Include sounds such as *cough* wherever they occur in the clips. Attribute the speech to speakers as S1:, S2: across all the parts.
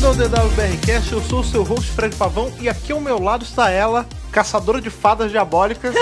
S1: DWBRCast, eu sou o seu host Fred Pavão e aqui ao meu lado está ela, caçadora de fadas diabólicas,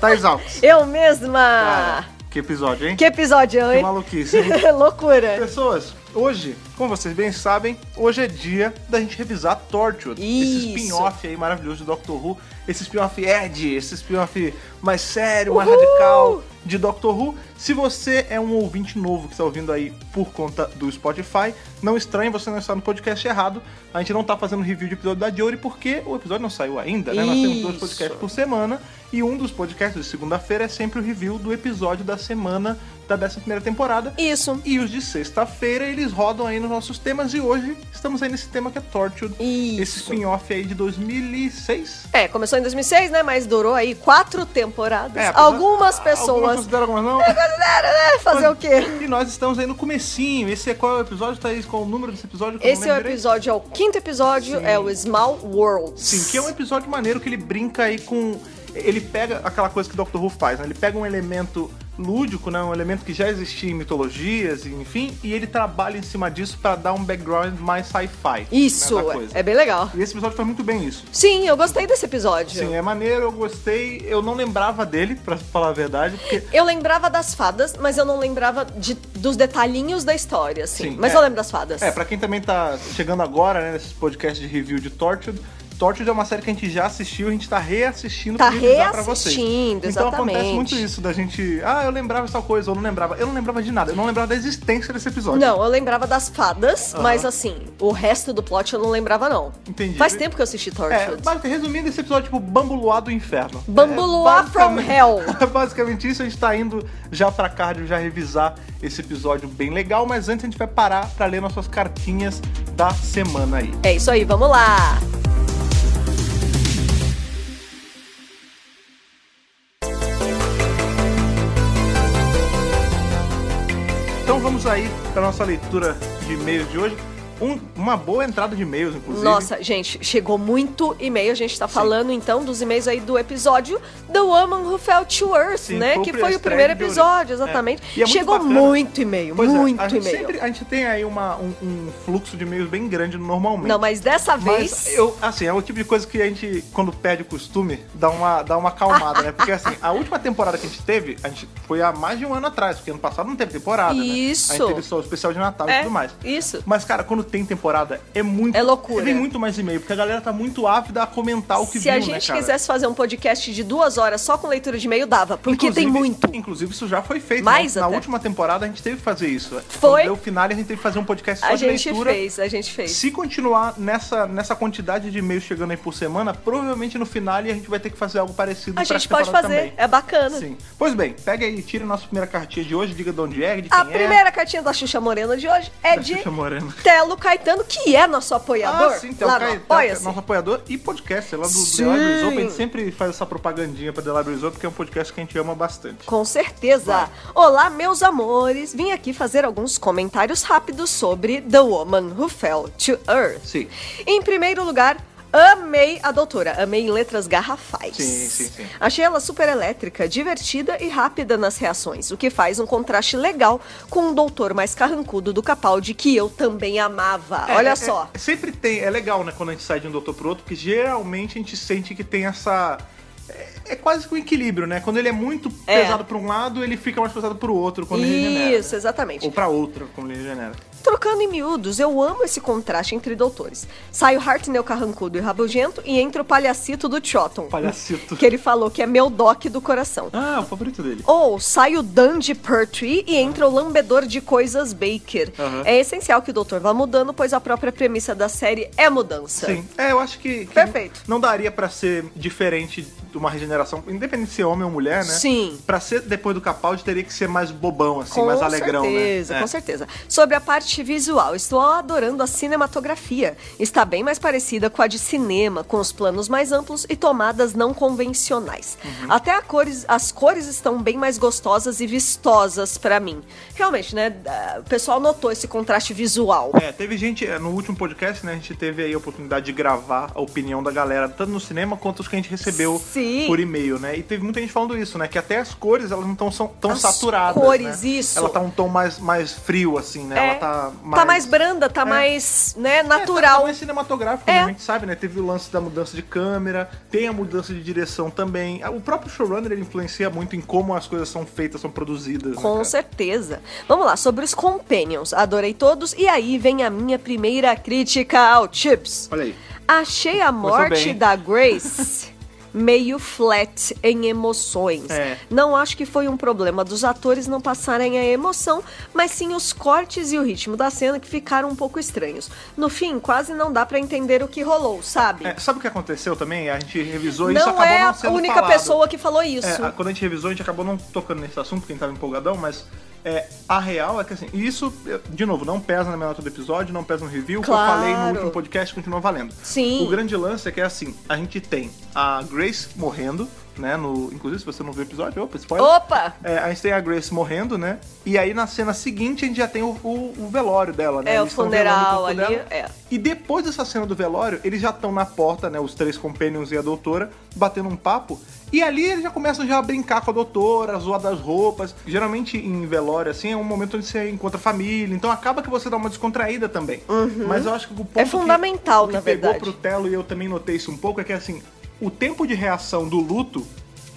S1: Thais Alves.
S2: Eu mesma!
S1: Cara, que episódio, hein?
S2: Ah. Que episódio,
S1: Que
S2: hein?
S1: maluquice,
S2: *laughs*
S1: hein?
S2: Loucura!
S1: Pessoas, hoje, como vocês bem sabem, hoje é dia da gente revisar Torture, esse
S2: Isso.
S1: spin-off aí maravilhoso de Doctor Who, esse spin-off Ed, esse spin-off mais sério, mais radical de Doctor Who. Se você é um ouvinte novo que está ouvindo aí por conta do Spotify, não estranhe, você não está no podcast errado. A gente não está fazendo review de episódio da Diori porque o episódio não saiu ainda, né? Nós temos dois
S2: Isso.
S1: podcasts por semana e um dos podcasts de segunda-feira é sempre o review do episódio da semana da 11 primeira temporada.
S2: Isso,
S1: E os de sexta-feira eles rodam aí nos nossos temas e hoje estamos aí nesse tema que é Tortured, esse
S2: isso.
S1: spin-off aí de 2006.
S2: É, começou em 2006, né? Mas durou aí quatro temporadas.
S1: É, apesar-
S2: algumas
S1: Algumas
S2: pessoas.
S1: consideram, algumas não.
S2: É, *laughs* fazer o quê?
S1: E nós estamos aí no comecinho. Esse é qual é o episódio, Thaís? Qual o número desse episódio? Que eu não
S2: Esse é o
S1: lembro direito.
S2: episódio, é o quinto episódio, é o Small World.
S1: Sim, que é um episódio maneiro que ele brinca aí com. Ele pega aquela coisa que o Doctor Who faz, né? Ele pega um elemento lúdico, né? Um elemento que já existia em mitologias, enfim, e ele trabalha em cima disso pra dar um background mais sci-fi.
S2: Isso,
S1: né, da coisa.
S2: é bem legal.
S1: E esse episódio faz muito bem isso.
S2: Sim, eu gostei desse episódio.
S1: Sim, é maneiro, eu gostei. Eu não lembrava dele, pra falar a verdade, porque.
S2: Eu lembrava das fadas, mas eu não lembrava de- dos detalhinhos da história, assim.
S1: Sim,
S2: mas
S1: é.
S2: eu lembro das fadas.
S1: É, pra quem também tá chegando agora, né, nesses podcasts de review de Tortured, Tortured é uma série que a gente já assistiu, a gente tá reassistindo
S2: Tá
S1: pra revisar pra vocês.
S2: reassistindo,
S1: Então acontece
S2: exatamente.
S1: muito isso da gente. Ah, eu lembrava essa coisa, eu não lembrava. Eu não lembrava de nada, eu não lembrava da existência desse episódio.
S2: Não, eu lembrava das fadas,
S1: Aham.
S2: mas assim, o resto do plot eu não lembrava, não.
S1: Entendi.
S2: Faz tempo que eu assisti
S1: É,
S2: Torchwood.
S1: basi- resumindo esse episódio, tipo, Bambuluá do Inferno.
S2: Bambuluá from
S1: basicamente-
S2: Hell.
S1: *laughs* É basicamente isso, a gente tá indo já pra Cardio já revisar esse episódio bem legal, mas antes a gente vai parar pra ler nossas cartinhas da semana aí.
S2: É isso aí, vamos lá!
S1: Então vamos aí pra nossa leitura de e-mails de hoje. Um- uma boa entrada de e-mails, inclusive.
S2: Nossa, gente, chegou muito e-mail. A gente tá falando então dos e-mails aí do episódio The Woman Who Fell to Earth,
S1: Sim,
S2: né?
S1: foi o
S2: que
S1: pre-
S2: foi
S1: estreia
S2: o primeiro
S1: de Yuri.
S2: episódio,
S1: É.
S2: exatamente.
S1: E é muito
S2: chegou
S1: bacana.
S2: muito e-mail,
S1: Pois é,
S2: muito
S1: a gente
S2: e-mail.
S1: sempre- a gente tem aí uma- um, um fluxo de e-mails bem grande normalmente.
S2: Não, mas dessa vez.
S1: Mas eu, assim, é o tipo de coisa que a gente, quando perde o costume, dá uma, dá uma acalmada, né? Porque assim, a última temporada que a gente teve, a gente foi há mais de um ano atrás, porque ano passado não teve temporada, né?
S2: Isso.
S1: A gente teve só o especial de Natal e
S2: É,
S1: tudo mais.
S2: isso.
S1: Mas, cara, quando tem temporada, é muito.
S2: É loucura.
S1: Vem muito mais e-mail, porque a galera tá muito ávida a comentar o que
S2: Se
S1: viu,
S2: a
S1: né,
S2: gente
S1: cara?
S2: quisesse fazer um podcast de duas horas só com leitura de e-mail, dava, porque tem muito.
S1: Inclusive, isso já foi feito.
S2: Mais
S1: né? Na
S2: até.
S1: última temporada a gente teve que fazer isso.
S2: Foi.
S1: No final a gente teve que fazer um podcast só
S2: A
S1: de
S2: gente
S1: leitura.
S2: fez, a gente fez.
S1: Se continuar nessa, nessa quantidade de e-mails chegando aí por semana, provavelmente no final a gente vai ter que fazer algo parecido
S2: A
S1: pra
S2: gente pode
S1: temporada
S2: fazer,
S1: também.
S2: é bacana.
S1: Sim. Pois bem, pega aí, tira a nossa primeira cartinha de hoje, diga de onde é, de quem
S2: A
S1: é.
S2: primeira cartinha da Xuxa Morena de hoje é
S1: Da
S2: de
S1: Xuxa Morena.
S2: Telo Caetano, que é nosso apoiador.
S1: Ah, sim, tem o
S2: lá
S1: Caio-
S2: no
S1: tem o Caio,
S2: Apoia-se.
S1: nosso apoiador e podcast lá do
S2: Sim.
S1: The Libraries Open. A gente sempre faz essa propagandinha pra The Libraries Open, que é um podcast que a gente ama bastante.
S2: Com certeza. Olá, meus amores. Vim aqui fazer alguns comentários rápidos sobre The Woman Who Fell to Earth.
S1: Sim.
S2: Em primeiro lugar, amei a doutora. Amei em letras garrafais.
S1: Sim, sim, sim.
S2: Achei ela super elétrica, divertida e rápida nas reações, o que faz um contraste legal com um doutor mais carrancudo do Capaldi, que eu também
S1: *laughs*
S2: amava.
S1: É,
S2: Olha
S1: é,
S2: só.
S1: é, sempre tem, é legal, né, quando a gente sai de um doutor pro outro, porque geralmente a gente sente que tem essa. É, é quase que um equilíbrio, né? Quando ele é muito
S2: É.
S1: pesado pra um lado, ele fica mais pesado pro outro quando ele regenera.
S2: Isso,
S1: né?
S2: exatamente.
S1: Ou pra outro quando ele regenera.
S2: Trocando em miúdos, eu amo esse contraste entre doutores. Sai o Hartnell carrancudo e rabugento e entra o palhacito do Chotton.
S1: Palhacito.
S2: Que ele falou que é meu doc do coração.
S1: Ah, o favorito dele.
S2: Ou sai o Dandy Pertree e entra o lambedor de coisas Baker.
S1: Aham.
S2: É essencial que o doutor vá mudando, pois a própria premissa da série é mudança.
S1: Sim. É, eu acho que, que
S2: Perfeito.
S1: não daria pra ser diferente de uma regeneração, independente de ser homem ou mulher, né?
S2: Sim.
S1: Pra ser depois do Capaldi teria que ser mais bobão, assim, mais alegrão, né?
S2: certeza,
S1: É.
S2: Com certeza. Sobre a parte visual, estou adorando a cinematografia. Está bem mais parecida com a de cinema, com os planos mais amplos e tomadas não convencionais.
S1: Uhum.
S2: Até a cores- as cores estão bem mais gostosas e vistosas pra mim. Realmente, né? da- O pessoal notou esse contraste visual.
S1: É, teve gente, é, no último podcast, né, a gente teve aí a oportunidade de gravar a opinião da galera, tanto no cinema quanto os que a gente recebeu
S2: Sim.
S1: por e-mail, né? E teve muita gente falando isso, né? Que até as cores elas não estão são tão
S2: As
S1: saturadas.
S2: cores,
S1: né?
S2: isso.
S1: Ela tá um tom mais, mais frio, assim, né?
S2: É.
S1: Ela tá mais.
S2: Tá mais branda, tá mais, né, natural.
S1: É, tá mais cinematográfico,
S2: É.
S1: como a gente sabe, né? Teve o lance da mudança de câmera, tem a mudança de direção também. Ah, O próprio showrunner ele influencia muito em como as coisas são feitas, são produzidas. né,
S2: Com
S1: cara?
S2: certeza. Vamos lá, sobre os Companions. Adorei todos. E aí vem a minha primeira crítica ao Chips.
S1: Olha aí.
S2: Achei a morte
S1: bem.
S2: da Grace *laughs* meio flat em emoções.
S1: É.
S2: Não acho que foi um problema dos atores não passarem a emoção, mas sim os cortes e o ritmo da cena que ficaram um pouco estranhos. No fim, quase não dá pra entender o que rolou, sabe?
S1: É, sabe o que aconteceu também? A gente revisou isso
S2: não
S1: acabou
S2: é
S1: não
S2: a
S1: sendo
S2: única
S1: falado.
S2: pessoa que falou isso.
S1: É, a- quando a gente revisou, a gente acabou não tocando nesse assunto, porque a gente tava empolgadão, mas é, a real é que assim, e isso, eu- de novo, não pesa na minha nota do episódio, não pesa no review,
S2: Claro.
S1: o que eu falei no último podcast continua valendo.
S2: Sim.
S1: O grande lance é que é assim, a gente tem a Grace morrendo, né? No, inclusive, se você não viu o episódio, opa, spoiler.
S2: Opa!
S1: É, a gente tem a Grace morrendo, né? E aí na cena seguinte a gente já tem o, o- o velório dela, né?
S2: É, o
S1: Eles tão
S2: funeral
S1: velando o corpo
S2: ali,
S1: dela.
S2: é.
S1: E depois dessa cena do velório, eles já estão na porta, né? Os três companions e a doutora, batendo um papo. E ali eles já começam já a brincar com a doutora, a zoar das roupas. Geralmente em velório, assim, é um momento onde você encontra a família. Então acaba que você dá uma descontraída também. Mas eu acho que o ponto
S2: É fundamental,
S1: que, o que
S2: na
S1: pegou
S2: verdade.
S1: pro Telo, e eu também notei isso um pouco, é que assim, o tempo de reação do luto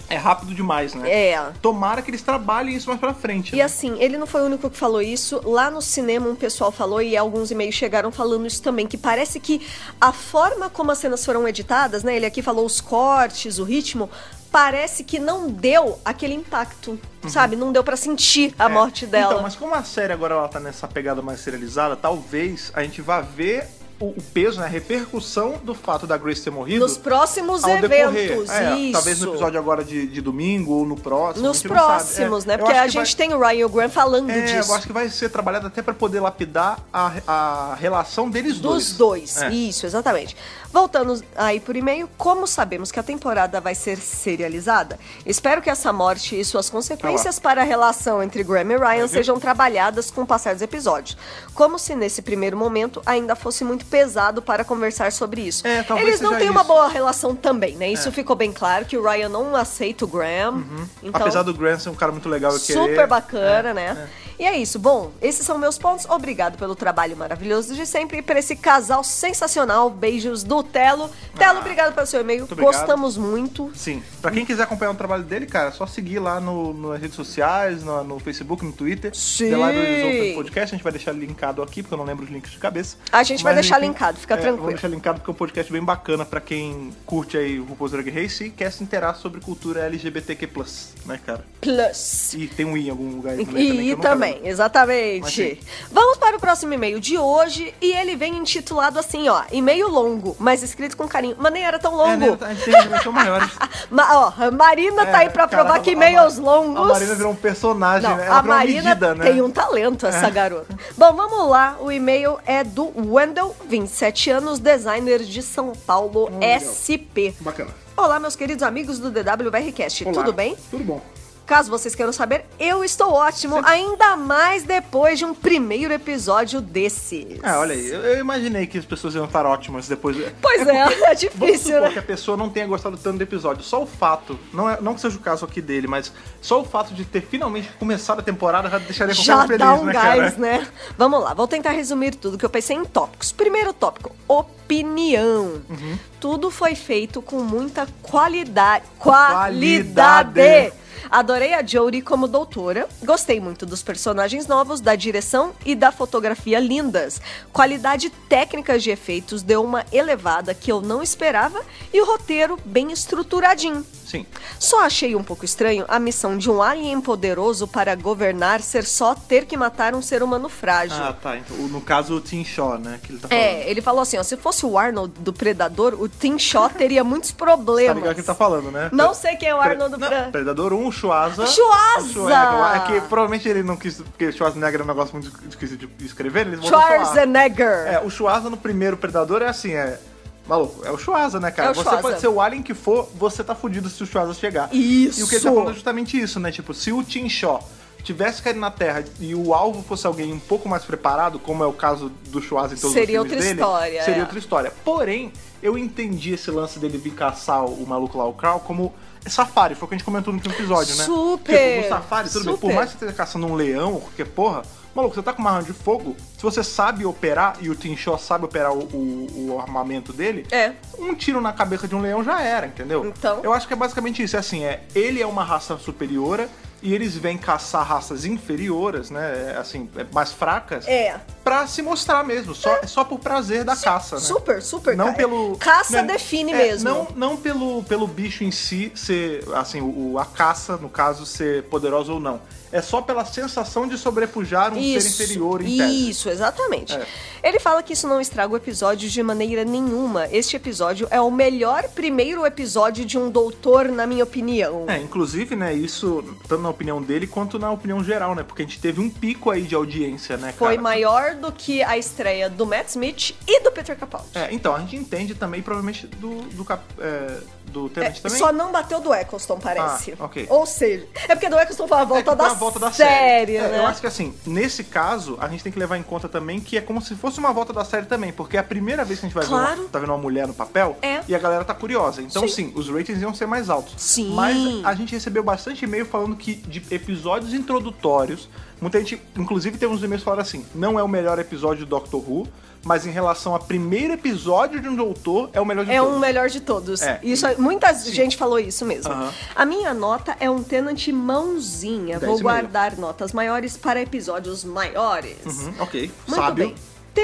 S1: é rápido demais, né?
S2: É.
S1: Tomara que eles trabalhem isso mais pra frente.
S2: E
S1: né?
S2: assim, ele não foi o único que falou isso. Lá no cinema, um pessoal falou e alguns e-mails chegaram falando isso também. Que parece que a forma como as cenas foram editadas, né? Ele aqui falou os cortes, o ritmo. Parece que não deu aquele impacto, sabe? Não deu pra sentir a
S1: Uhum. É.
S2: morte dela.
S1: Então, mas como a série agora ela tá nessa pegada mais serializada, talvez a gente vá ver o, o peso, né, a repercussão do fato da Grace ter morrido
S2: Nos próximos
S1: ao decorrer.
S2: eventos,
S1: É,
S2: isso.
S1: talvez no episódio agora de, de domingo ou no próximo. a
S2: Nos
S1: gente não sabe.
S2: próximos,
S1: É,
S2: né?
S1: eu
S2: Porque
S1: acho
S2: a
S1: que vai-
S2: gente tem o Ryan Grant falando
S1: É,
S2: disso.
S1: eu acho que vai ser trabalhado até pra poder lapidar a, a relação deles dois.
S2: Dos dois,
S1: É.
S2: isso, exatamente. Voltando aí por e-mail, como sabemos que a temporada vai ser serializada, espero que essa morte e suas
S1: Tá
S2: consequências para a relação entre Graham e Ryan sejam trabalhadas com o passar dos episódios. Como se nesse primeiro momento ainda fosse muito pesado para conversar sobre isso.
S1: É, talvez
S2: Eles não
S1: seja
S2: têm uma
S1: isso. É.
S2: boa relação também, né? Isso ficou bem claro, que o Ryan não aceita o Graham. Então,
S1: Uhum. Apesar do Grant ser um cara muito legal, eu
S2: Super
S1: querer-
S2: bacana, né? E é isso. Bom, esses são meus pontos. Obrigado pelo trabalho maravilhoso de sempre e por esse casal sensacional. Beijos do Telo. Telo,
S1: Ah,
S2: obrigado pelo seu e-mail.
S1: muito obrigado.
S2: Gostamos muito.
S1: Sim. Pra quem quiser acompanhar o trabalho dele, cara, é só seguir lá no, nas redes sociais, no, no Facebook, no Twitter.
S2: Sim.
S1: The Libraries Open Podcast. A gente vai deixar linkado aqui, porque eu não lembro os links de cabeça.
S2: A gente vai deixar
S1: enfim,
S2: linkado, fica
S1: é,
S2: tranquilo.
S1: Vamos deixar linkado porque é um podcast bem bacana pra quem curte aí o RuPaul's Drag Race e quer se inteirar sobre cultura LGBTQ+, né, cara?
S2: Plus.
S1: E tem um i em algum lugar aí também. também, que
S2: E
S1: eu nunca
S2: também,
S1: lembro. Mas
S2: exatamente.
S1: sim.
S2: Vamos para o próximo e-mail de hoje. E ele vem intitulado assim, ó. E-mail longo, mas escrito com carinho. Mas nem era tão longo.
S1: É, né, a gente tem dimensões
S2: *laughs*
S1: maiores.
S2: Ma- ó, a Marina tá
S1: É,
S2: aí pra
S1: cara, a-
S2: provar que
S1: a-
S2: e-mails
S1: a-
S2: longos.
S1: A Marina virou um personagem,
S2: Não,
S1: né? Ela
S2: a
S1: virou uma
S2: Marina
S1: medida, né?
S2: tem um talento, essa garota. Bom, vamos lá. O e-mail é do Wendel, 27 anos, designer de São Paulo,
S1: legal.
S2: SP.
S1: Bacana.
S2: Olá, meus queridos amigos do DWRcast.
S1: Olá.
S2: Tudo bem?
S1: Tudo bom.
S2: Caso vocês queiram saber, eu estou ótimo, ainda mais depois de um primeiro episódio desses.
S1: Ah, olha aí, eu, eu imaginei que as pessoas iam estar ótimas depois.
S2: Pois é, *laughs* é
S1: Vamos
S2: difícil,
S1: supor
S2: né?
S1: que a pessoa não tenha gostado tanto do episódio. Só o fato, não, é, não que seja o caso aqui dele, mas só o fato de ter finalmente começado a temporada já deixaria qualquer
S2: Já
S1: um feliz,
S2: dá um
S1: né,
S2: gás,
S1: cara?
S2: né? Vamos lá, vou tentar resumir tudo que eu pensei em tópicos. Primeiro tópico, opinião.
S1: Uhum.
S2: Tudo foi feito com muita qualidade. Qualidade!
S1: Qualidade.
S2: Adorei a Jodie como doutora. Gostei muito dos personagens novos, da direção e da fotografia lindas. Qualidade técnica de efeitos deu uma elevada que eu não esperava e o roteiro bem estruturadinho.
S1: Sim.
S2: Só achei um pouco estranho a missão de um alien poderoso para governar ser só ter que matar um ser humano frágil.
S1: Ah, tá. Então, o- no caso, o Tim Shaw, né? Que ele tá falando.
S2: É, ele falou assim, ó, se fosse o Arnold do Predador, o Tim Shaw teria muitos
S1: Tá
S2: problemas.
S1: ligado que ele tá falando, né?
S2: Não sei quem é o
S1: Pre-
S2: Arnold do
S1: Não,
S2: Predador.
S1: Predador 1, o Schwarza.
S2: O Schwarza!
S1: O Schwarza! É que provavelmente ele não quis. Porque o Schwarzenegger é um negócio muito difícil de escrever, eles vão falar.
S2: Schwarzenegger.
S1: É, o Schwarza no primeiro Predador é assim, é. Maluco, é o Schwarza, né, cara?
S2: É o
S1: você
S2: Schwarza.
S1: pode ser o alien que for, você tá fudido se o Schwarza chegar.
S2: Isso.
S1: E o que ele tá falando é justamente isso, né? Tipo, se o Tim Shaw tivesse caído na Terra e o alvo fosse alguém um pouco mais preparado, como é o caso do Schwarz em todos
S2: Seria
S1: os filmes
S2: outra
S1: dele,
S2: história,
S1: seria
S2: é.
S1: outra história. Porém, eu entendi esse lance dele vir caçar o maluco lá, o Crow, como safari. Foi o que a gente comentou no último episódio, né?
S2: Super!
S1: Tipo, no safari, tudo bem. Por
S2: Super!
S1: mais que você esteja caçando um leão ou qualquer porra, maluco, você tá com uma arma de fogo, se você sabe operar, e o Tim Shaw sabe operar o, o- o armamento dele,
S2: É.
S1: um tiro na cabeça de um leão já era, entendeu?
S2: Então?
S1: Eu acho que é basicamente isso. É assim, é, ele é uma raça superiora e eles vêm caçar raças inferioras, né? é, Assim, é, mais fracas.
S2: É.
S1: Pra se mostrar mesmo, só, é só por prazer da caça, né?
S2: Super, super.
S1: Não
S2: ca-
S1: pelo.
S2: Caça
S1: né,
S2: define
S1: é,
S2: mesmo.
S1: Não, não pelo, pelo bicho em si ser. Assim, o, o- a caça, no caso, ser poderosa ou não. É só pela sensação de sobrepujar um ser inferior em tese.
S2: Isso, exatamente.
S1: É.
S2: Ele fala que isso não estraga o episódio de maneira nenhuma. Este episódio é o melhor primeiro episódio de um doutor, na minha opinião.
S1: É, inclusive, né, isso tanto na opinião dele quanto na opinião geral, né? Porque a gente teve um pico aí de audiência, né, cara?
S2: Foi maior do que a estreia do Matt Smith e do Peter Capaldi.
S1: É, então, a gente entende também, provavelmente, do, do, cap, é, do Tenant
S2: É,
S1: também.
S2: Só não bateu do Eccleston, parece.
S1: Ah, ok.
S2: Ou seja, é porque do Eccleston foi a
S1: É que
S2: volta,
S1: dá
S2: da,
S1: a volta da
S2: série,
S1: série. É,
S2: né?
S1: eu acho que assim, nesse caso, a gente tem que levar em conta também que é como se fosse uma volta da série também, porque é a primeira vez que a gente vai ver
S2: Claro.
S1: uma, tá vendo uma mulher no papel
S2: É.
S1: e a galera tá curiosa. Então,
S2: Sim.
S1: sim. os ratings iam ser mais altos.
S2: Sim.
S1: Mas a gente recebeu bastante e-mail falando que de episódios introdutórios, muita gente, inclusive teve uns e-mails que falaram assim: não é o melhor episódio do Doctor Who, mas em relação ao primeiro episódio de um doutor, é o melhor de
S2: É
S1: todos.
S2: um melhor de todos.
S1: É.
S2: Isso, é- muita gente falou isso mesmo.
S1: Aham.
S2: A minha nota é um Tenant mãozinha.
S1: Dez
S2: Vou
S1: e meio.
S2: guardar notas maiores para episódios maiores.
S1: Uhum, ok,
S2: Muito
S1: sábio.
S2: bem.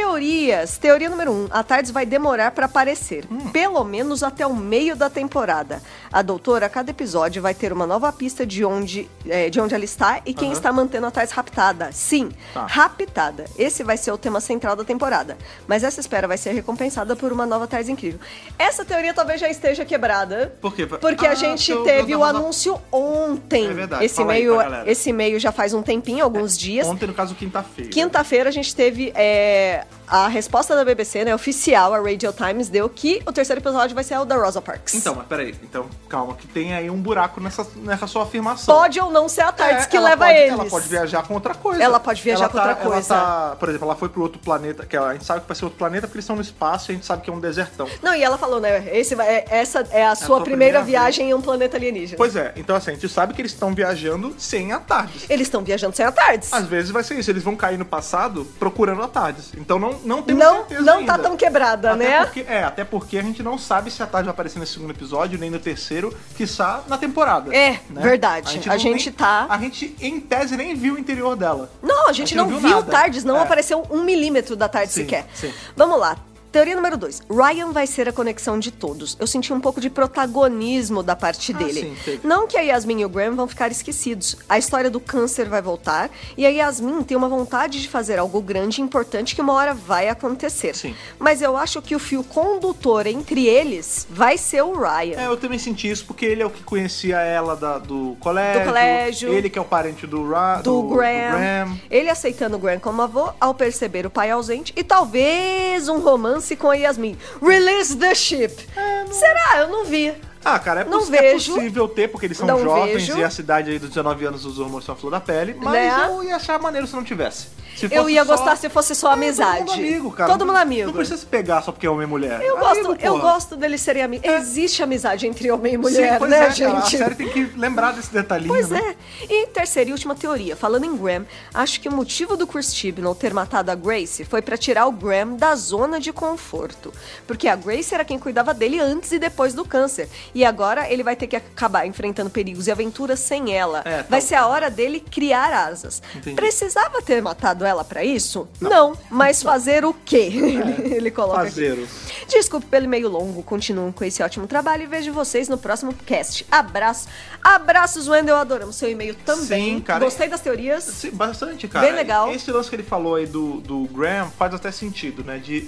S2: Teorias. Teoria número 1. Um, a Tardes vai demorar para aparecer,
S1: Hum.
S2: pelo menos até o meio da temporada. A doutora, a cada episódio, vai ter uma nova pista de onde, é, de onde ela está e quem
S1: Aham.
S2: está mantendo a Tardes raptada. Sim,
S1: Tá.
S2: raptada. Esse vai ser o tema central da temporada. Mas essa espera vai ser recompensada por uma nova Tardes incrível. Essa teoria talvez já esteja quebrada.
S1: Por quê?
S2: Porque a
S1: Ah,
S2: gente
S1: eu- eu
S2: teve o
S1: tava-
S2: anúncio ontem.
S1: É verdade,
S2: Esse
S1: fala aí
S2: meio,
S1: pra galera. É,
S2: esse meio já faz um tempinho, alguns dias.
S1: Ontem, no caso, quinta-feira.
S2: Quinta-feira a gente teve é, a resposta da BBC, né? Oficial, a Radio Times deu que o terceiro episódio vai ser o da Rosa Parks.
S1: Então, mas peraí. Então, calma, que tem aí um buraco nessa, nessa sua afirmação.
S2: pode ou não ser a Tardes
S1: É,
S2: que
S1: ela
S2: leva
S1: pode,
S2: eles.
S1: Ela pode viajar com outra coisa.
S2: Ela pode viajar
S1: Ela
S2: com
S1: tá-
S2: outra
S1: ela
S2: coisa.
S1: tá- por exemplo, ela foi pro outro planeta, que ela- a gente sabe que vai ser outro planeta porque eles estão no espaço e a gente sabe que é um desertão.
S2: Não, e ela falou, né? Esse vai- é- essa é a sua
S1: tua
S2: primeira
S1: primeira
S2: viagem em um planeta alienígena.
S1: Pois é, então assim, a gente sabe que eles estão viajando sem a Tardes.
S2: Eles estão viajando sem a Tardes.
S1: Às vezes vai ser isso, Ah, eles vão cair no passado procurando a Tardes. Então não, não temos
S2: Não,
S1: certeza
S2: não
S1: ainda.
S2: tá tão quebrada,
S1: Até
S2: né?
S1: Porque, é, até porque a gente não sabe se a Tarde vai aparecer nesse segundo episódio, nem no terceiro, quiçá na temporada. né?
S2: É, verdade. A
S1: não
S2: gente
S1: nem-
S2: tá-
S1: A gente, em tese, nem viu o interior dela.
S2: Não, a gente não viu,
S1: nada.
S2: Tardes, não
S1: É.
S2: apareceu um milímetro da Tardes
S1: Sim,
S2: sequer.
S1: sim.
S2: Vamos lá. Teoria número 2. Ryan vai ser a conexão de todos. Eu senti um pouco de protagonismo da parte
S1: Ah,
S2: dele.
S1: sim, teve.
S2: não que a Yasmin e o Graham vão ficar esquecidos. A história do câncer vai voltar e a Yasmin tem uma vontade de fazer algo grande e importante que uma hora vai acontecer.
S1: Sim.
S2: Mas eu acho que o fio condutor entre eles vai ser o Ryan.
S1: É, eu também senti isso, porque ele é o que conhecia ela da- do, colégio,
S2: Do colégio.
S1: Ele que é o parente do, Ra,
S2: do,
S1: do
S2: Graham.
S1: do Graham.
S2: Ele aceitando o Graham como avô ao perceber o pai ausente e talvez um romance com a Yasmin. Release the ship.
S1: É,
S2: Será? Eu não vi.
S1: Ah, cara, é,
S2: Não
S1: poss- é
S2: vejo.
S1: possível ter, porque eles são
S2: Não
S1: jovens
S2: vejo.
S1: e a cidade aí dos 19 anos os hormônios são a flor da pele. Mas
S2: Né?
S1: eu ia achar maneiro se não tivesse. Se
S2: eu
S1: fosse
S2: ia
S1: só-
S2: gostar se fosse só
S1: É,
S2: amizade.
S1: Todo mundo amigo, cara.
S2: Todo
S1: Não-
S2: mundo é amigo.
S1: Não precisa se pegar só porque é homem e mulher.
S2: Eu
S1: Amigo,
S2: gosto, eu
S1: porra.
S2: gosto deles serem amigos. Existe amizade entre homem e
S1: Sim,
S2: mulher,
S1: pois
S2: né,
S1: é, cara,
S2: gente?
S1: A série tem que lembrar desse detalhinho,
S2: Pois
S1: né?
S2: é. E terceira e última teoria, falando em Graham, acho que o motivo do Chris Chibnall ter matado a Grace foi pra tirar o Graham da zona de conforto. Porque a Grace era quem cuidava dele antes e depois do câncer. E agora ele vai ter que acabar enfrentando perigos e aventuras sem ela.
S1: É, tal-
S2: vai ser a hora dele criar asas.
S1: Entendi.
S2: Precisava ter matado ela pra isso? Não. Mas fazer o quê? *laughs* Ele, ele coloca aqui.
S1: Fazer o-
S2: Desculpe pelo e-mail longo, continuam com esse ótimo trabalho e vejo vocês no próximo cast. Abraço. Abraços, Wendel, adoramos seu e-mail também.
S1: Sim, cara.
S2: Gostei das teorias.
S1: Sim, bastante, cara.
S2: Bem legal.
S1: Esse lance que ele falou aí do, do Graham faz até sentido, né? De,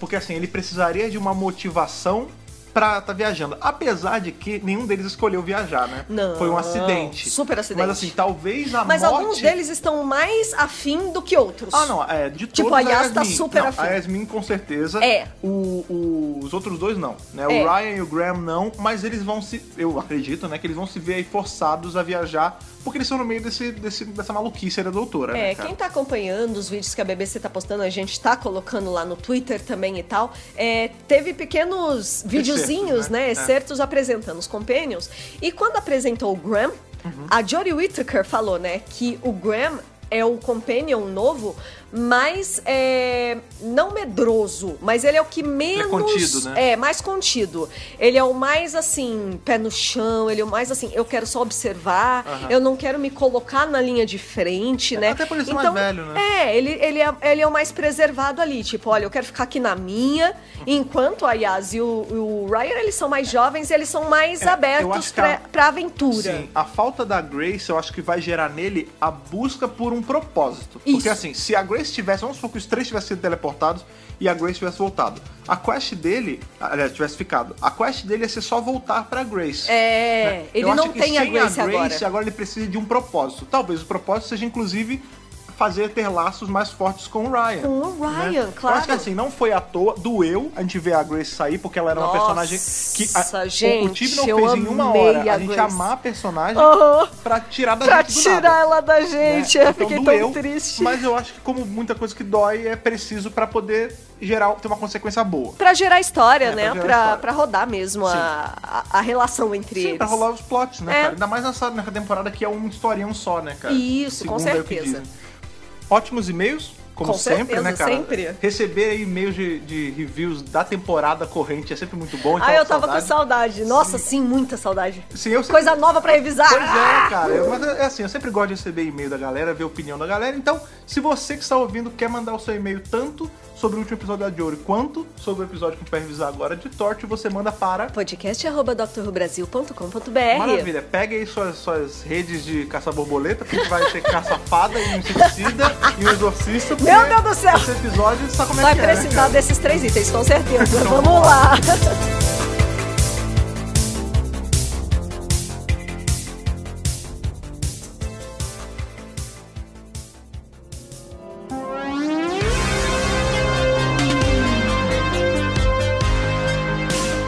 S1: porque assim, ele precisaria de uma motivação pra tá viajando. Apesar de que nenhum deles escolheu viajar, né?
S2: Não,
S1: Foi um acidente.
S2: super acidente.
S1: Mas assim, talvez na
S2: Mas
S1: morte...
S2: alguns deles estão mais afim do que outros.
S1: Ah, não, é, de
S2: Tipo,
S1: todos
S2: a Yas tá
S1: Yasmin.
S2: super
S1: não,
S2: afim.
S1: A Yasmin, com certeza.
S2: É.
S1: O- o- os outros dois, não. Né?
S2: É.
S1: O Ryan e o Graham, não. Mas eles vão se... Eu acredito, né? Que eles vão se ver aí forçados a viajar. Porque eles estão no meio desse, desse- dessa maluquice aí da doutora,
S2: É,
S1: né, cara?
S2: quem tá acompanhando os vídeos que a BBC tá postando, a gente tá colocando lá no Twitter também e tal, é, teve pequenos videozinhos, né?
S1: né? É.
S2: Excertos apresentando os Companions. E quando apresentou o Graham,
S1: Uhum.
S2: a Jodie Whittaker falou, né, que o Graham é o Companion novo, mas é, não medroso, mas ele é o que menos...
S1: contido, né?
S2: É, mais contido. Ele é o mais, assim, pé no chão, ele é o mais, assim, eu quero só observar,
S1: Aham.
S2: eu não quero me colocar na linha de frente, né?
S1: Até por ele ser mais velho, né?
S2: É, ele, ele, é, ele é o mais preservado ali. Tipo, olha, eu quero ficar aqui na minha. Enquanto a Yas e o, o Ryan, eles são mais jovens e eles são mais
S1: É, eu
S2: abertos
S1: acho que
S2: pra,
S1: a-
S2: pra aventura.
S1: Sim, a falta da Grace eu acho que vai gerar nele a busca por um propósito.
S2: Isso.
S1: Porque assim, se a Grace tivesse, vamos supor que os três tivessem sido teleportados e a Grace tivesse voltado. A quest dele, aliás, tivesse ficado. A quest dele ia ser só voltar pra Grace.
S2: É,
S1: né?
S2: ele
S1: Eu acho
S2: não
S1: que
S2: tem a
S1: sem
S2: Grace, agora.
S1: ele precisa de um propósito. Talvez o propósito seja, inclusive, fazer ter laços mais fortes com o Ryan.
S2: Com o Ryan,
S1: né?
S2: claro.
S1: Eu acho que assim, não foi à toa, doeu a gente ver a Grace sair, porque ela era uma
S2: Nossa,
S1: personagem que a, o- o
S2: gente,
S1: time não
S2: eu
S1: fez em uma
S2: amei
S1: hora.
S2: a
S1: A gente
S2: Grace.
S1: amar a personagem
S2: Aham,
S1: pra tirar da
S2: pra
S1: gente do nada,
S2: tirar ela da
S1: né?
S2: gente. Eu
S1: é Então
S2: fiquei
S1: doeu,
S2: tão triste.
S1: Mas eu acho que como muita coisa que dói, é preciso pra poder gerar, ter uma consequência boa.
S2: Pra gerar história,
S1: É,
S2: né?
S1: pra gerar
S2: Pra,
S1: história.
S2: pra rodar mesmo
S1: Sim.
S2: a, a, a relação entre
S1: Sim,
S2: eles.
S1: pra rolar os plots, né,
S2: É.
S1: cara? Ainda mais nessa, nessa temporada que é um historião só, né, cara?
S2: Isso, com
S1: Segundo é o que
S2: certeza.
S1: dizem. Ótimos e-mails, como
S2: Com
S1: sempre,
S2: certeza,
S1: né, cara?
S2: sempre.
S1: Receber aí e-mails de, de reviews da temporada corrente é sempre muito bom.
S2: Ah, eu tava
S1: saudade.
S2: com saudade. Nossa,
S1: Sim.
S2: sim, muita saudade.
S1: Sim, eu sempre-
S2: Coisa nova pra revisar.
S1: Pois é, cara. Eu- Mas é assim, eu sempre gosto de receber e-mail da galera, ver a opinião da galera. Então, se você que está ouvindo quer mandar o seu e-mail tanto sobre o último episódio da Jory quanto sobre o episódio que a gente vai revisar agora de Torte, você manda para.
S2: podcast.drrubrasil.com.br
S1: Maravilha, pega aí suas, suas redes de caça-borboleta, que a gente vai ter caça-fada e um inseticida e um exorcista. porque
S2: Meu Deus do céu!
S1: Esse episódio sabe como é
S2: Vai
S1: que é, né,
S2: precisar
S1: cara?
S2: desses três itens, com certeza.
S1: Então,
S2: Vamos lá.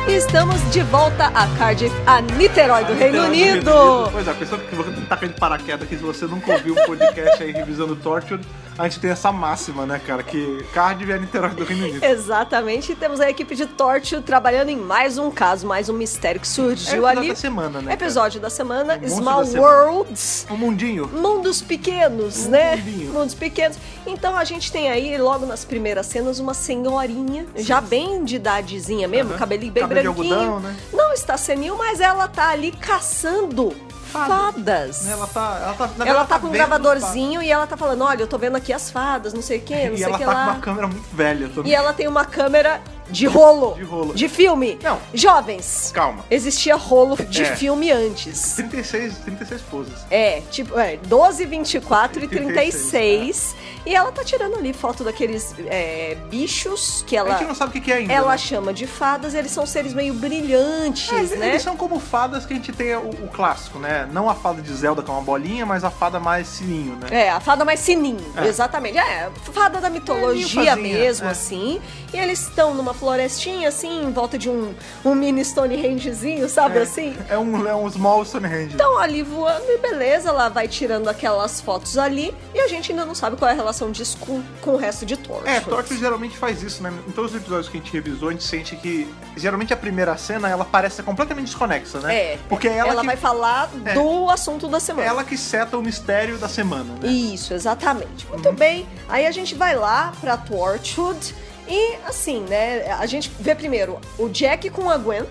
S2: E Estamos de volta a Cardiff, a Niterói do Reino
S1: Reino
S2: Unido.
S1: Pois é, pessoa que você tá caindo de paraquedas aqui, se você nunca ouviu um podcast aí revisando Torture, a gente tem essa máxima, né, cara? Que Cardiff é Niterói do Reino Unido.
S2: Exatamente, temos a equipe de Torture trabalhando em mais um caso, mais um mistério que surgiu
S1: É o episódio
S2: ali.
S1: da semana, né, cara?
S2: Episódio da semana,
S1: monstro
S2: Small
S1: da semana.
S2: Worlds.
S1: O mundinho.
S2: Mundos pequenos, né?
S1: mundinho.
S2: Mundos pequenos. Então a gente tem aí, logo nas primeiras cenas, uma senhorinha, já bem de idadezinha mesmo,
S1: Aham.
S2: cabelinho bem
S1: Cabelo de
S2: branquinho.
S1: algodão, né?
S2: Não está senil, mas ela tá ali caçando
S1: Fada.
S2: fadas.
S1: Ela tá. Ela tá, na verdade,
S2: Ela tá com um
S1: vendo os
S2: gravadorzinho e ela tá falando: olha, eu tô vendo aqui as fadas, não sei o quê,
S1: papos.
S2: não
S1: *laughs* E
S2: sei o
S1: ela
S2: que
S1: tá
S2: lá.
S1: com uma câmera muito velha também.
S2: E ela tem uma câmera de rolo.
S1: De rolo.
S2: De filme.
S1: Não.
S2: Jovens.
S1: Calma.
S2: Existia rolo de
S1: É.
S2: filme antes.
S1: 36, 36 poses.
S2: É, tipo, é, 12, 24 e 36.
S1: 36, é.
S2: E ela tá tirando ali foto daqueles é, bichos que
S1: A
S2: ela,
S1: gente não sabe o que que é ainda.
S2: ela
S1: né?
S2: chama de fadas. Eles são seres meio brilhantes,
S1: É, eles,
S2: né?
S1: eles são como fadas que a gente tem o, o clássico, né? Não a fada de Zelda que é uma bolinha, mas a fada mais sininho, né?
S2: É, a fada mais sininho,
S1: É.
S2: exatamente. É, fada da mitologia
S1: É, ninfazinha,
S2: mesmo,
S1: é.
S2: assim. E eles estão numa florestinha, assim, em volta de um, um mini Stonehengezinho, sabe assim?
S1: É um, é um small Stonehenge.
S2: Então ali voando e beleza, ela vai tirando aquelas fotos ali e a gente ainda não sabe qual é a relação disso com, com o resto de Torchwood.
S1: É, Torchwood geralmente faz isso, né? Em todos os episódios que a gente revisou, a gente sente que geralmente a primeira cena ela parece ser completamente desconexa, né?
S2: É,
S1: Porque é ela, que,
S2: vai falar
S1: É.
S2: do assunto da semana.
S1: ela que seta o mistério da semana, né?
S2: Isso, exatamente.
S1: Uhum.
S2: Muito bem. Aí a gente vai lá pra Torchwood e assim, né, a gente vê primeiro o Jack com a Gwen.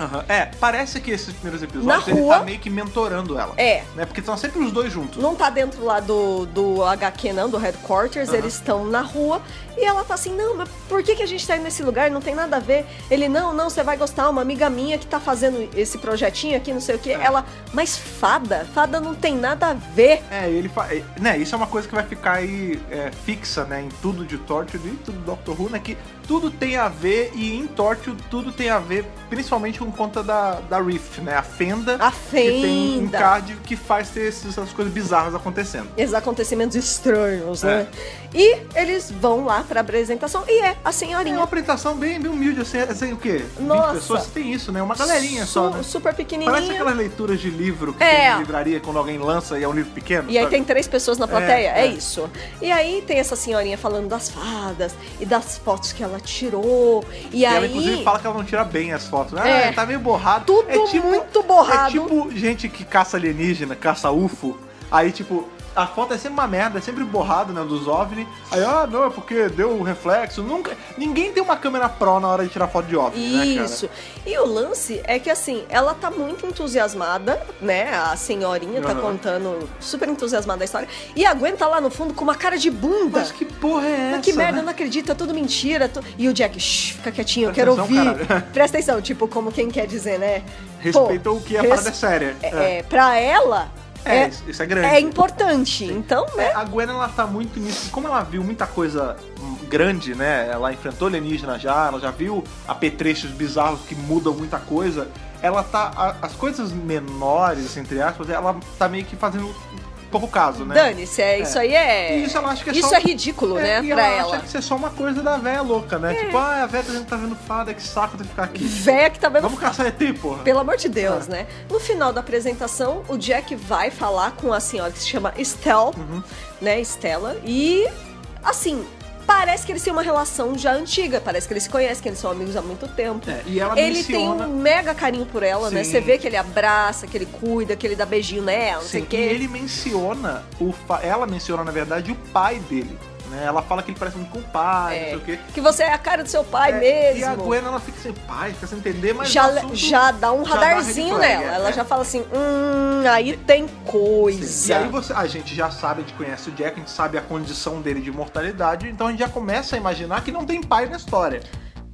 S1: Aham. É, parece que esses primeiros
S2: Na
S1: episódios ele
S2: rua.
S1: tá meio que mentorando ela.
S2: É.
S1: Né? Porque estão sempre os dois juntos.
S2: Não tá dentro lá do, do HQ, não, do headquarters,
S1: Aham.
S2: eles estão na rua. E ela tá assim, não, mas por que, que a gente tá indo nesse lugar? Não tem nada a ver. Ele, não, não, você vai gostar, uma amiga minha que tá fazendo esse projetinho aqui, não sei o quê. Ela, mas fada? Fada não tem nada a ver.
S1: É, ele fa... é, né, isso é uma coisa que vai ficar aí é, fixa, né, em tudo de Torture e tudo do Doctor Who, né, que tudo tem a ver, e em Torture tudo tem a ver, principalmente com conta da, da Rift, né? A Fenda.
S2: A
S1: Que tem um
S2: Fenda.
S1: card que faz ter esses- essas coisas bizarras acontecendo.
S2: Esses acontecimentos estranhos,
S1: É.
S2: né? E eles vão lá pra apresentação e é a
S1: É
S2: senhorinha.
S1: uma apresentação bem, bem humilde, assim, assim o quê? 20
S2: Nossa.
S1: pessoas, você tem isso, né? Uma galerinha só,
S2: Su-
S1: né?
S2: Super
S1: Parece
S2: pequenininha.
S1: aquelas leituras de livro que
S2: É.
S1: tem na livraria quando alguém lança e é um livro pequeno.
S2: E aí
S1: sabe?
S2: tem três pessoas na plateia,
S1: É, é.
S2: é, isso. E aí tem essa senhorinha falando das fadas e das fotos que ela tirou. E,
S1: E
S2: aí.
S1: ela, inclusive, fala que ela não tira bem as fotos. Ah,
S2: É.
S1: tá meio borrado.
S2: Tudo muito borrado.
S1: É tipo gente que caça alienígena, caça UFO. Aí, tipo, a foto é sempre uma merda, é sempre borrado, né, dos OVNI. Aí, ah, não, é porque deu um reflexo. Nunca... Ninguém tem uma câmera pro na hora de tirar foto de OVNI, né, cara?
S2: Isso. E o lance é que assim, ela tá muito entusiasmada, né? A senhorinha tá
S1: Aham.
S2: contando, super entusiasmada a história, e aguenta lá no fundo com uma cara de bunda.
S1: Mas que porra é essa?
S2: Mas que merda,
S1: né?
S2: eu não acredito, é tudo mentira. tu- E o Jack, shh, fica quietinho, eu
S1: Presta
S2: quero
S1: atenção,
S2: ouvir.
S1: caralho.
S2: Presta atenção, tipo, como quem quer dizer, né?
S1: Respeita
S2: Pô,
S1: o que a
S2: res-
S1: parada é séria.
S2: É, é, pra ela,
S1: É,
S2: é,
S1: isso- isso é grande.
S2: é importante. Então, né?
S1: A Gwen, ela tá muito nisso. Como ela viu muita coisa hum, grande, né? Ela enfrentou alienígena já, ela já viu apetrechos bizarros que mudam muita coisa. Ela tá. a- as coisas menores, entre aspas, ela tá meio que fazendo pouco caso, né?
S2: Dane-se, é, isso aí é.
S1: E isso ela acha que é
S2: isso
S1: só-
S2: é ridículo,
S1: É,
S2: né?
S1: e
S2: Pra
S1: ela,
S2: ela. É.
S1: acha que isso é só uma coisa da véia louca, né? Tipo, ah, a véia tá vendo, tá vendo fada, que saco de ficar aqui.
S2: Véia que tá vendo
S1: é Vamos caçar ET, porra.
S2: Pelo amor de Deus,
S1: Ah.
S2: né? No final da apresentação, o Jack vai falar com a senhora que se chama Estelle,
S1: Uhum.
S2: né? Estela. E, assim, parece que eles têm uma relação já antiga. Parece que eles se conhecem, que eles são amigos há muito tempo.
S1: É, e ela
S2: ele
S1: menciona-
S2: tem um mega carinho por ela, né?
S1: Sim.
S2: Você vê que ele abraça, que ele cuida, que ele dá beijinho nela, não sei
S1: Sim, e
S2: o quê.
S1: ele menciona, o fa- ela menciona, na verdade, o pai dele. Né? Ela fala que ele parece muito com o pai, não
S2: É,
S1: sei o quê.
S2: que você é a cara do seu pai
S1: É,
S2: mesmo.
S1: E a Gwen, ela fica sem pai, fica sem entender, mas.
S2: já,
S1: o assunto-
S2: já dá um
S1: já dá
S2: radarzinho
S1: red flag,
S2: nela.
S1: é,
S2: Ela
S1: é.
S2: já fala assim: hum, aí tem coisa.
S1: E aí você, a gente já sabe, a gente conhece o Jack, a gente sabe a condição dele de mortalidade, então a gente já começa a imaginar que não tem pai na história,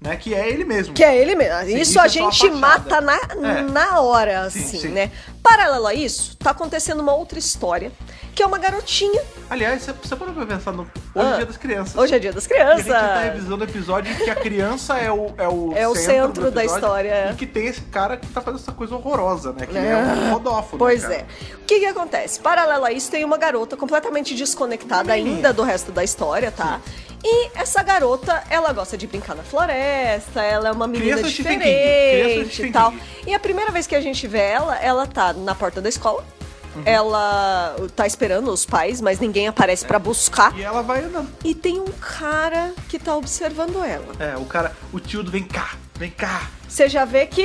S1: né? Que é ele mesmo.
S2: Que é ele mesmo.
S1: Sim,
S2: isso
S1: isso
S2: a
S1: é só a
S2: gente
S1: fachada.
S2: mata na,
S1: É.
S2: na hora,
S1: Sim,
S2: assim,
S1: sim.
S2: né? Paralelo a isso, tá acontecendo uma outra história, que é uma garotinha.
S1: Aliás, você, você pode pensar no hoje é
S2: Ah.
S1: dia das crianças.
S2: Hoje é dia das
S1: E a gente tá
S2: crianças.
S1: revisando o episódio que a criança é o, é o
S2: É o
S1: do
S2: centro da
S1: episódio
S2: história. é.
S1: E que tem esse cara que tá fazendo essa coisa horrorosa, né? Que ele é um rodófono.
S2: Pois
S1: cara.
S2: é. O que que acontece? Paralelo a isso, tem uma garota completamente desconectada
S1: Menininha.
S2: ainda do resto da história, tá? E essa garota, ela gosta de brincar na floresta, ela é uma menina
S1: Criança de Stephen King. Criança de
S2: diferente
S1: Stephen
S2: e tal.
S1: King.
S2: E a primeira vez que a gente vê ela, ela tá na porta da escola.
S1: Uhum.
S2: Ela tá esperando os pais, mas ninguém aparece pra buscar.
S1: E ela vai andando.
S2: E tem um cara que tá observando ela.
S1: É, o cara, o tio do vem cá, vem cá.
S2: Você já vê que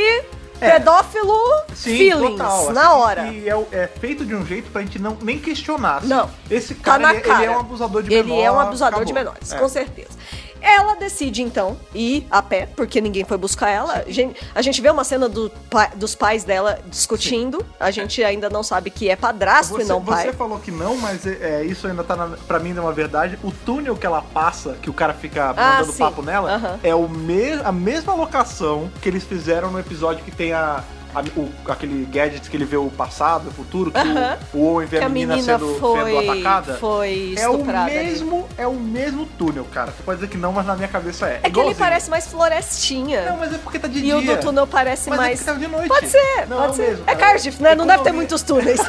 S1: É.
S2: pedófilo
S1: Sim,
S2: feelings
S1: total.
S2: na
S1: assim,
S2: hora.
S1: E é, o- é feito de um jeito pra gente não, nem questionar. assim.
S2: Não.
S1: Esse
S2: Tá
S1: cara,
S2: na
S1: ele,
S2: cara.
S1: ele é um abusador de menores.
S2: Ele é um abusador de menores,
S1: É.
S2: com certeza. Ela decide, então, ir a pé, porque ninguém foi buscar ela. A gente, a gente vê uma cena do pai- dos pais dela discutindo. A gente ainda não sabe que é padrasto
S1: Você,
S2: e não
S1: você
S2: pai.
S1: falou que não, mas é, é, isso ainda tá na, pra mim ainda é uma verdade. O túnel que ela passa, que o cara fica mandando
S2: Ah, sim.
S1: papo nela,
S2: Aham.
S1: é o me a mesma locação que eles fizeram no episódio que tem a. a- o- aquele gadget que ele vê o passado, o futuro, que
S2: Aham.
S1: o, o Owen vê
S2: Que
S1: a
S2: a
S1: menina,
S2: menina
S1: sendo, sendo
S2: foi,
S1: atacada.
S2: foi
S1: É o,
S2: estuprada. ali.
S1: mesmo, é o mesmo túnel, cara. Você pode dizer que não, mas na minha cabeça é.
S2: É que ele
S1: Igualzinho.
S2: parece mais florestinha.
S1: Não, mas é porque tá de
S2: e
S1: dia.
S2: o do túnel parece
S1: Mas é
S2: mais.
S1: porque tá de noite.
S2: Pode ser,
S1: Não, é o
S2: pode ser.
S1: mesmo, cara.
S2: é Cardiff, né? Não deve ter
S1: Economia-
S2: muitos
S1: *laughs*
S2: túneis.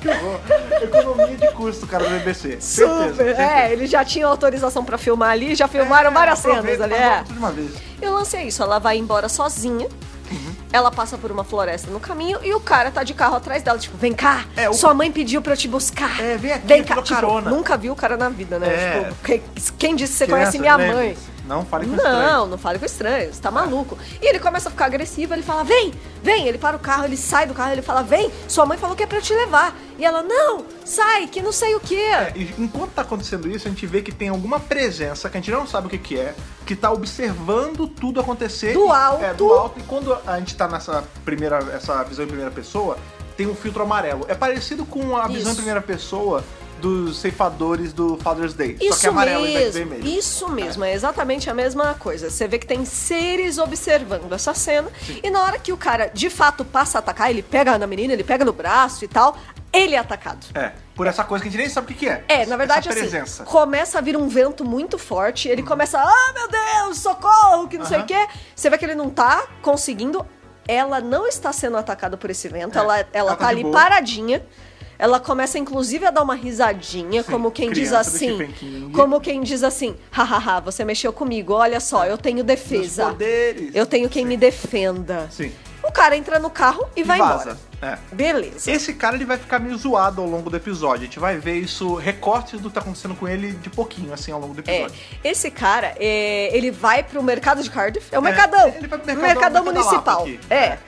S1: Que horror. *laughs* Economia de custo, cara, do BBC. certeza,
S2: Super. É, eles já tinham autorização pra filmar ali, já filmaram
S1: É,
S2: várias
S1: aproveita, um-
S2: cenas ali.
S1: faz
S2: É.
S1: tudo de uma vez.
S2: E o lance é isso, ela vai embora sozinha.
S1: Uhum.
S2: Ela passa por uma floresta no caminho e o cara tá de carro atrás dela, tipo, vem cá,
S1: É, o-
S2: sua mãe pediu pra eu te buscar.
S1: É, vem aqui, eu te dou
S2: Tipo,
S1: carona.
S2: nunca viu o cara na vida, né?
S1: É.
S2: Tipo, que- quem disse que você
S1: Criança,
S2: conhece minha
S1: lembre-se,
S2: mãe?
S1: é? Não fale com estranho.
S2: Não, não fale com estranhos, tá maluco. E ele começa a ficar agressivo, ele fala, vem, vem. Ele para o carro, ele sai do carro, ele fala, vem, sua mãe falou que é pra eu te levar. E ela, não, sai, que não sei o quê.
S1: É, e enquanto tá acontecendo isso, a gente vê que tem alguma presença, que a gente não sabe o que que é, que tá observando tudo acontecer.
S2: Do
S1: E-
S2: alto.
S1: É, do alto. E quando a gente tá nessa primeira, essa visão em primeira pessoa, tem um filtro amarelo. É parecido com a visão
S2: Isso.
S1: em primeira pessoa dos ceifadores do Father's Day. só que é
S2: Isso
S1: amarelo em vez de
S2: mesmo,
S1: vermelho.
S2: isso mesmo, é exatamente a mesma coisa. Você vê que tem seres observando essa cena e na hora que o cara de fato passa a atacar, ele pega na menina, ele pega no braço e tal, ele é atacado.
S1: É, por essa coisa que a gente nem sabe o que, que é.
S2: É, na verdade,
S1: essa
S2: assim,
S1: presença. Uhum.
S2: começa a vir um vento muito forte, ele começa, ah, meu Deus, socorro, que não sei o
S1: Aham.
S2: quê. Você vê que ele não tá conseguindo, ela não está sendo atacada por esse vento,
S1: É,
S2: ela, ela,
S1: ela
S2: tá,
S1: tá de
S2: ali
S1: boa.
S2: paradinha. Ela começa, inclusive, a dar uma risadinha,
S1: Sim,
S2: como quem diz
S1: criança do
S2: assim.
S1: Stephen King.
S2: Como quem diz assim, hahaha, você mexeu comigo, olha só, eu tenho defesa.
S1: Meus É. poderes.
S2: Eu tenho quem me defenda.
S1: Sim.
S2: O cara entra no carro e vai
S1: Vaza.
S2: embora.
S1: É.
S2: Beleza.
S1: Esse cara ele vai ficar meio zoado ao longo do episódio. A gente vai ver isso, recortes do que tá acontecendo com ele de pouquinho, assim, ao longo do
S2: É,
S1: episódio.
S2: esse cara, é, ele vai pro mercado de Cardiff, é o
S1: É,
S2: mercadão,
S1: ele vai pro mercadão,
S2: mercadão
S1: mercado da
S2: municipal,
S1: Lapa aqui.
S2: é.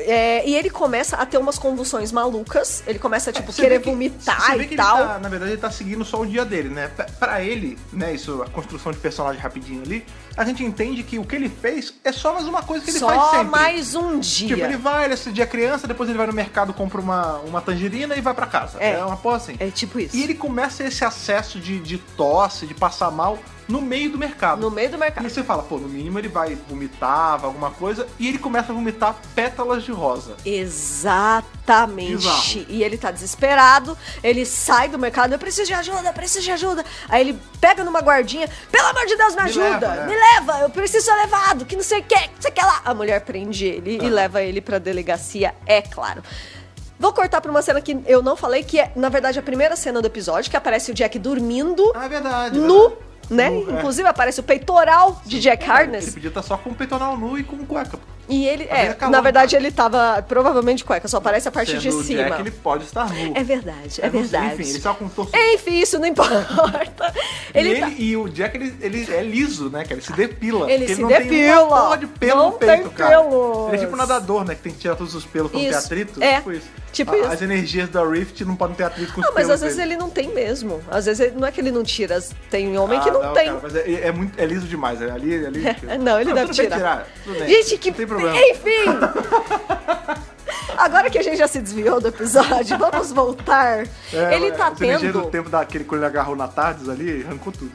S2: É, e ele começa a ter umas convulsões malucas, ele começa, tipo,
S1: Você
S2: querer
S1: vê É, que- você
S2: vomitar
S1: vê
S2: e
S1: que
S2: tal.
S1: Ele tá, na verdade, ele tá seguindo só o dia dele, né? Pra- Pra ele, né? Isso, a construção de personagem rapidinho ali, a gente entende que o que ele fez é só mais uma coisa que ele faz
S2: Só
S1: sempre.
S2: mais um dia.
S1: Tipo, ele vai, ele é dia criança, depois ele vai no mercado, compra uma, uma tangerina e vai pra casa.
S2: É.
S1: É, uma porra assim.
S2: É tipo isso.
S1: E ele começa esse acesso de, de tosse, de passar mal, no meio do mercado.
S2: No meio do mercado.
S1: E você fala, pô, no mínimo ele vai vomitar, vai alguma coisa, e ele começa a vomitar pétalas de rosa.
S2: Exatamente.
S1: Bizarro.
S2: E ele tá desesperado, ele sai do mercado, eu preciso de ajuda, eu preciso de ajuda. Aí ele pega numa guardinha, pelo amor de Deus, me,
S1: Me
S2: ajuda,
S1: leva, é.
S2: me leva, eu preciso ser levado, que não sei o que, que não sei o que lá. A mulher prende
S1: Tá.
S2: ele e leva ele pra delegacia, é claro. Vou cortar pra uma cena que eu não falei, que é, na verdade, a primeira cena do episódio, que aparece o Jack dormindo,
S1: Ah, é verdade. é
S2: nu,
S1: verdade.
S2: né?
S1: Nu, é.
S2: Inclusive aparece o peitoral de Jack
S1: Ele
S2: Harness.
S1: podia estar só com o peitoral nu e com cueca. pô.
S2: E ele,
S1: Tá
S2: é,
S1: vendo calor,
S2: na verdade,
S1: cara?
S2: ele tava provavelmente de cueca, só aparece a parte
S1: Sendo
S2: de
S1: o
S2: cima.
S1: Jack, ele pode estar nu.
S2: É verdade, é,
S1: Eu não sei,
S2: verdade.
S1: Enfim, ele tá com um torso...
S2: Enfim, isso
S1: *laughs*
S2: não importa. Ele,
S1: e,
S2: tá-
S1: ele, e o Jack, ele, ele é liso, né, cara? Ele se depila.
S2: Ele
S1: porque
S2: se
S1: não Tem
S2: depila.
S1: uma porra de pelo
S2: Não
S1: no peito,
S2: tem
S1: cara.
S2: pelos.
S1: Ele é tipo um nadador, né? Que tem que tirar todos os pelos pra não ter
S2: Isso.
S1: atrito.
S2: É,
S1: Tipo isso.
S2: tipo
S1: A-
S2: isso.
S1: As energias da Rift não podem ter atrito com os
S2: Ah, mas
S1: pelos
S2: às vezes
S1: dele.
S2: ele não tem mesmo. Às vezes ele- não é que ele não tira, as- tem um homem que
S1: Ah,
S2: não, tem.
S1: cara,
S2: *laughs*
S1: mas é, é muito, é liso demais. né? Ali, ali,
S2: Não, ele
S1: Ah,
S2: deve
S1: tudo bem
S2: tirar.
S1: tudo bem.
S2: Gente, que.
S1: Não tem problema.
S2: Enfim! Agora que a gente já se desviou do episódio, vamos voltar.
S1: É,
S2: ele tá
S1: essa energia
S2: tendo.
S1: do tempo daquele que ele agarrou na Tardes ali, arrancou tudo.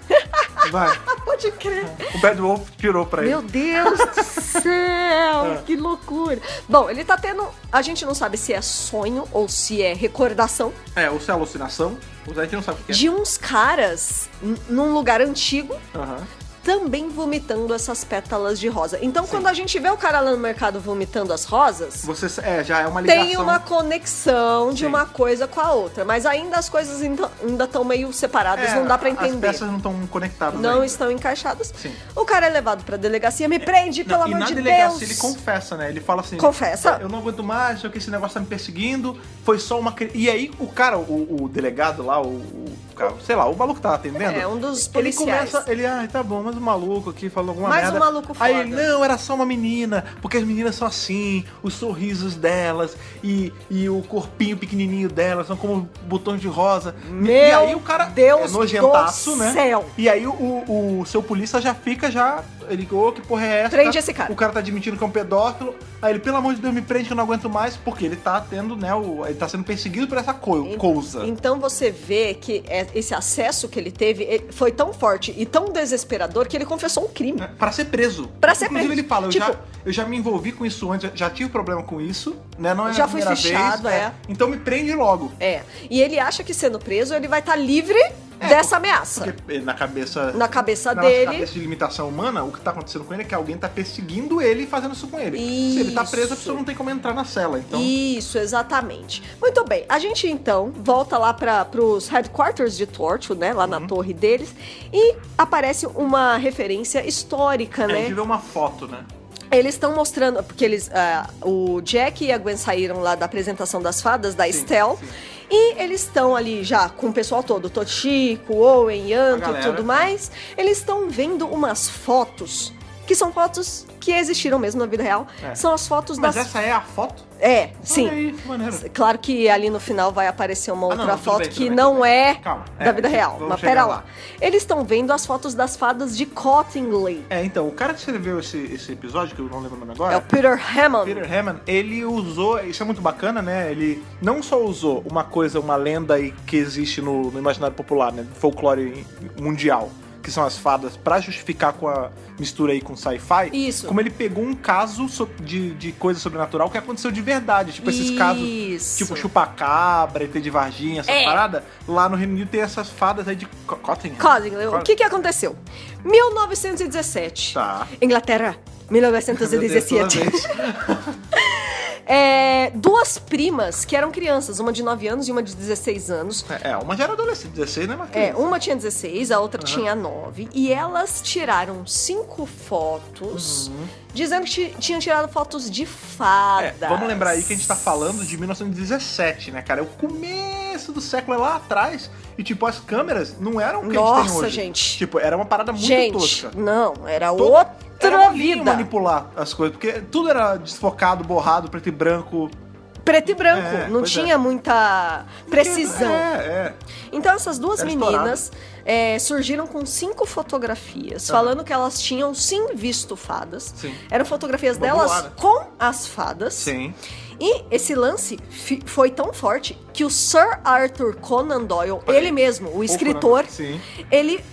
S1: Vai.
S2: Ah, Pode crer.
S1: O Bad Wolf tirou pra
S2: Meu
S1: ele.
S2: Deus do céu,
S1: Ah.
S2: que loucura. Bom, ele tá tendo. A gente não sabe se é sonho ou se é recordação.
S1: É, ou se é alucinação, ou se a gente não sabe o que é.
S2: de uns caras n- num lugar antigo
S1: Aham.
S2: também vomitando essas pétalas de rosa. Então, quando a gente vê o cara lá no mercado vomitando as rosas,
S1: Você, é, já é uma ligação.
S2: tem uma conexão de
S1: Sim.
S2: uma coisa com a outra. Mas ainda as coisas ainda- ainda estão meio separadas,
S1: É,
S2: não dá pra
S1: As
S2: entender.
S1: peças não estão conectadas
S2: Não
S1: ainda.
S2: estão encaixadas.
S1: Sim.
S2: O cara é levado pra delegacia, me prende, pelo
S1: Não,
S2: amor
S1: e na
S2: de
S1: delegacia
S2: Deus.
S1: ele confessa, né? Ele fala assim:
S2: Confessa.
S1: Eu não aguento mais, sei o que esse negócio tá me perseguindo. Foi só uma. cri-" E aí, o cara, o, o delegado lá, o, o cara, sei lá, o maluco que tava atendendo.
S2: É, um dos
S1: Ele
S2: policiais.
S1: começa, ele, ah, tá bom, mas o maluco aqui falou alguma
S2: Mais um
S1: merda.
S2: maluco
S1: Aí,
S2: foda.
S1: ele, não, era só uma menina, porque as meninas são assim, os sorrisos delas e, e o corpinho pequenininho delas são como botões de rosa. e
S2: Meu
S1: aí o cara
S2: Deus
S1: é nojentaço,
S2: do
S1: né?
S2: céu.
S1: E aí o, o- o seu polícia já fica, já. Ele, ô, que porra é essa?
S2: Prende esse cara.
S1: O cara tá admitindo que é um pedófilo. Aí ele, pelo amor de Deus, me prende que eu não aguento mais, porque ele tá tendo, né? O, ele tá sendo perseguido por essa co
S2: Ent-
S1: coisa.
S2: Então você vê que é- esse acesso que ele teve ele- foi tão forte e tão desesperador que ele confessou um crime.
S1: né, Pra ser preso.
S2: Pra ser
S1: Inclusive,
S2: preso.
S1: ele fala,
S2: Tipo-
S1: eu, já, eu já me envolvi com isso antes, já tive problema com isso, né? Não é
S2: Já
S1: a
S2: fui
S1: primeira
S2: fichado,
S1: vez.
S2: é.
S1: Então me prende logo.
S2: É. E ele acha que sendo preso ele vai estar livre dessa ameaça.
S1: É, Porque eh, na cabeça.
S2: Na cabeça
S1: na nossa
S2: dele.
S1: cabeça de limitação humana, o que tá acontecendo com ele é que alguém tá perseguindo ele e fazendo isso com ele. Se ele tá
S2: Isso.
S1: preso, a pessoa não tem como entrar na cela. Então.
S2: Isso, exatamente. Muito bem, a gente então volta lá para os headquarters de Torchwood, né? Lá na
S1: Uhum.
S2: torre deles. E aparece uma referência histórica,
S1: É, a
S2: né?
S1: gente vê uma foto, né?
S2: Eles estão mostrando, porque eles, ah, o Jack e a Gwen saíram lá da apresentação das fadas, da
S1: Sim,
S2: Estelle.
S1: sim.
S2: E eles estão ali já com o pessoal todo, Tochico, Owen, Yanto
S1: A
S2: e
S1: galera.
S2: tudo mais. Eles estão vendo umas fotos que são fotos que existiram mesmo na vida real.
S1: É.
S2: São as fotos
S1: Mas
S2: das.
S1: essa é a foto?
S2: É, sim.
S1: Olha aí, que maneiro.
S2: Claro que ali no final vai aparecer uma
S1: Ah,
S2: outra
S1: não, tudo
S2: foto
S1: bem, tudo
S2: que
S1: bem,
S2: não
S1: tudo bem.
S2: é
S1: Calma,
S2: da
S1: é,
S2: vida
S1: isso,
S2: real.
S1: vamos
S2: Mas
S1: chegar
S2: pera
S1: lá.
S2: lá. Eles estão vendo as fotos das fadas de Cottingley.
S1: É, então, o cara que escreveu esse, esse episódio, que eu não lembro o nome agora,
S2: É o Peter Hammond.
S1: Ah. Peter Hammond, ele usou, isso é muito bacana, né? Ele não só usou uma coisa, uma lenda aí que existe no, no imaginário popular, né? Folclore mundial, que são as fadas, pra justificar com a mistura aí com sci-fi.
S2: Isso.
S1: Como ele pegou um caso so- de, de coisa sobrenatural que aconteceu de verdade. Tipo, esses casos,
S2: Isso.
S1: tipo chupacabra, ET de Varginha, essa
S2: É.
S1: parada. Lá no Reino Unido tem essas fadas aí de Co- Cottingham.
S2: Cottingley, o
S1: Cottingham.
S2: que, que aconteceu? 1917.
S1: Tá.
S2: Inglaterra,
S1: Meu Deus, toda
S2: 1917.
S1: vez.
S2: É, duas primas que eram crianças, uma de 9 anos e uma de 16 anos.
S1: É, uma já era adolescente, 16, né, Marquinhos?
S2: É, uma tinha 16, a
S1: Ah.
S2: outra tinha 9. E elas tiraram cinco fotos, dizendo que ti- tinham tirado fotos de
S1: Uhum. É,
S2: fadas.
S1: vamos lembrar aí que a gente tá falando de 1917, né, cara? É o começo do século, é lá atrás. E, tipo, as câmeras não eram o que a gente tem
S2: Nossa,
S1: hoje.
S2: gente.
S1: Tipo, era uma parada muito
S2: Gente,
S1: tosca.
S2: não, era
S1: Todo-
S2: outra
S1: era um horrível
S2: vida.
S1: manipular as coisas, porque tudo era desfocado, borrado, preto e branco.
S2: Preto e branco,
S1: É,
S2: não
S1: pois é.
S2: tinha muita precisão.
S1: É, é.
S2: Então essas duas
S1: Era
S2: meninas é, surgiram com cinco fotografias,
S1: Aham.
S2: falando que elas tinham sim visto fadas.
S1: Tá. Sim.
S2: Eram fotografias
S1: Uma
S2: delas
S1: boada.
S2: com as fadas.
S1: Sim.
S2: E esse lance fi- foi tão forte que o Sir Arthur Conan Doyle, ele mesmo, o escritor,
S1: Sim.
S2: ele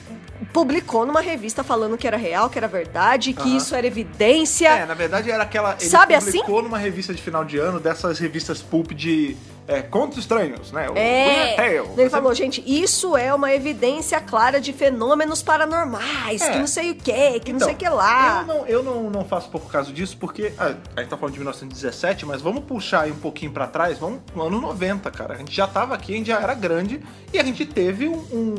S2: publicou numa revista falando que era real, que era verdade, que
S1: Aham.
S2: isso era evidência.
S1: É, na verdade era aquela. Ele
S2: Sabe assim?
S1: publicou numa revista de final de ano dessas revistas pulp de é, contos estranhos, né? O Weird
S2: É,
S1: Tales.
S2: ele falou, gente, isso é uma evidência clara de fenômenos paranormais,
S1: É.
S2: que não sei o que, que não
S1: Então,
S2: sei o que lá.
S1: Eu, não, eu não, não faço pouco caso disso, porque ah, a gente tá falando de 1917, mas vamos puxar aí um pouquinho pra trás, vamos no ano 90, cara. A gente já tava aqui, a gente já era grande, e a gente teve um. um-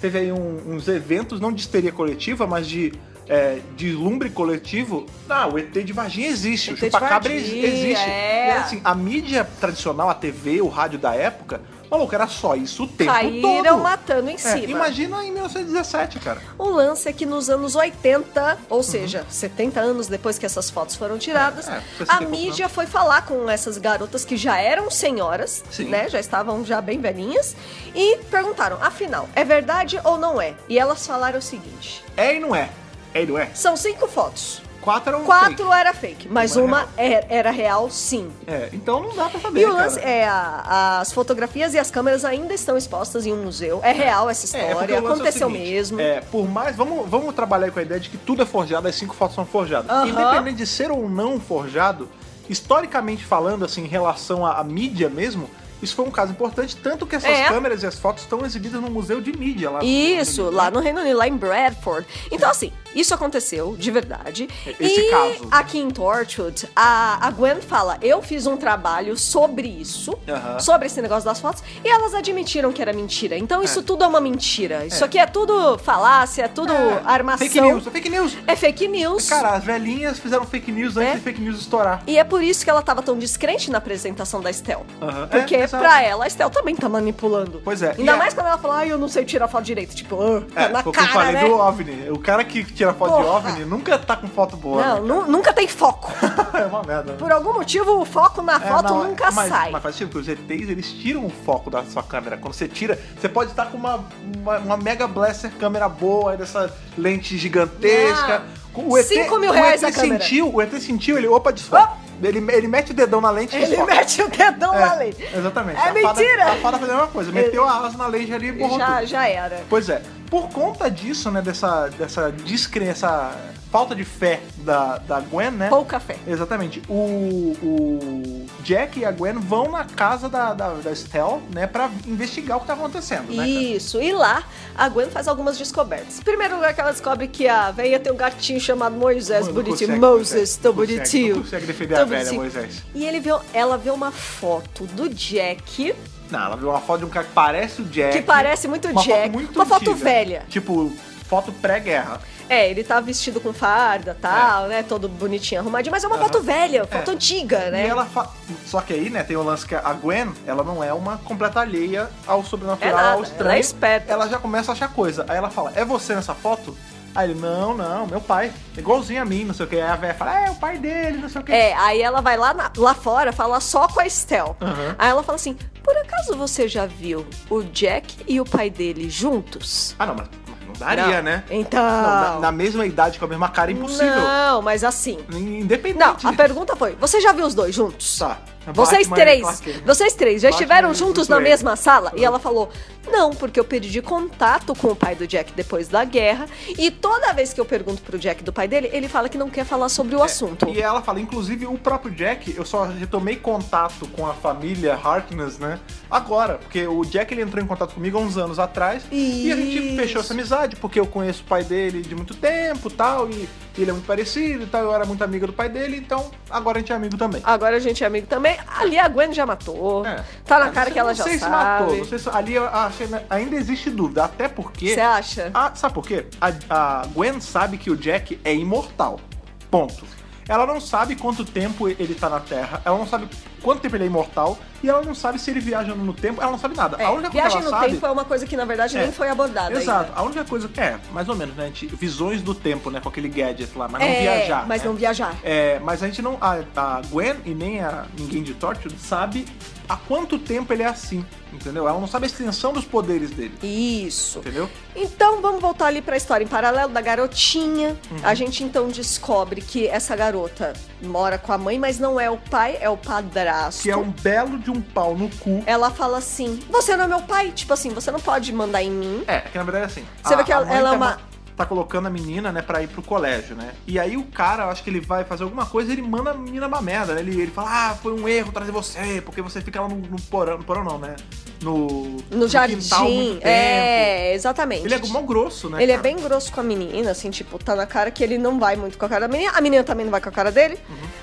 S1: teve aí um- uns eventos, não de histeria coletiva, mas de. é, deslumbre coletivo, ah, o ET de Varginha existe, o
S2: ET de
S1: chupacabra
S2: Varginha,
S1: ex- existe.
S2: é.
S1: E assim, a mídia tradicional, a TV, o rádio da época, maluco, era só isso o tempo
S2: Caíram
S1: todo.
S2: matando em
S1: É,
S2: cima.
S1: imagina em 1917, cara.
S2: O lance é que nos anos 80, ou seja, 70 anos depois que essas fotos foram tiradas,
S1: Uhum. É, é, 60 e
S2: a
S1: poucos
S2: mídia foi falar com essas garotas que já eram senhoras,
S1: Sim.
S2: né? Já estavam já bem velhinhas, e perguntaram, afinal, é verdade ou não é? E elas falaram o seguinte:
S1: É e não é. É e não é.
S2: são cinco fotos.
S1: Quatro é um eram
S2: Quatro
S1: fake.
S2: era fake, mas
S1: Uma
S2: uma era, era real, sim.
S1: É, então não dá pra saber,
S2: E o lance
S1: cara.
S2: é, a- as fotografias e as câmeras ainda estão expostas em um museu. É real essa
S1: É, porque o lance
S2: história,
S1: é o
S2: aconteceu
S1: seguinte,
S2: mesmo.
S1: É, por mais. Vamos, vamos trabalhar com a ideia de que tudo é forjado, as cinco fotos são forjadas.
S2: Aham.
S1: Independente de ser ou não forjado, historicamente falando, assim, em relação à, à mídia mesmo, isso foi um caso importante, tanto que essas
S2: É.
S1: câmeras e as fotos estão exibidas no museu de mídia lá. no Reino
S2: Isso,
S1: Unido,
S2: lá
S1: né?
S2: no Reino Unido, lá em Bradford. Então, assim, isso aconteceu de verdade.
S1: Esse
S2: e
S1: caso.
S2: aqui em Torchwood, a, a Gwen fala: Eu fiz um trabalho sobre isso,
S1: Aham.
S2: sobre esse negócio das fotos, e elas admitiram que era mentira. Então, isso tudo é uma mentira. Isso
S1: É.
S2: aqui é tudo falácia, é tudo armação.
S1: Fake news, fake news!
S2: É fake news.
S1: Cara, as velhinhas fizeram fake news antes
S2: É.
S1: de fake news estourar.
S2: E é por isso que ela tava tão descrente na apresentação da Estel.
S1: Aham.
S2: Porque
S1: É, exato.
S2: pra ela, a Estel também tá manipulando.
S1: Pois é.
S2: Ainda
S1: E a-
S2: mais quando ela fala, ai, eu não sei tirar foto direito. Tipo, ah, tá
S1: É,
S2: na
S1: foi o que
S2: cara,
S1: eu falei
S2: né?
S1: do OVNI. O cara que tira foto de
S2: Porra.
S1: OVNI nunca tá com foto boa.
S2: Não,
S1: né? *laughs*
S2: nu- nunca tem foco.
S1: é uma merda. né?
S2: Por algum motivo, o foco na
S1: É,
S2: foto
S1: não,
S2: nunca
S1: mas,
S2: sai.
S1: Mas faz sentido, porque os ETs eles tiram o foco da sua câmera. Quando você tira, você pode estar com uma, uma, uma mega blaster câmera boa, dessa lente gigantesca. Com O ET,
S2: Ah, Cinco mil
S1: o
S2: reais
S1: ET
S2: a câmera.
S1: sentiu, O ET sentiu, ele, opa, desfoca. Ele, ele mete o dedão na lente e
S2: Ele
S1: desfoca.
S2: mete o dedão
S1: É,
S2: na lei.
S1: Exatamente.
S2: É
S1: a
S2: mentira.
S1: Fada, a fada fez a mesma coisa. Meteu a asa na lente ali e borrou tudo.
S2: Já, já era.
S1: Pois é, por conta disso, né, dessa, dessa descrença, essa falta de fé da, da Gwen, né?
S2: Pouca fé.
S1: Exatamente. O, o Jack e a Gwen vão na casa da, da, da Estelle, né, pra investigar o que tá acontecendo, né? cara?
S2: Isso, e lá a Gwen faz algumas descobertas. Em primeiro lugar que ela descobre que a velha tem um gatinho chamado Moisés,
S1: Mano, não
S2: bonitinho.
S1: consegue,
S2: Moses,
S1: consegue,
S2: tão
S1: não consegue,
S2: bonitinho.
S1: não consegue defender
S2: Tão
S1: a velha,
S2: bonitinho.
S1: Moisés.
S2: E ele vê, ela vê uma foto do Jack,
S1: Não, ela viu uma foto de um cara que parece o Jack.
S2: que parece muito
S1: uma
S2: Jack.
S1: Foto muito
S2: uma foto
S1: antiga.
S2: velha.
S1: Tipo, foto pré-guerra.
S2: É, ele tá vestido com farda tal, né? Todo bonitinho, arrumadinho, mas é uma
S1: É. Aham.
S2: foto velha, foto antiga, né?
S1: E ela fa... Só que aí, né, tem o lance que a Gwen, ela não é uma completa alheia ao sobrenatural,
S2: É nada,
S1: ao estranho.
S2: ela é esperta.
S1: Ela já começa a achar coisa. Aí ela fala, é você nessa foto? Aí ele, não, não, meu pai. É Igualzinho a mim, não sei o que. Aí a véia fala, é, o pai dele, não sei o que.
S2: É, aí ela vai lá, na- lá fora falar só com a Estel.
S1: Aham.
S2: Aí ela fala assim: por acaso você já viu o Jack e o pai dele juntos?
S1: Ah, não, mas, mas não daria,
S2: Não.
S1: né?
S2: Então.
S1: Não, na, na mesma idade, com a mesma cara, é impossível.
S2: Não, mas assim.
S1: Independente.
S2: Não, a pergunta foi: você já viu os dois juntos?
S1: Tá.
S2: Vocês
S1: Batman e
S2: três,
S1: Clark Kent.
S2: vocês três já
S1: Batman
S2: estiveram
S1: e
S2: juntos
S1: Bruce
S2: na
S1: Wayne.
S2: mesma sala? E ela falou: Não, porque eu perdi contato com o pai do Jack depois da guerra. E toda vez que eu pergunto pro Jack do pai dele, ele fala que não quer falar sobre o assunto.
S1: É, E ela fala, inclusive o próprio Jack, eu só retomei contato com a família Harkness, né? Agora, porque o Jack ele entrou em contato comigo há uns anos atrás e a gente
S2: Isso.
S1: fechou essa amizade, porque eu conheço o pai dele de muito tempo tal, e ele é muito parecido e tal, eu era muito amiga do pai dele, então agora a gente é amigo também.
S2: Agora a gente é amigo também. Ali a Gwen já matou.
S1: É.
S2: Tá na
S1: Ah,
S2: cara
S1: não
S2: que ela
S1: sei-
S2: já
S1: não sei se
S2: sabe.
S1: matou, não sei se- ali eu achei- ainda existe dúvida, até porque...
S2: Você acha?
S1: Ah, sabe por quê? A, a Gwen sabe que o Jack é imortal. Ponto. Ela não sabe quanto tempo ele tá na Terra, ela não sabe quanto tempo ele é imortal, e ela não sabe se ele viaja no tempo, ela não sabe nada.
S2: É,
S1: a única coisa que
S2: viagem
S1: ela
S2: no
S1: sabe.
S2: tempo é uma coisa que na verdade
S1: É.
S2: nem foi abordada.
S1: Exato,
S2: ainda.
S1: a única coisa que. É, mais ou menos, né? A gente, visões do tempo, né? Com aquele gadget lá, mas não
S2: É,
S1: viajar.
S2: Mas
S1: né?
S2: não viajar.
S1: É, mas a gente não. A, a Gwen e nem a ninguém de Torchwood sabe há quanto tempo ele é assim, entendeu? Ela não sabe a extensão dos poderes dele,
S2: Isso.
S1: entendeu?
S2: Então vamos voltar ali pra história em paralelo da garotinha.
S1: Uhum.
S2: A gente então descobre que essa garota mora com a mãe, mas não é o pai, é o padrasto.
S1: Que é um belo de um pau no cu.
S2: Ela fala assim: "Você não é meu pai". Tipo assim, você não pode mandar em mim.
S1: É, que na verdade é assim.
S2: Você
S1: a-
S2: vê que
S1: a
S2: ela-
S1: mãe
S2: ela é
S1: tá
S2: uma-
S1: ma- Tá colocando a menina, né, pra ir pro colégio, né? E aí o cara, eu acho que ele vai fazer alguma coisa ele manda a menina uma merda, né? Ele, ele fala, ah, foi um erro trazer você, porque você fica lá no, no porão, no porão não, né? No,
S2: No jardim.
S1: quintal muito tempo.
S2: É, exatamente.
S1: Ele é mó grosso, né?
S2: Ele é
S1: cara?
S2: bem grosso com a menina, assim, tipo, tá na cara que ele não vai muito com a cara da menina, a menina também não vai com a cara dele.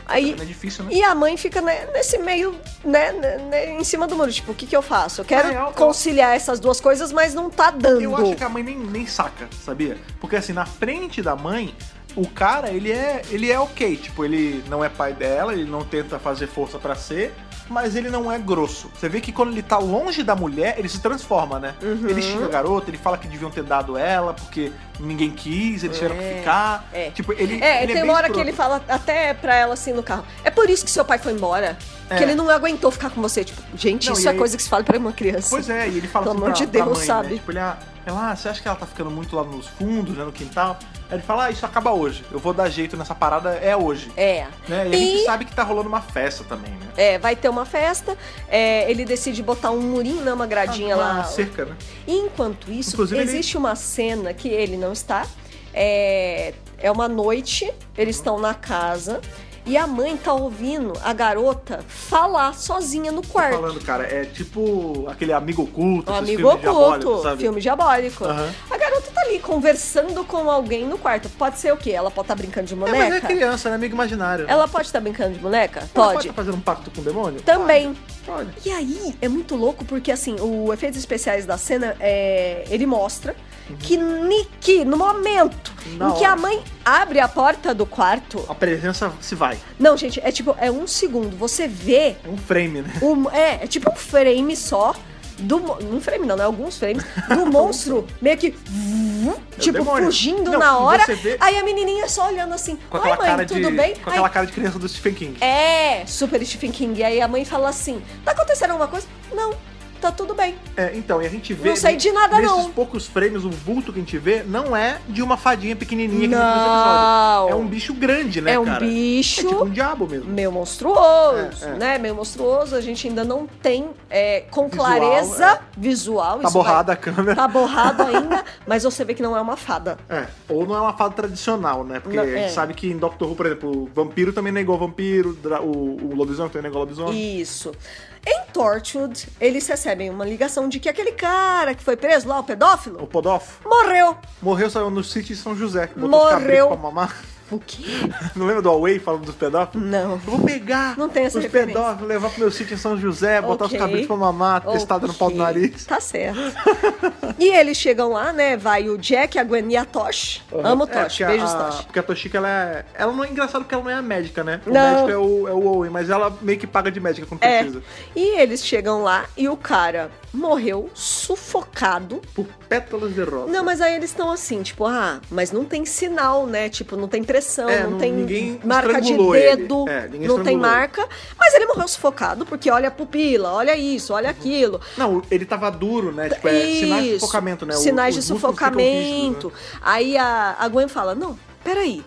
S2: Aí,
S1: É difícil, né?
S2: e a mãe fica né, nesse meio, né, né, né, em cima do muro, tipo, o que que eu faço? Eu quero
S1: Ah, eu-
S2: conciliar essas duas coisas, mas não tá dando.
S1: Eu acho que a mãe nem, nem saca, sabia? Porque assim, na frente da mãe, o cara, ele é, ele é ok. Tipo, ele não é pai dela, ele não tenta fazer força pra ser, mas ele não é grosso. Você vê que quando ele tá longe da mulher, ele se transforma, né?
S2: Uhum.
S1: Ele xinga a garota, ele fala que deviam ter dado ela porque ninguém quis, eles tiveram que ficar.
S2: é.
S1: Tipo, ele.
S2: É,
S1: ele
S2: tem
S1: bem
S2: uma hora que
S1: escroto.
S2: ele fala até pra ela assim no carro. É por isso que seu pai foi embora.
S1: É.
S2: Que ele não aguentou ficar com você. Tipo, gente,
S1: Não,
S2: isso
S1: e
S2: é
S1: aí-
S2: coisa que se fala pra uma criança.
S1: Pois é, e ele fala
S2: Pelo
S1: assim
S2: amor
S1: pra,
S2: de
S1: pra
S2: Deus,
S1: mãe,
S2: sabe?
S1: Né? Tipo, ele, ah, ela, ah, você acha que ela tá ficando muito lá nos fundos, né, no quintal? Aí ele fala, ah, isso acaba hoje. Eu vou dar jeito nessa parada, é hoje.
S2: É.
S1: Né? E, a gente sabe que tá rolando uma festa também, né?
S2: É, vai ter uma festa, é, ele decide botar um murinho, né, uma gradinha
S1: Uma
S2: lá.
S1: cerca, né?
S2: E Enquanto isso,
S1: Inclusive, ele-
S2: existe uma cena que ele não está. É, é uma noite, eles estão na casa e a mãe tá ouvindo a garota falar sozinha no
S1: Tô
S2: quarto.
S1: falando, cara, é tipo aquele amigo oculto,
S2: Um
S1: esses
S2: amigo
S1: filmes de
S2: oculto,
S1: diabólicos, sabe?
S2: filme diabólico.
S1: Aham.
S2: A garota tá ali conversando com alguém no quarto. Pode ser o quê? Ela pode estar brincando de
S1: É, mas é
S2: boneca?
S1: criança, né? Amigo imaginário.
S2: Ela pode estar brincando de boneca?
S1: Ela
S2: Pode.
S1: tá fazendo um pacto com o demônio?
S2: Também.
S1: Pode.
S2: E aí, é muito louco porque, assim, o efeitos especiais da cena, é, ele mostra que Nick, no momento
S1: Na
S2: em que a
S1: hora.
S2: mãe abre a porta do quarto...
S1: A presença se vai.
S2: Não, gente, é tipo, é um segundo. Você vê,
S1: É um frame, né?
S2: um, é, é tipo um frame só do... mo- Um frame não, né? Alguns frames
S1: *laughs*
S2: do monstro meio que... vum, tipo,
S1: demônio.
S2: fugindo
S1: Não,
S2: na
S1: e
S2: hora.
S1: você vê-
S2: Aí a menininha só olhando assim,
S1: Com
S2: oi
S1: aquela cara
S2: mãe,
S1: de.
S2: tudo bem?
S1: Com
S2: Aí
S1: aquela cara de criança do Stephen King.
S2: é, super Stephen King. E aí a mãe fala assim: tá acontecendo alguma coisa? Não, tá tudo bem.
S1: É, então, e a gente vê.
S2: Não sei de nada,
S1: nesses
S2: não.
S1: poucos frames, o vulto que a gente vê não é de uma fadinha pequenininha que no
S2: Não.
S1: episódio. É um bicho grande, né,
S2: é um
S1: cara?
S2: bicho
S1: É tipo um diabo mesmo.
S2: meio monstruoso,
S1: É, é.
S2: né? Meio monstruoso. A gente ainda não tem é, com
S1: Visual,
S2: clareza
S1: é.
S2: visual.
S1: Tá
S2: isso vai-
S1: borrada a câmera.
S2: Tá borrado ainda, mas você vê que não é uma fada.
S1: É, ou não é uma fada tradicional, né? Porque
S2: Não,
S1: a gente
S2: é.
S1: sabe que em Doctor Who, por exemplo, o vampiro também negou vampiro, dra- o, o lobisomem também negou lobisomem.
S2: Isso. Em Torchwood, eles recebem uma ligação de que aquele cara que foi preso lá, o
S1: O
S2: pedófilo,
S1: Podófilo
S2: morreu.
S1: morreu saiu no sítio de São José. que botou
S2: Morreu.
S1: os cabritos Pra mamar. *laughs*
S2: O quê?
S1: Não lembra do Away falando dos pedófilos?
S2: Não.
S1: Eu vou pegar
S2: Não tem essa
S1: os
S2: referência.
S1: pedófilos, levar pro meu sítio em São José, botar
S2: Ok.
S1: os cabritos pra mamar, testada no pau do
S2: Ok.
S1: nariz.
S2: Tá certo. e eles chegam lá, né? Vai o Jack, a Gwen e a Tosh. Amo
S1: É,
S2: Tosh.
S1: porque
S2: Beijos,
S1: a,
S2: Tosh.
S1: Porque a Toshika, ela é. Ela não é engraçado porque ela não é a médica, né? O
S2: Não.
S1: médico é o, é o Owen, mas ela meio que paga de médica quando
S2: É.
S1: precisa.
S2: E eles chegam lá e o cara morreu sufocado.
S1: Por pétalas de rosa.
S2: Não, mas aí eles estão assim, tipo, ah, mas não tem sinal, né? Tipo, não tem pressão,
S1: É,
S2: não,
S1: não-
S2: tem
S1: ninguém
S2: marca de
S1: estrangulou ele.
S2: dedo,
S1: É, ninguém
S2: não tem
S1: estrangulou.
S2: marca. Mas ele morreu sufocado, porque olha a pupila, olha isso, olha aquilo.
S1: Não, ele tava duro, né? Tipo, é sinais de
S2: Isso.
S1: sufocamento, né? O-
S2: Sinais
S1: os
S2: de
S1: músculos ficam
S2: sufocamento.
S1: rígidos, né?
S2: Aí a, a Gwen fala: Não, peraí.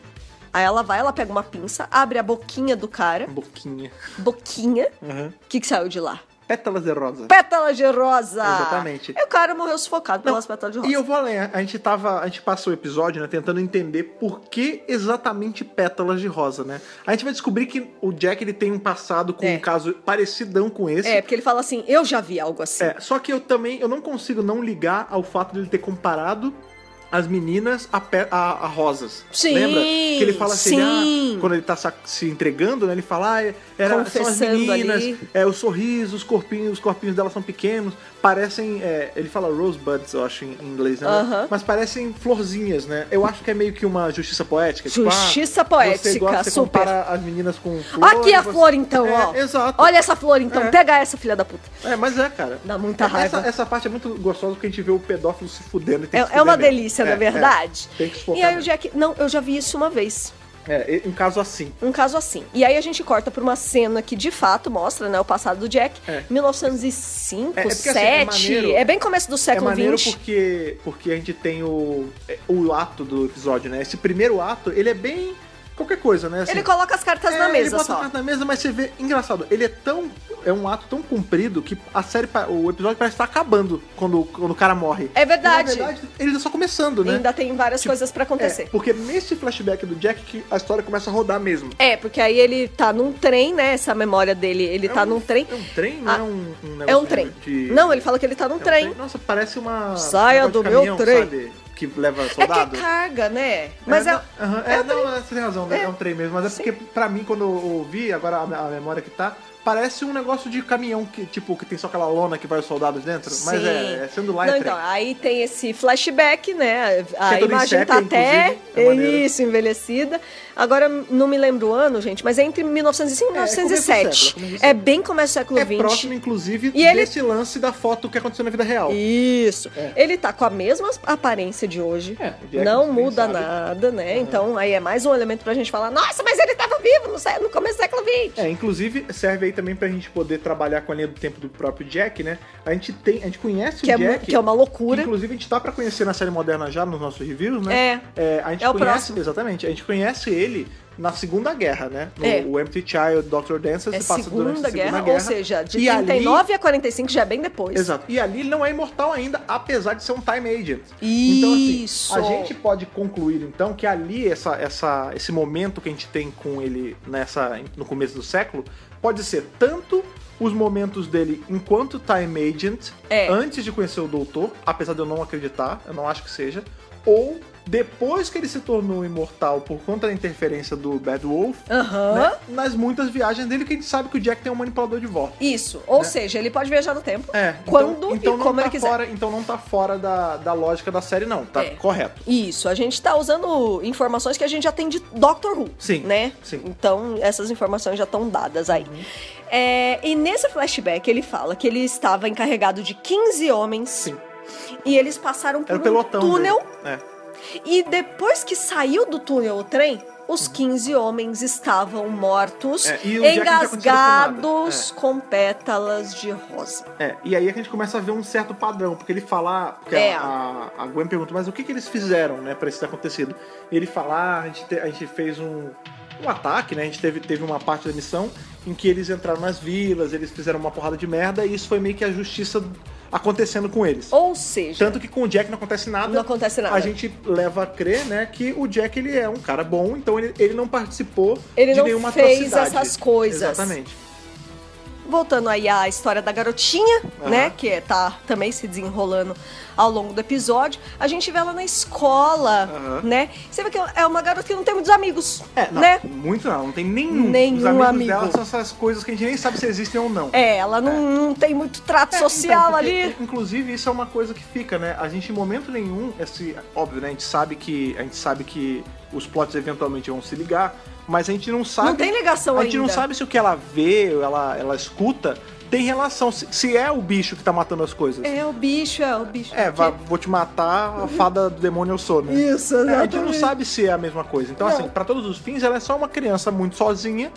S2: Aí ela vai, ela pega uma pinça, abre a boquinha do cara,
S1: né? Boquinha.
S2: boquinha.
S1: Uhum.
S2: O que, que saiu de lá?
S1: Pétalas de rosa.
S2: Pétalas de rosa!
S1: Exatamente.
S2: E o cara morreu sufocado pelas pétalas de rosa.
S1: E eu vou além, a gente tava, a gente passou o episódio, né, tentando entender por que exatamente pétalas de rosa, né? A gente vai descobrir que o Jack ele tem um passado com
S2: É.
S1: um caso parecidão com esse.
S2: É, porque ele fala assim: Eu já vi algo assim.
S1: É, só que eu também, eu não consigo não ligar ao fato dele ter comparado as meninas a, pe- a- a rosas.
S2: Sim,
S1: Lembra? Que ele fala assim,
S2: sim.
S1: ah, quando ele tá sa- se entregando, né? Ele fala, ah, é- era, são as
S2: Confessando
S1: meninas,
S2: ali.
S1: é, o sorriso, os corpinhos, os corpinhos delas são pequenos, parecem, é, ele fala rosebuds, eu acho, em em inglês, né?
S2: Aham.
S1: Mas parecem florzinhas, né? Eu acho que é meio que uma justiça poética. tipo, ah,
S2: Justiça
S1: Você, gosta,
S2: poética,
S1: você
S2: super.
S1: compara as meninas com flor.
S2: Aqui a
S1: você-
S2: flor, então,
S1: É,
S2: ó.
S1: Exato.
S2: Olha essa flor, então.
S1: É.
S2: Pega essa, filha da puta.
S1: É, mas é, cara.
S2: Dá muita
S1: Essa,
S2: raiva.
S1: essa parte é muito gostosa porque a gente vê o pedófilo se fudendo. e tem que se
S2: É, é uma
S1: fuder mesmo.
S2: delícia,
S1: É,
S2: na
S1: é.
S2: verdade.
S1: Tem que se focar
S2: e aí o
S1: mesmo.
S2: Jack. Não, eu já vi isso uma vez.
S1: É, e- um caso assim.
S2: Um caso assim. E aí a gente corta pra uma cena que de fato mostra, né, o passado do Jack.
S1: É. É,
S2: 1905,
S1: é porque, assim, é
S2: 7.
S1: maneiro-
S2: é bem começo do
S1: É
S2: século
S1: maneiro
S2: 20.
S1: porque, porque a gente tem o, é, o ato do episódio, né? Esse primeiro ato, ele é bem qualquer coisa, né? Assim,
S2: Ele coloca as cartas
S1: é,
S2: na
S1: ele
S2: mesa
S1: bota
S2: só.
S1: o cara na mesa, mas você vê... Engraçado, ele é tão... É um ato tão comprido que a série, pa- o episódio parece estar acabando quando, quando o cara morre.
S2: É
S1: E, na
S2: verdade.
S1: verdade, ele tá só começando, né?
S2: Ainda tem várias coisas pra
S1: É,
S2: acontecer.
S1: porque nesse flashback do Jack que a história começa a rodar mesmo.
S2: É. porque aí ele tá num trem, né? Essa memória dele, ele tá num trem.
S1: É um trem? Não
S2: Ah,
S1: é um, um negócio
S2: É um
S1: de-
S2: trem.
S1: de-
S2: Não, ele fala que ele tá num
S1: é um
S2: trem.
S1: Nossa, parece uma.
S2: Saia
S1: um negócio de
S2: do meu
S1: caminhão,
S2: trem.
S1: Sabe? Que leva
S2: É que
S1: soldado.
S2: é carga, né? Mas
S1: é,
S2: é.
S1: não, aham, é, não, é, você tem razão, é,
S2: É.
S1: um trem mesmo. Mas é porque, pra mim, quando eu ouvi, agora a, me- a memória que tá, parece um negócio de caminhão, que, tipo, que tem só aquela lona que vai os soldados dentro. Mas
S2: Sim.
S1: é, é sendo lá
S2: Não,
S1: é trem.
S2: então, aí tem esse flashback, né? A
S1: é todo
S2: imagem
S1: em
S2: tá
S1: sépia,
S2: até
S1: inclusive, é maneiro.
S2: isso, envelhecida. Agora não me lembro o ano, gente, mas é entre 1905 e
S1: É, é começo do século, é
S2: 1907.
S1: começo do
S2: É,
S1: século.
S2: bem começo do século
S1: é
S2: XX.
S1: próximo, inclusive,
S2: E ele-
S1: desse lance da foto que aconteceu na vida real.
S2: Isso.
S1: É.
S2: Ele tá com a mesma aparência de hoje.
S1: É, o Jack
S2: não
S1: nem
S2: muda
S1: sabe.
S2: nada, né? Então aí é mais um elemento pra gente falar: nossa, mas ele tava vivo no, sé- no começo do século XX.
S1: É, inclusive serve aí também pra gente poder trabalhar com a linha do tempo do próprio Jack, né? A gente tem, a gente conhece o
S2: que, é, mu-
S1: Jack.
S2: que é uma
S1: que,
S2: loucura.
S1: inclusive a gente tá pra conhecer na série moderna já nos nossos reviews, né?
S2: É.
S1: a gente
S2: É o
S1: conhece,
S2: próximo.
S1: exatamente, a gente conhece ele na Segunda Guerra, né? No,
S2: É.
S1: O Empty Child, Dr. Dancer
S2: É
S1: se passa durante
S2: Segunda
S1: a Segunda
S2: Guerra,
S1: Guerra,
S2: ou seja, de
S1: E ali-
S2: 39 a 45 já é bem depois.
S1: Exato. E ali ele não é imortal ainda, apesar de ser um time agent.
S2: Isso.
S1: Então, assim, a gente pode concluir, então, que ali, essa, essa, esse momento que a gente tem com ele nessa, no começo do século, pode ser tanto os momentos dele enquanto time agent,
S2: É.
S1: antes de conhecer o doutor, apesar de eu não acreditar, eu não acho que seja, ou depois que ele se tornou imortal por conta da interferência do Bad Wolf,
S2: Aham.
S1: né, nas muitas viagens dele que a gente sabe que o Jack tem um manipulador de voz.
S2: Isso. Ou
S1: Né?
S2: seja, ele pode viajar no tempo.
S1: É,
S2: Quando
S1: então, então
S2: e
S1: não
S2: como
S1: tá
S2: ele quiser.
S1: Fora, então não tá fora da, da lógica da série, não. Tá
S2: É.
S1: correto.
S2: Isso, a gente tá usando informações que a gente já tem de Doctor Who.
S1: Sim,
S2: Né?
S1: sim. Uhum.
S2: Então, essas informações já estão dadas aí. É, e nesse flashback, ele fala que ele estava encarregado de 15 homens.
S1: Sim.
S2: E eles passaram por
S1: Era É o
S2: um
S1: pelotão.
S2: túnel.
S1: dele. É,
S2: E depois que saiu do túnel o trem, os 15 homens estavam mortos,
S1: Uhum. É, e o Jack não tinha É. acontecido com nada.
S2: engasgados com pétalas de rosa.
S1: É. é. E aí a gente começa a ver um certo padrão, porque ele fala. Porque a-
S2: É.
S1: a, a Gwen pergunta, mas o que, que eles fizeram, né, pra isso ter acontecido? Ele fala, ah, a gente, te- a gente fez um, um ataque, né? A gente teve, teve uma parte da missão em que eles entraram nas vilas, eles fizeram uma porrada de merda, e isso foi meio que a justiça acontecendo com eles.
S2: Ou seja,
S1: Tanto que com o Jack não acontece nada.
S2: Não acontece nada.
S1: A gente leva a crer, né, que o Jack ele é um cara bom, então ele, ele não participou
S2: Ele
S1: de
S2: não
S1: nenhuma
S2: fez
S1: atrocidade.
S2: essas coisas.
S1: Exatamente.
S2: voltando aí à história da garotinha,
S1: Aham.
S2: né? Que é- tá também se desenrolando ao longo do episódio, a gente vê ela na escola,
S1: Aham.
S2: né? Você vê que é uma garota que não tem muitos amigos,
S1: É, não,
S2: né?
S1: muito não, não tem nenhum.
S2: Nenhum
S1: Os amigos
S2: amigo.
S1: dela são essas coisas que a gente nem sabe se existem ou não.
S2: É, ela não, não tem muito trato
S1: É,
S2: social
S1: então, porque,
S2: ali.
S1: Inclusive, isso é uma coisa que fica, né? A gente em momento nenhum, esse, óbvio, né? A gente sabe que a gente sabe que os plots eventualmente vão se ligar, mas a gente não sabe
S2: Não tem ligação
S1: A gente não
S2: ainda.
S1: sabe se o que ela vê, ou ela ela escuta tem relação. Se, se é o bicho que tá matando as coisas.
S2: É o bicho, é o bicho.
S1: É, vai- vou te matar, a fada do demônio eu sou, né?
S2: Isso,
S1: É, a gente não
S2: exatamente.
S1: sabe se é a mesma coisa. Então,
S2: Não.
S1: assim, pra todos os fins, ela é só uma criança muito sozinha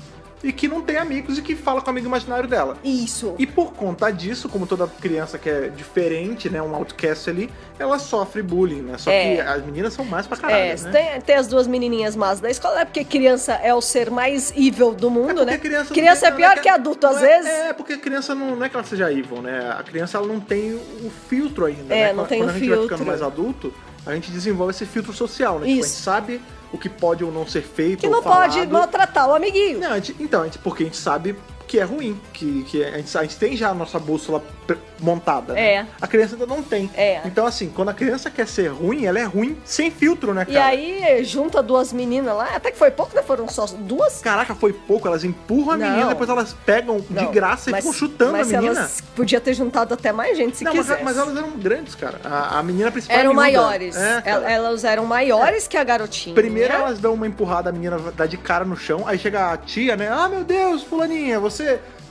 S1: e que não tem amigos e que fala com o amigo imaginário dela.
S2: Isso.
S1: E por conta disso, como toda criança que é diferente, né, um outcast ali, ela sofre bullying, né? Só
S2: É.
S1: que as meninas são mais pra caralho,
S2: É,
S1: né?
S2: tem, tem as duas menininhas más da escola, é porque criança é o ser mais evil do
S1: É
S2: mundo,
S1: porque
S2: né?
S1: criança não
S2: criança
S1: tem-
S2: é pior
S1: não
S2: que adulto,
S1: não
S2: às
S1: é-
S2: vezes.
S1: É, porque a criança não, não é que ela seja evil, né? A criança ela não tem o filtro ainda.
S2: É,
S1: né?
S2: não
S1: Quando-
S2: tem
S1: Quando
S2: o
S1: a gente vai ficando
S2: filtro.
S1: mais adulto, a gente desenvolve esse filtro social, né? Tipo, a
S2: Isso.
S1: gente sabe o que pode ou não ser feito.
S2: que
S1: ou
S2: não
S1: falado.
S2: pode maltratar o amiguinho.
S1: Não, a gente- então, a gente- porque a gente sabe que é ruim, que, que a, gente, a gente tem já a nossa bússola pre- montada. né?
S2: É.
S1: A criança ainda não tem.
S2: É.
S1: Então, assim, quando a criança quer ser ruim, ela é ruim sem filtro, né, cara?
S2: E aí, junta duas meninas lá, até que foi pouco, né? Foram só duas.
S1: Caraca, foi pouco, elas empurram a
S2: Não.
S1: menina, depois elas pegam de
S2: Não,
S1: graça
S2: mas-
S1: e ficam chutando
S2: mas
S1: a menina.
S2: Elas podia ter juntado até mais gente se
S1: Não, mas,
S2: quisesse.
S1: mas elas eram grandes, cara. A, a menina principal é
S2: eram
S1: miúda.
S2: maiores.
S1: É, cara.
S2: El- elas eram maiores que a garotinha.
S1: Primeiro elas dão uma empurrada, a menina dá de cara no chão, aí chega a tia, né? Ah, meu Deus, fulaninha, você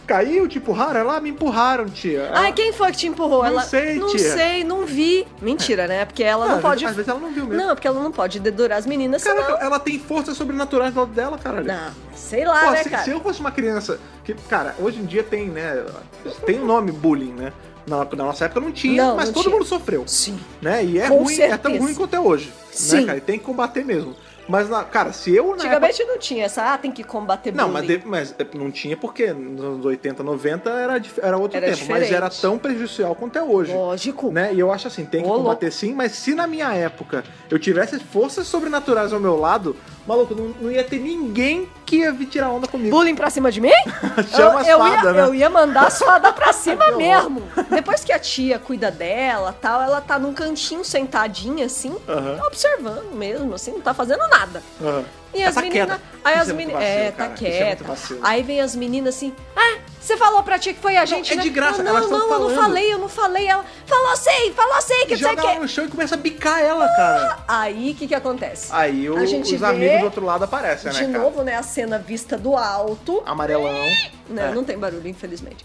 S1: caiu, te empurraram? Ela, "Ah, me empurraram, tia.
S2: Ai, quem foi que te empurrou?
S1: Não
S2: ela...
S1: sei,
S2: Não
S1: tia.
S2: sei, não vi. Mentira, né? Porque ela
S1: Ah,
S2: não
S1: às
S2: pode.
S1: vezes- às vezes ela não viu mesmo.
S2: Não, porque ela não pode dedurar as meninas,
S1: Cara,
S2: senão.
S1: ela tem força sobrenatural do lado dela, cara.
S2: Não, sei lá,
S1: Pô,
S2: né,
S1: se,
S2: cara?
S1: se eu fosse uma criança. Que, cara, hoje em dia tem, né? Tem o nome bullying, né? Na, na nossa época não tinha,
S2: Não,
S1: mas
S2: não
S1: todo
S2: tinha.
S1: mundo sofreu.
S2: Sim.
S1: Né? E é
S2: Com
S1: ruim, é tão
S2: certeza.
S1: ruim quanto é hoje. Né,
S2: Sim.
S1: cara? E tem que combater mesmo. Mas, na- cara, se eu. Na época-
S2: Antigamente não tinha essa, ah, tem que combater
S1: é Não, mas,
S2: bullying.
S1: de- mas não tinha porque nos anos 80, 90 era, dif- era outro
S2: Era
S1: tempo. Mas
S2: diferente.
S1: era tão prejudicial quanto é hoje.
S2: Lógico.
S1: Né? E eu acho assim, tem que
S2: Ô, louco.
S1: combater sim, mas se na minha época eu tivesse forças sobrenaturais ao meu lado, maluco, não, não ia ter ninguém que ia vir tirar onda comigo.
S2: Bullying pra cima de mim?
S1: *laughs* Chama as
S2: eu, eu,
S1: fadas,
S2: ia,
S1: né?
S2: eu ia mandar as
S1: *laughs*
S2: fadas pra cima
S1: Que horror.
S2: mesmo. Depois que a tia cuida dela tal, ela tá num cantinho sentadinha assim,
S1: Aham.
S2: observando mesmo, assim, não tá fazendo nada.
S1: Aham.
S2: E
S1: Essa
S2: as meninas.
S1: queda. Tá
S2: Aí
S1: Isso
S2: as
S1: é muito
S2: meninas.
S1: vacilo,
S2: É,
S1: cara.
S2: tá
S1: Isso é muito
S2: quieta.
S1: vacilo.
S2: Aí vem as meninas assim. Ah, você falou pra tia que foi a gente.
S1: é
S2: né?
S1: de graça,
S2: Não,
S1: elas
S2: não,
S1: tão
S2: eu não
S1: falando.
S2: falei, eu não falei. Ela falou sim, falou sim, que não sei o
S1: Joga um- ela
S2: quê.
S1: no chão e começa a bicar ela, cara.
S2: Aí o que, que acontece?
S1: Aí o-
S2: A gente
S1: os
S2: vê-
S1: amigos do outro lado aparecem, Ah, né,
S2: de
S1: cara?
S2: novo, né? A cena vista do alto.
S1: Amarelão.
S2: Não,
S1: É.
S2: Né? não tem barulho,
S1: *laughs*
S2: infelizmente.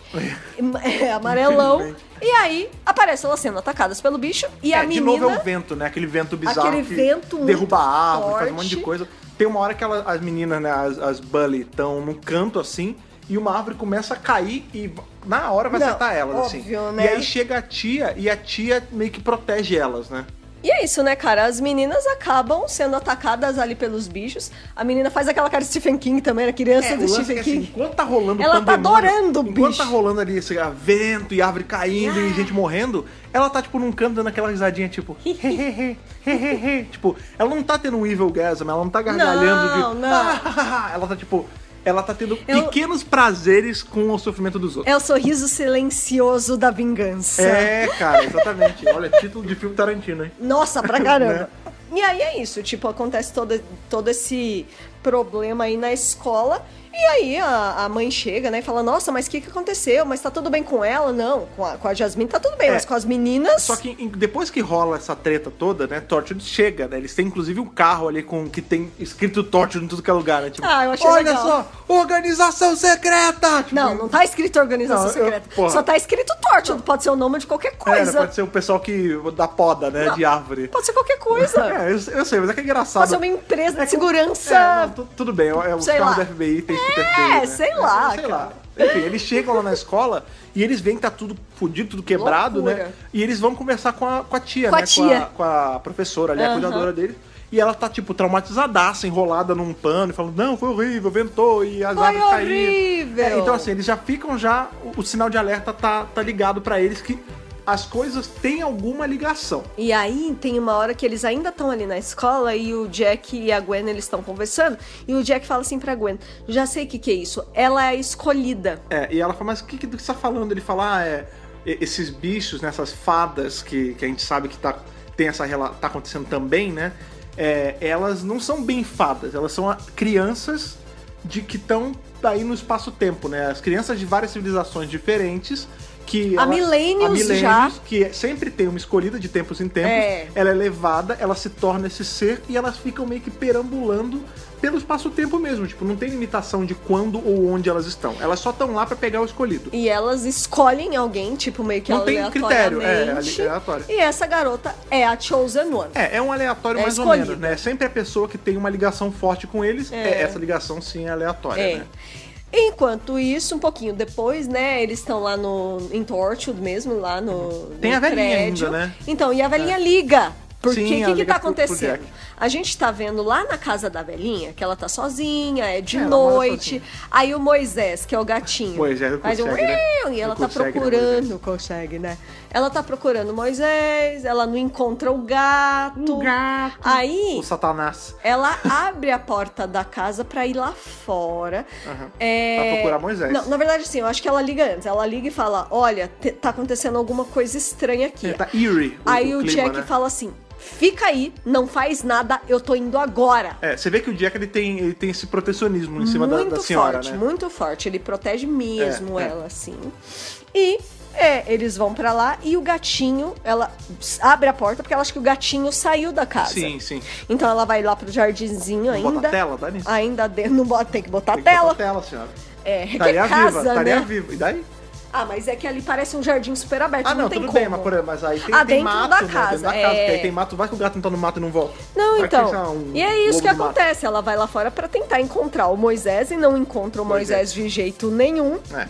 S2: É amarelão. E aí aparece elas sendo atacadas pelo bicho e a
S1: É,
S2: menina.
S1: De novo é o vento, né? Aquele vento bizarro
S2: Aquele
S1: que
S2: vento muito
S1: derruba a árvore, faz um monte de
S2: forte.
S1: coisa. Tem uma hora que ela- as meninas, né, as, as Bully, estão num canto assim, e uma árvore começa a cair e v- na hora vai
S2: Não,
S1: acertar elas,
S2: óbvio,
S1: assim.
S2: né?
S1: E aí chega a tia e a tia meio que protege elas, né?
S2: E é isso, né, cara? As meninas acabam sendo atacadas ali pelos bichos. A menina faz aquela cara de Stephen King também, né? Criança
S1: É, o
S2: do
S1: lance
S2: Stephen
S1: é que, assim,
S2: King.
S1: enquanto tá rolando
S2: Ela tá
S1: pandemônio,
S2: adorando o
S1: Enquanto
S2: bicho. Ah.
S1: tá rolando ali esse ah, vento e árvore caindo e gente morrendo, ela tá, tipo, num canto dando aquela risadinha, tipo... hehehe,
S2: *laughs*
S1: hehehe. tipo, ela não tá tendo um evil gasm, ela não tá gargalhando
S2: Não,
S1: de...
S2: não.
S1: "Ah", *laughs* ela tá, tipo... Ela tá tendo
S2: Eu-
S1: pequenos prazeres com o sofrimento dos outros.
S2: É o sorriso silencioso da vingança.
S1: É, cara, exatamente. Olha, título de filme Tarantino, hein? *laughs*
S2: Nossa,
S1: Né?
S2: pra caramba. E aí é isso, tipo, acontece todo, todo esse problema aí na escola. E aí a, a mãe chega, né, e fala, nossa, mas o que, que aconteceu? Mas tá tudo bem com ela? Não, com a, com a Jasmine tá tudo bem,
S1: É.
S2: mas com as meninas...
S1: Só que em- depois que rola essa treta toda, né, Torchwood chega, né? Eles têm inclusive um carro ali com que tem escrito Torchwood em tudo que é lugar, né? Tipo,
S2: Ah, eu achei
S1: olha
S2: legal."
S1: só, organização secreta! Tipo,
S2: Não, não tá escrito organização
S1: Não, eu-
S2: secreta.
S1: porra.
S2: Só tá escrito torto, pode ser o nome de qualquer
S1: é, né,
S2: coisa.
S1: pode ser o pessoal que da poda, né,
S2: Não,
S1: de árvore.
S2: Pode ser qualquer coisa.
S1: *laughs* É, eu, eu sei, mas é que é engraçado.
S2: Pode ser uma empresa de segurança.
S1: É, não, tu- tudo bem, é os
S2: Sei
S1: carros
S2: lá.
S1: da FBI tem que ter
S2: É,
S1: feio, né?
S2: sei lá,
S1: sei
S2: cara.
S1: lá. Enfim, eles chegam lá na escola e eles veem que tá tudo fodido, tudo quebrado,
S2: Loucura.
S1: né? E eles vão conversar com a, com a tia,
S2: Com a
S1: né?
S2: tia.
S1: Com, a, com a professora ali, a
S2: Aham.
S1: cuidadora deles. E ela tá, tipo, traumatizadaça, enrolada num pano, e falando, não, foi horrível, ventou, e as
S2: Foi
S1: árvores caíram.
S2: horrível.
S1: É, então, assim, eles já ficam já. O, o sinal de alerta tá, tá ligado pra eles que as coisas têm alguma ligação.
S2: E aí tem uma hora que eles ainda estão ali na escola e o Jack e a Gwen eles estão conversando e o Jack fala assim pra Gwen, já sei o que, que é isso, ela é a escolhida.
S1: É, e ela fala, mas o que, que- do que você tá falando? Ele fala, ah, é, e- esses bichos, nessas fadas que, que a gente sabe que tá, tem essa, rela- tá acontecendo também, né? É, elas não são bem fadas, elas são a- crianças de que estão aí no espaço-tempo, né? As crianças de várias civilizações diferentes que
S2: Há
S1: ela-
S2: milênios
S1: milênios,
S2: já.
S1: que sempre tem uma escolhida de tempos em tempos,
S2: É.
S1: ela é levada, ela se torna esse ser e elas ficam meio que perambulando pelo espaço-tempo mesmo, tipo, não tem limitação de quando ou onde elas estão. Elas só estão lá pra pegar o escolhido.
S2: E elas escolhem alguém, tipo, meio que
S1: Não tem critério, é,
S2: aleatoriamente.
S1: ali- aleatório.
S2: E essa garota é a Chosen One.
S1: É, é um aleatório
S2: É
S1: mais
S2: escolhido.
S1: ou menos, né? Sempre a pessoa que tem uma ligação forte com eles, é, essa ligação sim é aleatória,
S2: É.
S1: né?
S2: Enquanto isso, um pouquinho depois, né, eles estão lá no em Torchwood mesmo, lá no
S1: Tem
S2: no
S1: a velhinha
S2: prédio.
S1: ainda, né?
S2: Então, e a velhinha liga. Porque o
S1: Sim,
S2: que,
S1: ela
S2: que
S1: liga
S2: tá
S1: pro- pro
S2: acontecendo?
S1: Jack.
S2: a gente tá vendo lá na casa da velhinha que ela tá sozinha, é de
S1: É, ela mora
S2: noite.
S1: sozinha.
S2: Aí o Moisés, que é o gatinho,
S1: Moisés não
S2: faz um
S1: consegue, né?
S2: "Uiu", e ela
S1: Não
S2: tá
S1: consegue, né,
S2: procurando, consegue, né? Ela tá procurando o Moisés, ela não encontra o gato.
S1: O gato.
S2: Aí
S1: O Satanás.
S2: ela abre a porta da casa pra ir lá fora.
S1: Aham.
S2: É...
S1: Pra procurar Moisés.
S2: Não, na verdade, sim, eu acho que ela liga antes. Ela liga e fala: Olha, te- tá acontecendo alguma coisa estranha aqui.
S1: É, tá eerie.
S2: Aí o,
S1: clima,
S2: Jack
S1: né?
S2: fala assim: Fica aí, não faz nada, eu tô indo agora.
S1: É, você vê que o Jack ele tem, ele tem esse protecionismo em cima da-
S2: muito
S1: da, senhora,
S2: forte,
S1: né?
S2: muito forte. Ele protege mesmo
S1: É, é.
S2: ela, assim. E é, eles vão pra lá e o gatinho, ela abre a porta porque ela acha que o gatinho saiu da casa.
S1: Sim, sim.
S2: Então ela vai lá pro jardinzinho
S1: Não
S2: ainda.
S1: bota a tela, dá nisso.
S2: Ainda de- não bota, tem que botar
S1: Tem
S2: a
S1: que botar
S2: tela.
S1: a tela, senhora.
S2: É, requer
S1: Estaria
S2: casa,
S1: viva, estaria
S2: né?
S1: viva. E daí?
S2: Ah, mas é que ali parece um jardim super aberto,
S1: Ah, não,
S2: tem
S1: tudo
S2: como.
S1: bem, mas, por- mas aí tem,
S2: Ah,
S1: tem
S2: dentro
S1: mato,
S2: da
S1: né?
S2: casa,
S1: Dentro da
S2: é.
S1: casa, porque aí tem mato, vai que o gato não tá no mato e não volta.
S2: Não,
S1: Vai que
S2: então.
S1: tem, sei lá, um
S2: e é isso
S1: lobo
S2: que
S1: do mato.
S2: acontece. Ela vai lá fora pra tentar encontrar o Moisés e não encontra o Moisés
S1: Moisés.
S2: de jeito nenhum.
S1: É.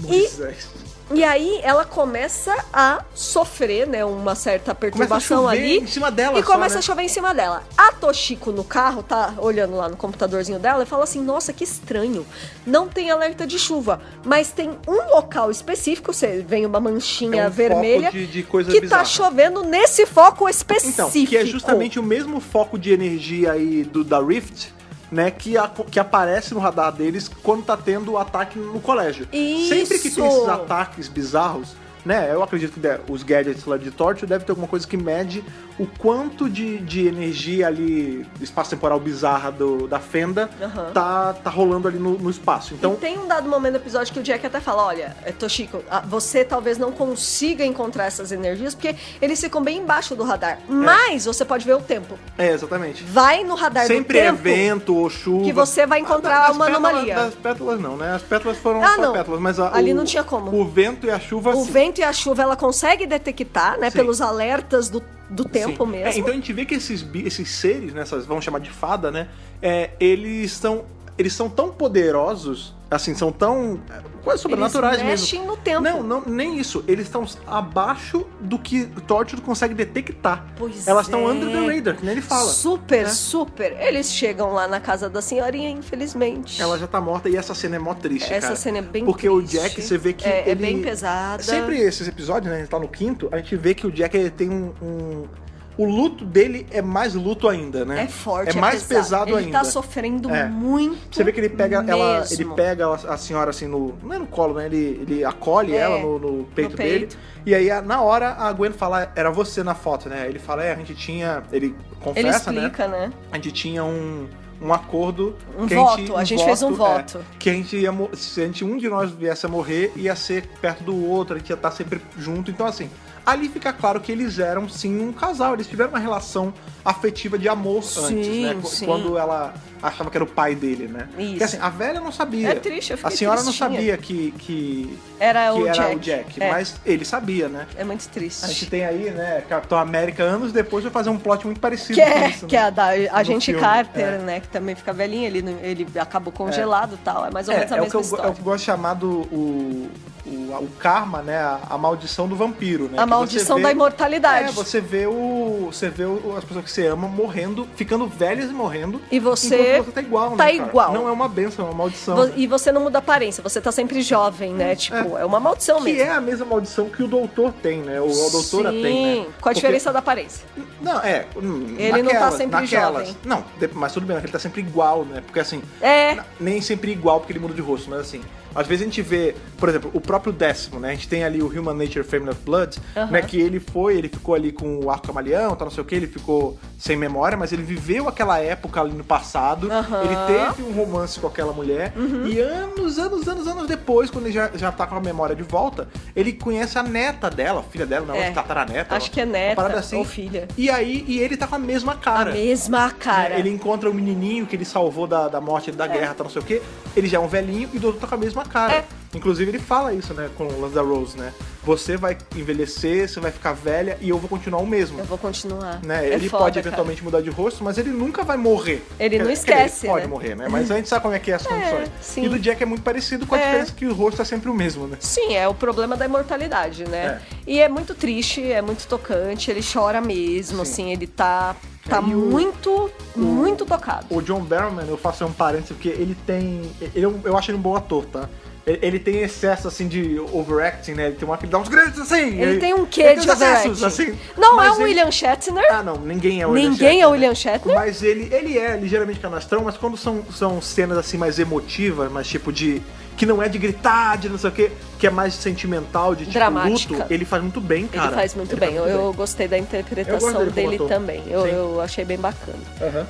S1: Moisés.
S2: E aí ela começa a sofrer, né, uma certa
S1: Começa a
S2: perturbação
S1: chover
S2: ali.
S1: em cima dela
S2: E
S1: só,
S2: começa
S1: né?
S2: a chover em cima dela. A Toshiko no carro tá olhando lá no computadorzinho dela e fala assim: Nossa, que estranho. Não tem alerta de chuva, mas tem um local específico. Você vem uma manchinha
S1: É um
S2: vermelha
S1: foco de- de coisa
S2: que tá
S1: bizarra.
S2: chovendo nesse foco específico.
S1: Então, que é justamente o mesmo foco de energia aí do, da Rift, né? Que, a- que aparece no radar deles quando tá tendo ataque no colégio. Sempre que tem esses
S2: Isso!
S1: ataques bizarros, né? Eu acredito que de- os gadgets lá de Torture deve ter alguma coisa que mede o quanto de, de energia ali, espaço-temporal bizarra do- da fenda,
S2: Aham.
S1: tá, tá rolando ali no, no espaço. Então,
S2: E tem um dado momento do episódio que o Jack até fala: olha, eh, Toshiko, ah, você talvez não consiga encontrar essas energias, porque eles ficam bem embaixo do radar. Mas você pode ver o tempo.
S1: é, exatamente.
S2: Vai no radar
S1: Sempre
S2: do
S1: é
S2: tempo.
S1: vento ou chuva. Ah,
S2: que você vai encontrar
S1: As
S2: uma
S1: pétalas-
S2: anomalia.
S1: Das pétalas não, né? As pétalas foram
S2: Ah,
S1: só
S2: não.
S1: pétalas, mas a-
S2: Ali
S1: o-
S2: não tinha como.
S1: O vento e a chuva
S2: O
S1: sim.
S2: vento e a chuva ela consegue detectar, né?
S1: assim. Sim.
S2: Pelos alertas do, do tempo
S1: Sim.
S2: mesmo.
S1: É, então a gente vê que esses, bi- esses seres, né, essas, vamos chamar de fada, né? é, eles são eles são tão poderosos, assim, são tão é, quase sobrenaturais
S2: Eles
S1: mesmo.
S2: mexem no tempo.
S1: Não, não, nem isso. Eles estão abaixo do que Torture consegue detectar.
S2: Pois
S1: Elas estão
S2: é.
S1: under the radar, que nem ele fala.
S2: Super,
S1: né?
S2: super. Eles chegam lá na casa da senhorinha, infelizmente.
S1: Ela já tá morta e essa cena é mó triste,
S2: Essa
S1: cara.
S2: cena é bem
S1: Porque
S2: triste.
S1: o Jack, você vê que
S2: É, é
S1: ele...
S2: bem pesada.
S1: Sempre esses episódios, né? Ele tá no quinto, a gente vê que o Jack ele tem um... um- O luto dele é mais luto ainda, né?
S2: É forte,
S1: É mais
S2: pesado.
S1: pesado,
S2: Ele
S1: ainda.
S2: tá sofrendo
S1: É.
S2: muito.
S1: Você vê que ele pega ela,
S2: mesmo.
S1: ele pega a- a senhora assim no, não é no colo, né? Ele, ele acolhe
S2: É,
S1: ela no, no peito
S2: no
S1: dele.
S2: peito.
S1: E aí a- na hora a Gwen fala, era você na foto, né? Ele fala, é, a gente tinha, ele
S2: Ele
S1: confessa, né?
S2: explica, né?
S1: A gente tinha um um acordo
S2: Um
S1: que
S2: voto, a gente fez um voto.
S1: é, que a gente ia mo- se a gente um de nós viesse a morrer ia ser perto do outro, a gente ia estar sempre junto. Então assim, ali fica claro que eles eram sim um casal, eles tiveram uma relação afetiva de amor antes,
S2: Sim,
S1: né? Qu-
S2: sim.
S1: Quando ela achava que era o pai dele, né?
S2: Isso.
S1: Porque assim, a velha não sabia.
S2: É triste, eu
S1: A
S2: fiquei
S1: senhora não
S2: tristinha.
S1: sabia que, que,
S2: Era
S1: que
S2: o
S1: era
S2: Jack.
S1: o Jack,
S2: É.
S1: mas ele sabia, né?
S2: É muito triste.
S1: A gente tem aí, né, Capitão América, anos depois vai fazer um plot muito parecido
S2: Que
S1: com
S2: é,
S1: isso,
S2: que é
S1: né?
S2: a da a gente
S1: filme,
S2: Carter,
S1: é.
S2: né? Que também fica velhinha, ele, não- ele acabou congelado e tal. É mais ou
S1: É,
S2: menos a
S1: é, o que
S2: mesma
S1: eu, go- é
S2: história.
S1: o que eu gosto de chamar do o, o, a- o karma, né? A, a maldição do vampiro, né?
S2: a
S1: que você
S2: maldição
S1: vê-
S2: da imortalidade.
S1: É, você vê o. Você vê o- as pessoas que você ama morrendo, ficando velhas e morrendo.
S2: E você
S1: enquanto você tá igual, né?
S2: tá
S1: cara?
S2: igual.
S1: Não é uma benção, é uma maldição.
S2: Vo- E você não muda a aparência, você tá sempre jovem, né? Tipo, é, uma maldição
S1: Que
S2: mesmo.
S1: é a mesma maldição que o doutor tem, né? Ou a doutora
S2: Sim,
S1: tem, né?
S2: com a
S1: Porque-
S2: diferença da aparência.
S1: Não, é. hum,
S2: Ele não tá
S1: naquelas-
S2: sempre
S1: naquelas.
S2: jovem.
S1: Não, de- mas tudo bem, ele tá sempre igual, né? Porque assim.
S2: É.
S1: na- Nem sempre igual, porque ele muda de rosto, mas assim. Às vezes a gente vê, por exemplo, o próprio décimo, né? A gente tem ali o Human Nature Family of Blood,
S2: Aham.
S1: né? Que ele foi, ele ficou ali com o arco camaleão, tá não sei o que, ele ficou sem memória, mas ele viveu aquela época ali no passado.
S2: Aham. Uhum.
S1: Ele teve um romance com aquela mulher. E anos, anos, anos, anos depois, quando ele já, já tá com a memória de volta, ele conhece a neta dela, a filha dela, não,
S2: É.
S1: acho que tataraneta.
S2: Acho
S1: uma-
S2: que é
S1: uma
S2: neta
S1: parada assim.
S2: ou filha.
S1: E aí, e ele tá com a mesma cara. Né,
S2: A mesma cara.
S1: Ele encontra o menininho que ele salvou da, da morte, da guerra, tá não sei o quê. Ele já é um velhinho e o doutor tá com a mesma cara.
S2: É.
S1: Inclusive, ele fala isso, né, com o lance da Rose, né? Você vai envelhecer, você vai ficar velha e eu vou continuar o mesmo.
S2: Eu vou continuar.
S1: Né?
S2: É
S1: ele
S2: foda,
S1: pode
S2: cara.
S1: eventualmente mudar de rosto, mas ele nunca vai morrer.
S2: Ele
S1: Quer
S2: não
S1: dizer, quer dizer,
S2: esquece,
S1: Ele pode
S2: né?
S1: morrer, né? Mas a gente sabe como é que é as condições.
S2: sim.
S1: E do Jack é muito parecido com a
S2: É.
S1: diferença que o rosto é sempre o mesmo, né?
S2: Sim, é o problema da imortalidade, né? E é muito triste, é muito tocante, ele chora mesmo,
S1: Sim. É,
S2: assim, ele tá, tá
S1: E o-
S2: muito, muito tocado.
S1: O John Barrowman, eu faço um parênteses, porque ele tem. ele é um- eu acho ele um bom ator, tá? Ele, ele tem excesso, assim, de overacting, né? Ele tem uma que ele dá uns grandes assim.
S2: Ele tem um quê
S1: ele
S2: de
S1: tem uns excessos,
S2: overacting?
S1: assim.
S2: Não é
S1: mas
S2: o
S1: ele-
S2: William Shatner?
S1: Ah, não, ninguém é o William
S2: Ninguém é
S1: Shatner,
S2: o
S1: né?
S2: William Shatner?
S1: Mas ele, ele é ligeiramente canastrão, mas quando são, são cenas assim mais emotivas, mas tipo de. que não é de gritar, de não sei o quê, que é mais sentimental, de tipo
S2: Dramática.
S1: luto, ele faz muito bem, cara.
S2: ele faz muito bem. eu, eu gostei da interpretação
S1: dele como
S2: dele
S1: ator.
S2: também. Eu,
S1: Sim.
S2: eu achei bem bacana.
S1: Aham.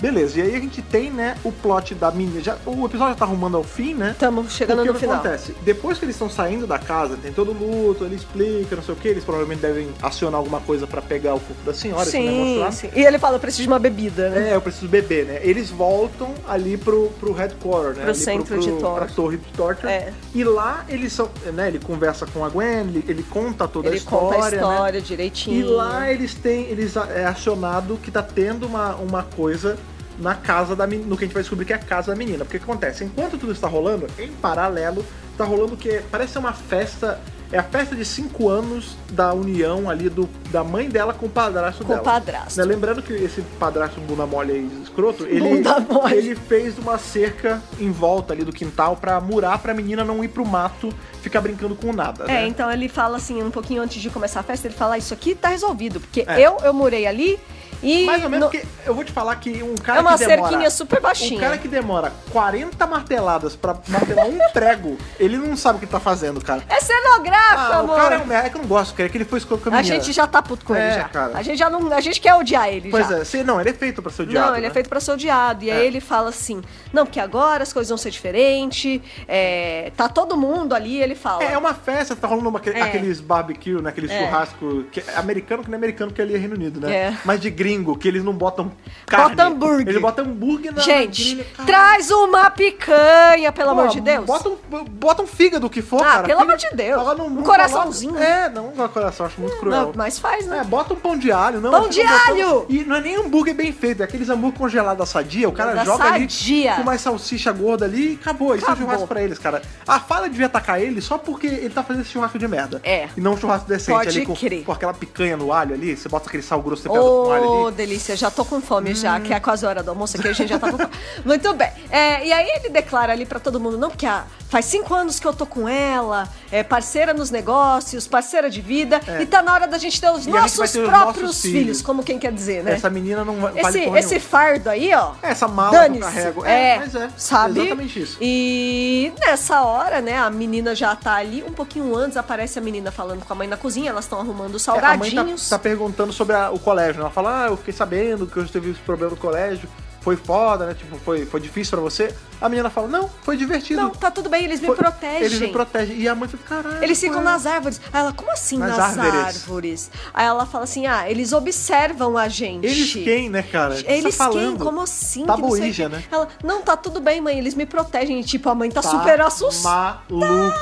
S1: Beleza, e aí a gente tem, né, o plot da menina. Já, o episódio já tá arrumando ao fim, né?
S2: Estamos chegando
S1: Porque
S2: no
S1: o que
S2: final.
S1: acontece? Depois que eles estão saindo da casa, tem todo o luto, ele explica, não sei o que, eles provavelmente devem acionar alguma coisa pra pegar o corpo da senhora, esse negócio
S2: sim,
S1: lá.
S2: sim. E ele fala, preciso de uma bebida, né?
S1: É, eu preciso beber, né? Eles voltam ali pro, pro headquarter, né?
S2: Pro
S1: ali
S2: centro de Tor.
S1: Pra torre de Torture.
S2: É.
S1: E lá eles são, né? Ele conversa com a Gwen, ele, ele conta toda
S2: ele
S1: a É, história,
S2: conta a
S1: né?
S2: história
S1: E
S2: direitinho.
S1: lá eles têm, eles a- é acionado que tá tendo uma, uma coisa na casa da menina, no que a gente vai descobrir que é a casa da menina. Porque o que acontece? Enquanto tudo está rolando, em paralelo, tá rolando o que parece ser uma festa, é a festa de 5 anos da união ali do, da mãe dela com o padrasto
S2: com
S1: dela.
S2: o padrasto.
S1: Né, Lembrando que esse padrasto bunda mole aí, escroto, ele,
S2: Bunda mole.
S1: ele fez uma cerca em volta ali do quintal pra murar pra menina não ir pro mato, ficar brincando com nada,
S2: É,
S1: né?
S2: então ele fala assim, um pouquinho antes de começar a festa, ele fala, "Ah, isso aqui tá resolvido, porque
S1: É.
S2: eu, eu morei ali e...
S1: Mais ou menos
S2: no-
S1: porque eu vou te falar que um cara
S2: É uma
S1: que demora...
S2: cerquinha super baixinha.
S1: Um cara que demora 40 marteladas pra martelar um prego, ele não sabe o que tá fazendo, cara.
S2: É cenográfico,
S1: Ah, o
S2: amor!
S1: cara é um merda, é que eu não gosto, cara, é que ele foi escroto com a
S2: A
S1: menina.
S2: gente já tá puto com
S1: É,
S2: ele já.
S1: cara.
S2: A gente já não... A gente quer odiar ele
S1: Pois
S2: já.
S1: é, sei, não, ele é feito pra ser odiado,
S2: Não, ele é
S1: né?
S2: feito pra ser odiado. E aí
S1: É.
S2: ele fala assim: não, porque agora as coisas vão ser diferentes, é, tá todo mundo ali. Ele fala:
S1: É, é uma festa, tá rolando uma, aquele-
S2: É.
S1: aqueles barbecue, né? Aqueles
S2: É.
S1: churrasco que é americano, que não é americano, porque ali é Reino Unido, né?
S2: É.
S1: Mas de gringo, que eles não botam carne.
S2: hambúrguer.
S1: Eles botam hambúrguer na na
S2: gente,
S1: grelha, cara.
S2: traz uma picanha, pelo amor de Deus.
S1: Bota um, bota um fígado, o que for,
S2: Ah,
S1: cara.
S2: pelo amor
S1: Fígado-
S2: de Deus.
S1: Agora não-
S2: Um
S1: não
S2: coraçãozinho.
S1: coloca- É, não, não coração, acho muito cruel.
S2: Não, mas faz, né?
S1: É, bota um pão de alho, não.
S2: Pão
S1: eles
S2: de
S1: ficam botando-
S2: alho!
S1: E não é nem hambúrguer bem feito, é aqueles hambúrguer congelados da sadia, o cara
S2: Da
S1: joga
S2: Sadia.
S1: ali com mais salsicha gorda ali e acabou. Isso é
S2: Acabou.
S1: churrasco pra eles, cara. A fala devia atacar ele só porque ele tá fazendo esse churrasco de merda.
S2: É.
S1: E não um churrasco decente
S2: Pode
S1: ali com,
S2: crer.
S1: com aquela picanha no alho ali, você É, bota aquele sal grosso temperado com alho
S2: Ô,
S1: ali.
S2: delícia, já tô com fome
S1: Hum.
S2: já, que é quase a hora do almoço aqui, a gente já tá
S1: *laughs*
S2: com fome. Muito bem. É, e aí ele declara ali pra todo mundo, não, porque ah, faz cinco anos que eu tô com ela, é parceira nos negócios, parceira de vida, e tá na hora da gente ter os
S1: É. E a gente vai
S2: nossos
S1: ter os
S2: próprios
S1: nossos
S2: filhos,
S1: filhos.
S2: como quem quer dizer, né?
S1: Essa menina não vai-
S2: esse,
S1: vale porra
S2: esse
S1: nenhuma. É,
S2: fardo aí, ó.
S1: Essa mala que eu
S2: dane
S1: carrego.
S2: É,
S1: É, mas é,
S2: Sabe?
S1: exatamente isso.
S2: E nessa hora, né, a menina já tá ali. Um pouquinho antes aparece a menina falando com a mãe na cozinha. Elas estão arrumando os
S1: É, A mãe tá,
S2: salgadinhos.
S1: tá perguntando sobre a- o colégio, né? Ela fala, ah, eu fiquei sabendo que eu teve esse problema no colégio, foi foda, né? Tipo, foi, foi difícil pra você. A menina fala, não, foi divertido.
S2: Não, tá tudo bem, eles me
S1: Foi-
S2: protegem.
S1: Eles me protegem. E a mãe fica, caralho.
S2: Eles ficam
S1: ué."
S2: nas árvores. Aí ela, como assim nas,
S1: Nas
S2: árvores?
S1: árvores.
S2: Aí ela fala assim: ah, eles observam a gente.
S1: Eles quem, né, cara? O que
S2: Eles
S1: você tá
S2: quem?
S1: falando?
S2: Como assim?
S1: Tá
S2: Que não sei o
S1: boija,
S2: quê.
S1: né?
S2: Ela, não, tá tudo bem, mãe, eles me protegem. E, tipo, a mãe tá,
S1: Tá
S2: super assustada.
S1: Maluco.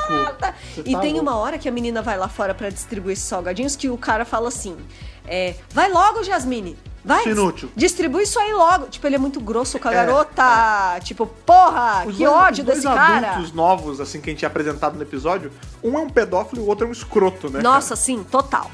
S1: Você
S2: E
S1: tá
S2: tem
S1: louco.
S2: uma hora que a menina vai lá fora pra distribuir esses salgadinhos que o cara fala assim: é, vai logo, Jasmine. Vai,
S1: Isso é inútil.
S2: distribui isso aí logo. Tipo, ele é muito grosso com a
S1: É,
S2: garota. Tipo, porra,
S1: Os
S2: que
S1: dois-
S2: ódio
S1: os dois
S2: desse cara.
S1: adultos novos, assim, que a gente tinha apresentado no episódio, um é um pedófilo e o outro é um escroto, né?
S2: Nossa, sim, total.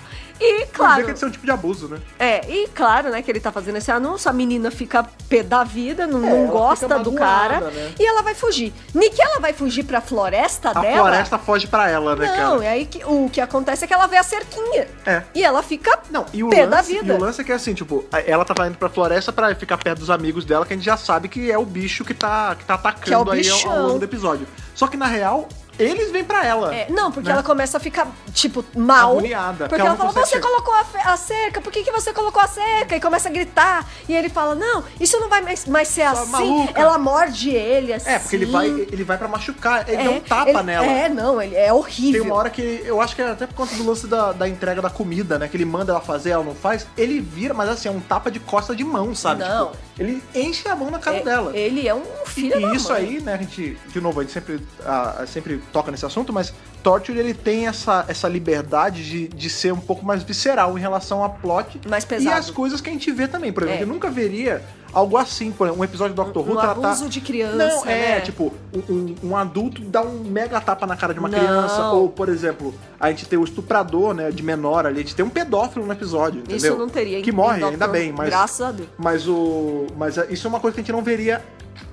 S1: cara?
S2: E
S1: Não
S2: claro,
S1: vê que deve ser um tipo de abuso, né?
S2: é, e claro, né, que ele tá fazendo esse anúncio, a menina fica pé da vida, não,
S1: É,
S2: não
S1: ela
S2: gosta
S1: fica
S2: do
S1: magoada,
S2: cara,
S1: né?
S2: e ela vai fugir. Nem que ela vai fugir pra floresta
S1: A
S2: dela.
S1: floresta foge pra ela, né, cara?
S2: não, e aí que- o que acontece é que ela vê a cerquinha.
S1: É.
S2: E ela fica
S1: Não, e o,
S2: pé da
S1: lance, e
S2: vida.
S1: o lance é que é assim, tipo, a- ela tá indo pra floresta pra ficar perto dos amigos dela, que a gente já sabe que é o bicho que tá, que tá
S2: Que é o
S1: atacando aí ao- ao,
S2: bichão.
S1: longo do episódio. Só que na real, eles vêm pra ela.
S2: É, não, porque
S1: né?
S2: ela começa a ficar, tipo, mal.
S1: Agoniada, que
S2: Porque
S1: ela
S2: ela
S1: não
S2: fala,
S1: consegue
S2: você
S1: chegar."
S2: colocou a, fe- a cerca, por que, que você colocou a cerca? E começa a gritar. E ele fala: Não, isso não vai mais, mais ser
S1: Ela é
S2: assim.
S1: maluca.
S2: Ela morde ele assim.
S1: É, porque ele vai, ele vai pra machucar, ele
S2: É,
S1: dá um tapa
S2: ele-
S1: nela.
S2: É, não, ele é horrível.
S1: Tem uma hora que eu acho que é até por conta do lance da, da entrega da comida, né? Que ele manda ela fazer, ela não faz. Ele vira, mas assim, é um tapa de costa de mão, sabe?
S2: Não.
S1: Tipo, ele enche a mão na cara
S2: É,
S1: dela.
S2: Ele é um filho da
S1: e isso
S2: mãe.
S1: aí, né, a gente, de novo, a gente sempre, ah, sempre toca nesse assunto, mas Torture ele tem essa, essa liberdade de, de ser um pouco mais visceral em relação a plot
S2: Mais
S1: e
S2: pesado.
S1: as coisas que a gente vê também. Por exemplo,
S2: É.
S1: eu nunca veria algo assim, por exemplo, um episódio do Doctor
S2: Um
S1: Who tratar.
S2: abuso de criança,
S1: Não, é,
S2: né?
S1: tipo, um- um, um adulto dá um mega tapa na cara de uma
S2: Não.
S1: criança. Ou, por exemplo, a gente tem o estuprador, né, de menor ali, a gente tem um pedófilo no episódio, entendeu?
S2: Isso não teria.
S1: Que
S2: em-
S1: morre,
S2: em
S1: ainda
S2: Doctor
S1: bem,
S2: Who,
S1: mas.
S2: Graças a Deus.
S1: Mas o. Mas é- isso é uma coisa que a gente não veria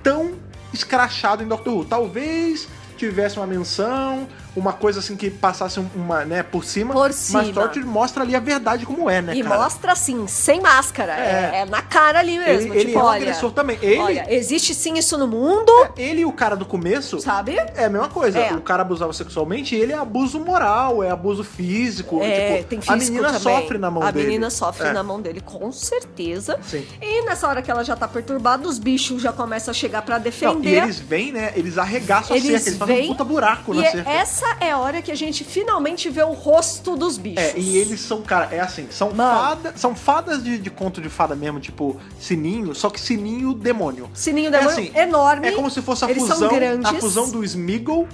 S1: tão escrachado em Doctor Who. Talvez tivesse uma menção, uma coisa assim que passasse um- uma, né, por cima.
S2: Por
S1: Mas
S2: cima.
S1: Torture mostra ali a verdade como é, né,
S2: E
S1: cara?
S2: mostra assim, sem máscara.
S1: É.
S2: É, é na cara ali mesmo.
S1: Ele- ele
S2: tipo,
S1: é um
S2: olha,
S1: agressor também. Ele-
S2: Olha, existe sim isso no mundo,
S1: Ele e o cara do começo.
S2: sabe?
S1: É a mesma coisa.
S2: É.
S1: O cara abusava sexualmente, ele é abuso moral, é abuso físico.
S2: É,
S1: tipo,
S2: tem
S1: a
S2: físico
S1: menina
S2: também.
S1: sofre na mão
S2: a
S1: dele.
S2: A menina sofre
S1: É.
S2: na mão dele, com certeza.
S1: Sim.
S2: E nessa hora que ela já tá perturbada, os bichos já começam a chegar pra
S1: Não, e
S2: defender.
S1: eles vêm, né? Eles arregaçam a
S2: Eles
S1: cerca, eles fazem um
S2: vêm
S1: puta buraco
S2: E
S1: na cerca.
S2: essa é a hora que a gente finalmente vê o rosto dos bichos.
S1: É, e eles são, cara, é assim, são
S2: Mano.
S1: fadas. São fadas de, de conto de fada mesmo, tipo sininho, só que sininho demônio.
S2: Sininho demônio
S1: assim,
S2: enorme.
S1: É como se fosse a
S2: Eles são
S1: fusão.
S2: grandes.
S1: A fusão do Smeagol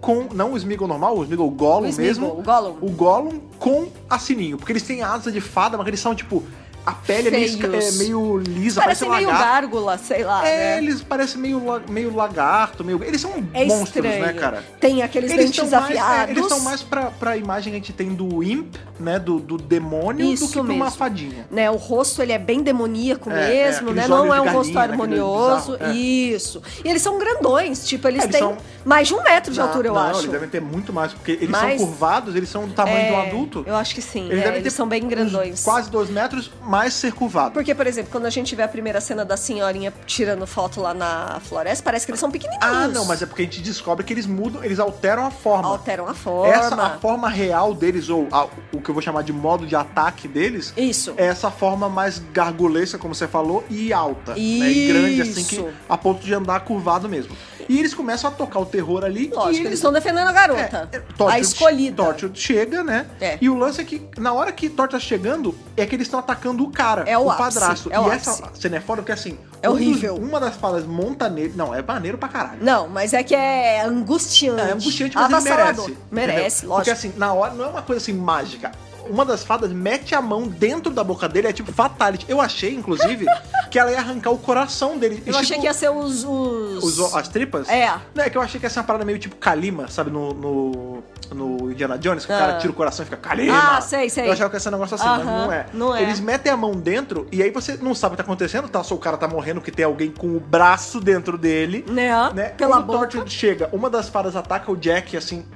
S1: com. Não o Smeagol normal, o Smeagol Gollum
S2: O Smeagol,
S1: mesmo.
S2: o Gollum.
S1: O Gollum com a sininho. Porque eles têm asa de fada, mas eles são, tipo. A pele é meio, esca- é
S2: Feios.
S1: meio lisa, parece,
S2: Parece
S1: um
S2: meio
S1: lagarto.
S2: gárgula, sei lá,
S1: É,
S2: né?
S1: eles parecem meio, la- meio lagarto, meio. Eles são
S2: É
S1: monstros,
S2: estranho.
S1: né, cara?
S2: Tem aqueles
S1: tão
S2: dentes
S1: mais,
S2: afiados.
S1: é, eles estão mais pra, pra imagem que a gente tem do imp, né? Do, do demônio,
S2: Isso
S1: do que pra uma
S2: mesmo.
S1: fadinha.
S2: né, o rosto ele é bem demoníaco
S1: É,
S2: mesmo,
S1: é,
S2: né?
S1: aqueles
S2: Não
S1: olhos
S2: é
S1: de
S2: um rosto
S1: galinha, né, aquele
S2: harmonioso.
S1: bizarro, é.
S2: Isso. E eles são grandões, tipo, eles,
S1: É, eles
S2: têm
S1: são-
S2: mais de um metro de
S1: Não,
S2: altura, eu
S1: não,
S2: acho.
S1: eles devem ter muito mais, porque eles
S2: Mas- É,
S1: são curvados, eles são do tamanho de um adulto.
S2: Eu acho que sim. é,
S1: Eles
S2: Eles,
S1: devem ter
S2: são bem
S1: uns
S2: grandões.
S1: Quase dois metros, mais ser curvado.
S2: Porque, por exemplo, quando a gente vê a primeira cena da senhorinha tirando foto lá na floresta, parece que eles são pequenininhos.
S1: Ah, não, mas é porque a gente descobre que eles mudam, eles alteram a forma.
S2: Alteram a forma.
S1: Essa é a forma real deles, ou a- o que eu vou chamar de modo de ataque deles,
S2: Isso.
S1: é essa forma mais gargulesca, como você falou, e alta. Né? E
S2: Isso.
S1: grande, assim, que a ponto de andar curvado mesmo. E eles começam a tocar o terror ali.
S2: Lógico,
S1: e
S2: eles estão defendendo a garota.
S1: É, é,
S2: a
S1: Torchwood-
S2: escolhida.
S1: Torchwood chega, né?
S2: É.
S1: E o lance é que, na hora que Thor tá chegando, é que eles estão atacando o cara,
S2: É o ápice,
S1: padrasto.
S2: é o
S1: e essa
S2: ápice.
S1: cena é foda porque, assim...
S2: É
S1: um dos-
S2: horrível.
S1: uma das falas monta nele... Não, é maneiro pra caralho.
S2: Não, mas é que é angustiante.
S1: É angustiante, mas ele merece.
S2: Avassalador.
S1: entendeu?
S2: Merece, lógico.
S1: Porque assim, na hora, não é uma coisa assim mágica. Uma das fadas mete a mão dentro da boca dele, é tipo fatality. Eu achei,
S2: *laughs*
S1: inclusive, que ela ia arrancar o coração dele.
S2: Eu achei que ia ser os. os...
S1: Tipo os, as tripas?
S2: É.
S1: Não, é que eu achei que ia ser uma parada meio tipo Kalima, sabe? No, no, no Indiana Jones, que o
S2: Ah.
S1: cara tira o coração e fica Kalima.
S2: Ah, sei, sei.
S1: Eu achava que ia ser um negócio assim, mas
S2: Aham,
S1: não é.
S2: não é.
S1: Eles metem a mão dentro e aí você não sabe o que tá acontecendo, tá? Só o cara tá morrendo, que tem alguém com o braço dentro dele
S2: Né?
S1: né?
S2: Pela
S1: Quando o
S2: boca.
S1: Torchwood chega, uma das fadas ataca o Jack, assim,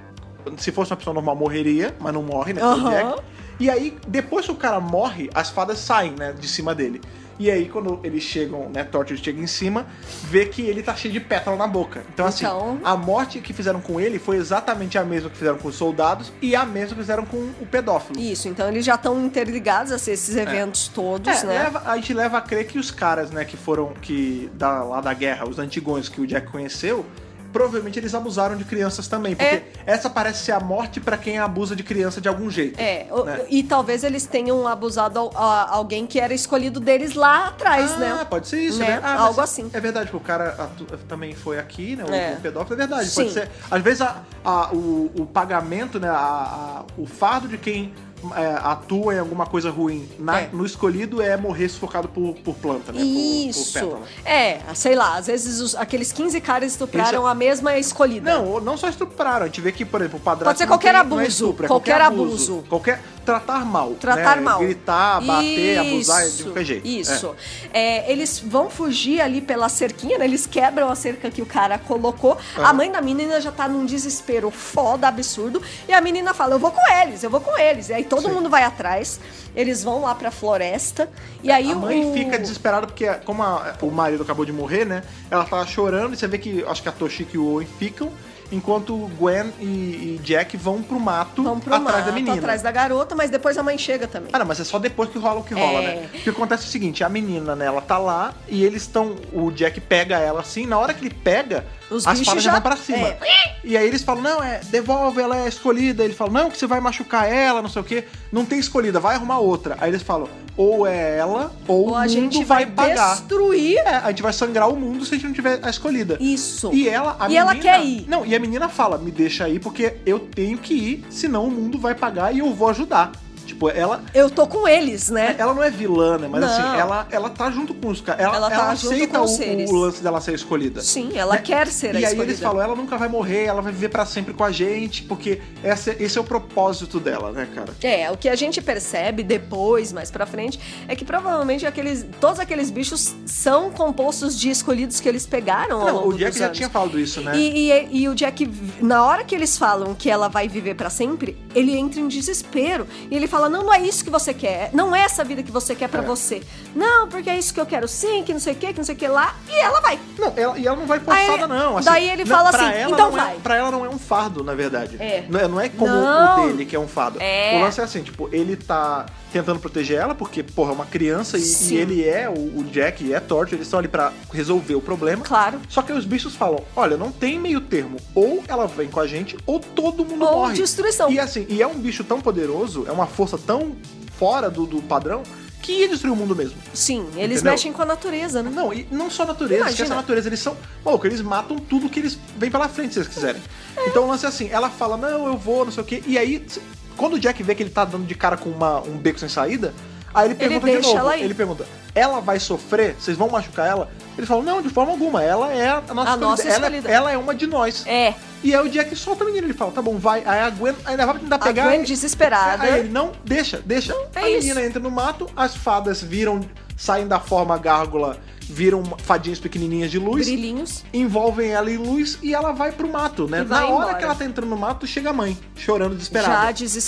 S1: se fosse uma pessoa normal morreria, mas não morre, né? porque é o
S2: Aham.
S1: Jack. E aí, depois que o cara morre, as fadas saem, né, de cima dele. E aí, quando eles chegam, né, Torchwood chega em cima, vê que ele tá cheio de pétala na boca. Então, assim,
S2: Então-
S1: a morte que fizeram com ele foi exatamente a mesma que fizeram com os soldados e a mesma que fizeram com o pedófilo.
S2: Isso, então eles já estão interligados a ser esses eventos todos,
S1: É,
S2: né?
S1: leva- a gente leva a crer que os caras, né, que foram que da, lá da guerra, os antigões que o Jack conheceu, provavelmente eles abusaram de crianças também, porque
S2: É.
S1: essa parece ser a morte pra quem abusa de criança de algum jeito.
S2: É, o-
S1: Né?
S2: e talvez eles tenham abusado al- a- alguém que era escolhido deles lá atrás,
S1: ah,
S2: né?
S1: pode ser isso, né?
S2: Né?
S1: Ah, mas
S2: Algo assim.
S1: É verdade, porque o cara atu- também foi aqui, né? O,
S2: É.
S1: o pedófilo, é verdade.
S2: Sim.
S1: Pode ser. Às vezes a- a- o, o pagamento, né? a- a- o fardo de quem é, atua em alguma coisa ruim na-
S2: É.
S1: no escolhido é morrer sufocado por, por planta, né? Por-
S2: Isso.
S1: Por, pétala.
S2: é, sei lá, às vezes os- aqueles 15 caras estupraram
S1: Isso-
S2: a mesma escolhida.
S1: Não, ou não só estupraram. A gente vê que, por exemplo, o padrasto.
S2: Pode ser
S1: não
S2: qualquer
S1: tem- não é
S2: abuso,
S1: estupro, é
S2: qualquer abuso.
S1: Qualquer. Tratar mal.
S2: Tratar
S1: né?
S2: mal.
S1: Gritar, bater, abusar, de
S2: Isso,
S1: qualquer jeito.
S2: Isso. É, eles vão fugir ali pela cerquinha, né? Eles quebram a cerca que o cara colocou.
S1: Ah.
S2: A mãe da menina já tá num desespero foda, absurdo. E a menina fala: Eu vou com eles, eu vou com eles. E aí todo
S1: Sim.
S2: mundo vai atrás. Eles vão lá pra floresta. E
S1: É.
S2: aí
S1: a mãe
S2: o...
S1: fica desesperada porque, como a- o marido acabou de morrer, né? Ela tá chorando e você vê que acho que a Toshiko e o Owen ficam. enquanto Gwen e, e Jack vão pro mato
S2: Vão pro
S1: atrás
S2: mato,
S1: da menina.
S2: atrás da garota, mas depois a mãe chega também.
S1: Ah, não, mas é só depois que rola o que rola,
S2: É.
S1: né? O que acontece é o seguinte, a menina, né, ela tá lá e eles estão. O Jack pega ela assim, na hora que ele pega,
S2: Os
S1: as
S2: bichos
S1: fadas já
S2: já-
S1: vão pra cima.
S2: é.
S1: E aí eles falam, não, é, devolve, ela é escolhida. Ele fala, não, que você vai machucar ela, não sei o quê. Não tem escolhida, vai arrumar outra. Aí eles falam, ou é ela, ou,
S2: Ou
S1: o
S2: Então a
S1: mundo
S2: gente
S1: vai,
S2: vai,
S1: pagar.
S2: destruir
S1: É, a gente vai sangrar o mundo se a gente não tiver a escolhida.
S2: isso.
S1: E é- ela, a
S2: E ela
S1: menina-
S2: quer ir.
S1: Não, e a menina fala: me deixa aí porque eu tenho que ir, senão o mundo vai pagar e eu vou ajudar. Tipo, ela,
S2: Eu tô com eles, né?
S1: ela não é vilã, né? Mas
S2: Não.
S1: assim, ela, ela tá junto com os caras. Ela,
S2: Ela tá
S1: ela
S2: junto
S1: aceita
S2: com os
S1: o-
S2: seres.
S1: o, lance dela ser escolhida.
S2: Sim, ela quer ser a
S1: É. E aí
S2: escolhida.
S1: eles falam, ela nunca vai morrer, ela vai viver pra sempre com a gente, porque essa- esse é o propósito dela, né, cara?
S2: É, o que a gente percebe depois, mais pra frente, é que provavelmente aqueles, todos aqueles bichos são compostos de escolhidos que eles pegaram ao
S1: Não,
S2: longo
S1: o Jack
S2: dos
S1: já
S2: anos.
S1: tinha falado isso, né?
S2: E, e- e o Jack, na hora que eles falam que ela vai viver pra sempre, ele entra em desespero. E ele fala: Não, não é isso que você quer. Não é essa vida que você quer pra
S1: É.
S2: você. Não, porque é isso que eu quero sim, que não sei o que, que não sei o que lá. E ela vai.
S1: Não, ela- e ela não vai forçada,
S2: Aí-
S1: não. assim,
S2: daí ele
S1: não-
S2: fala
S1: pra
S2: assim,
S1: ela
S2: então
S1: não É,
S2: vai.
S1: pra ela não é um fardo, na verdade.
S2: É.
S1: Não é, não é como o
S2: Não.
S1: dele, que é um fardo.
S2: É.
S1: O lance é assim, tipo, ele tá tentando proteger ela, porque, porra, é uma criança e, e
S2: Sim.
S1: ele é, o, o Jack e é Torch, eles estão ali pra resolver o problema.
S2: Claro.
S1: Só que os bichos falam, olha, não tem meio termo. Ou ela vem com a gente, ou todo mundo
S2: Ou
S1: morre.
S2: destruição.
S1: E assim, e é um bicho tão poderoso, é uma força tão fora do, do padrão, que ia destruir o mundo mesmo.
S2: Sim, eles
S1: Entendeu?
S2: mexem com a natureza, né?
S1: Não, e não só a natureza,
S2: Imagina.
S1: esquece a natureza, eles são. Louco, eles matam tudo que eles vêm pela frente, se eles quiserem. Então o lance é assim, ela fala, não, eu vou, não sei o quê. E aí, se- quando o Jack vê que ele tá dando de cara com uma- um beco sem saída, aí ele pergunta de
S2: deixa
S1: novo.
S2: ela ir.
S1: Ele pergunta, ela vai sofrer? Vocês vão machucar ela? Ele fala, não, de forma alguma, ela é a nossa,
S2: A nossa
S1: Ela-
S2: escolhida.
S1: Ela, é uma de nós.
S2: É.
S1: E aí o Jack solta a menina, ele fala, tá bom, vai. Aí a Gwen ainda vai tentar
S2: A
S1: pegar.
S2: Gwen
S1: e-
S2: desesperada.
S1: Aí ele, não, deixa, deixa.
S2: é
S1: a menina
S2: isso.
S1: entra no mato, as fadas viram, saem da forma gárgula, viram fadinhas pequenininhas de luz,
S2: Brilhinhos.
S1: envolvem ela em luz e ela vai pro mato, né?
S2: E
S1: Na
S2: vai
S1: hora
S2: embora.
S1: que ela tá entrando no mato, chega a mãe, chorando
S2: Já
S1: desesperada.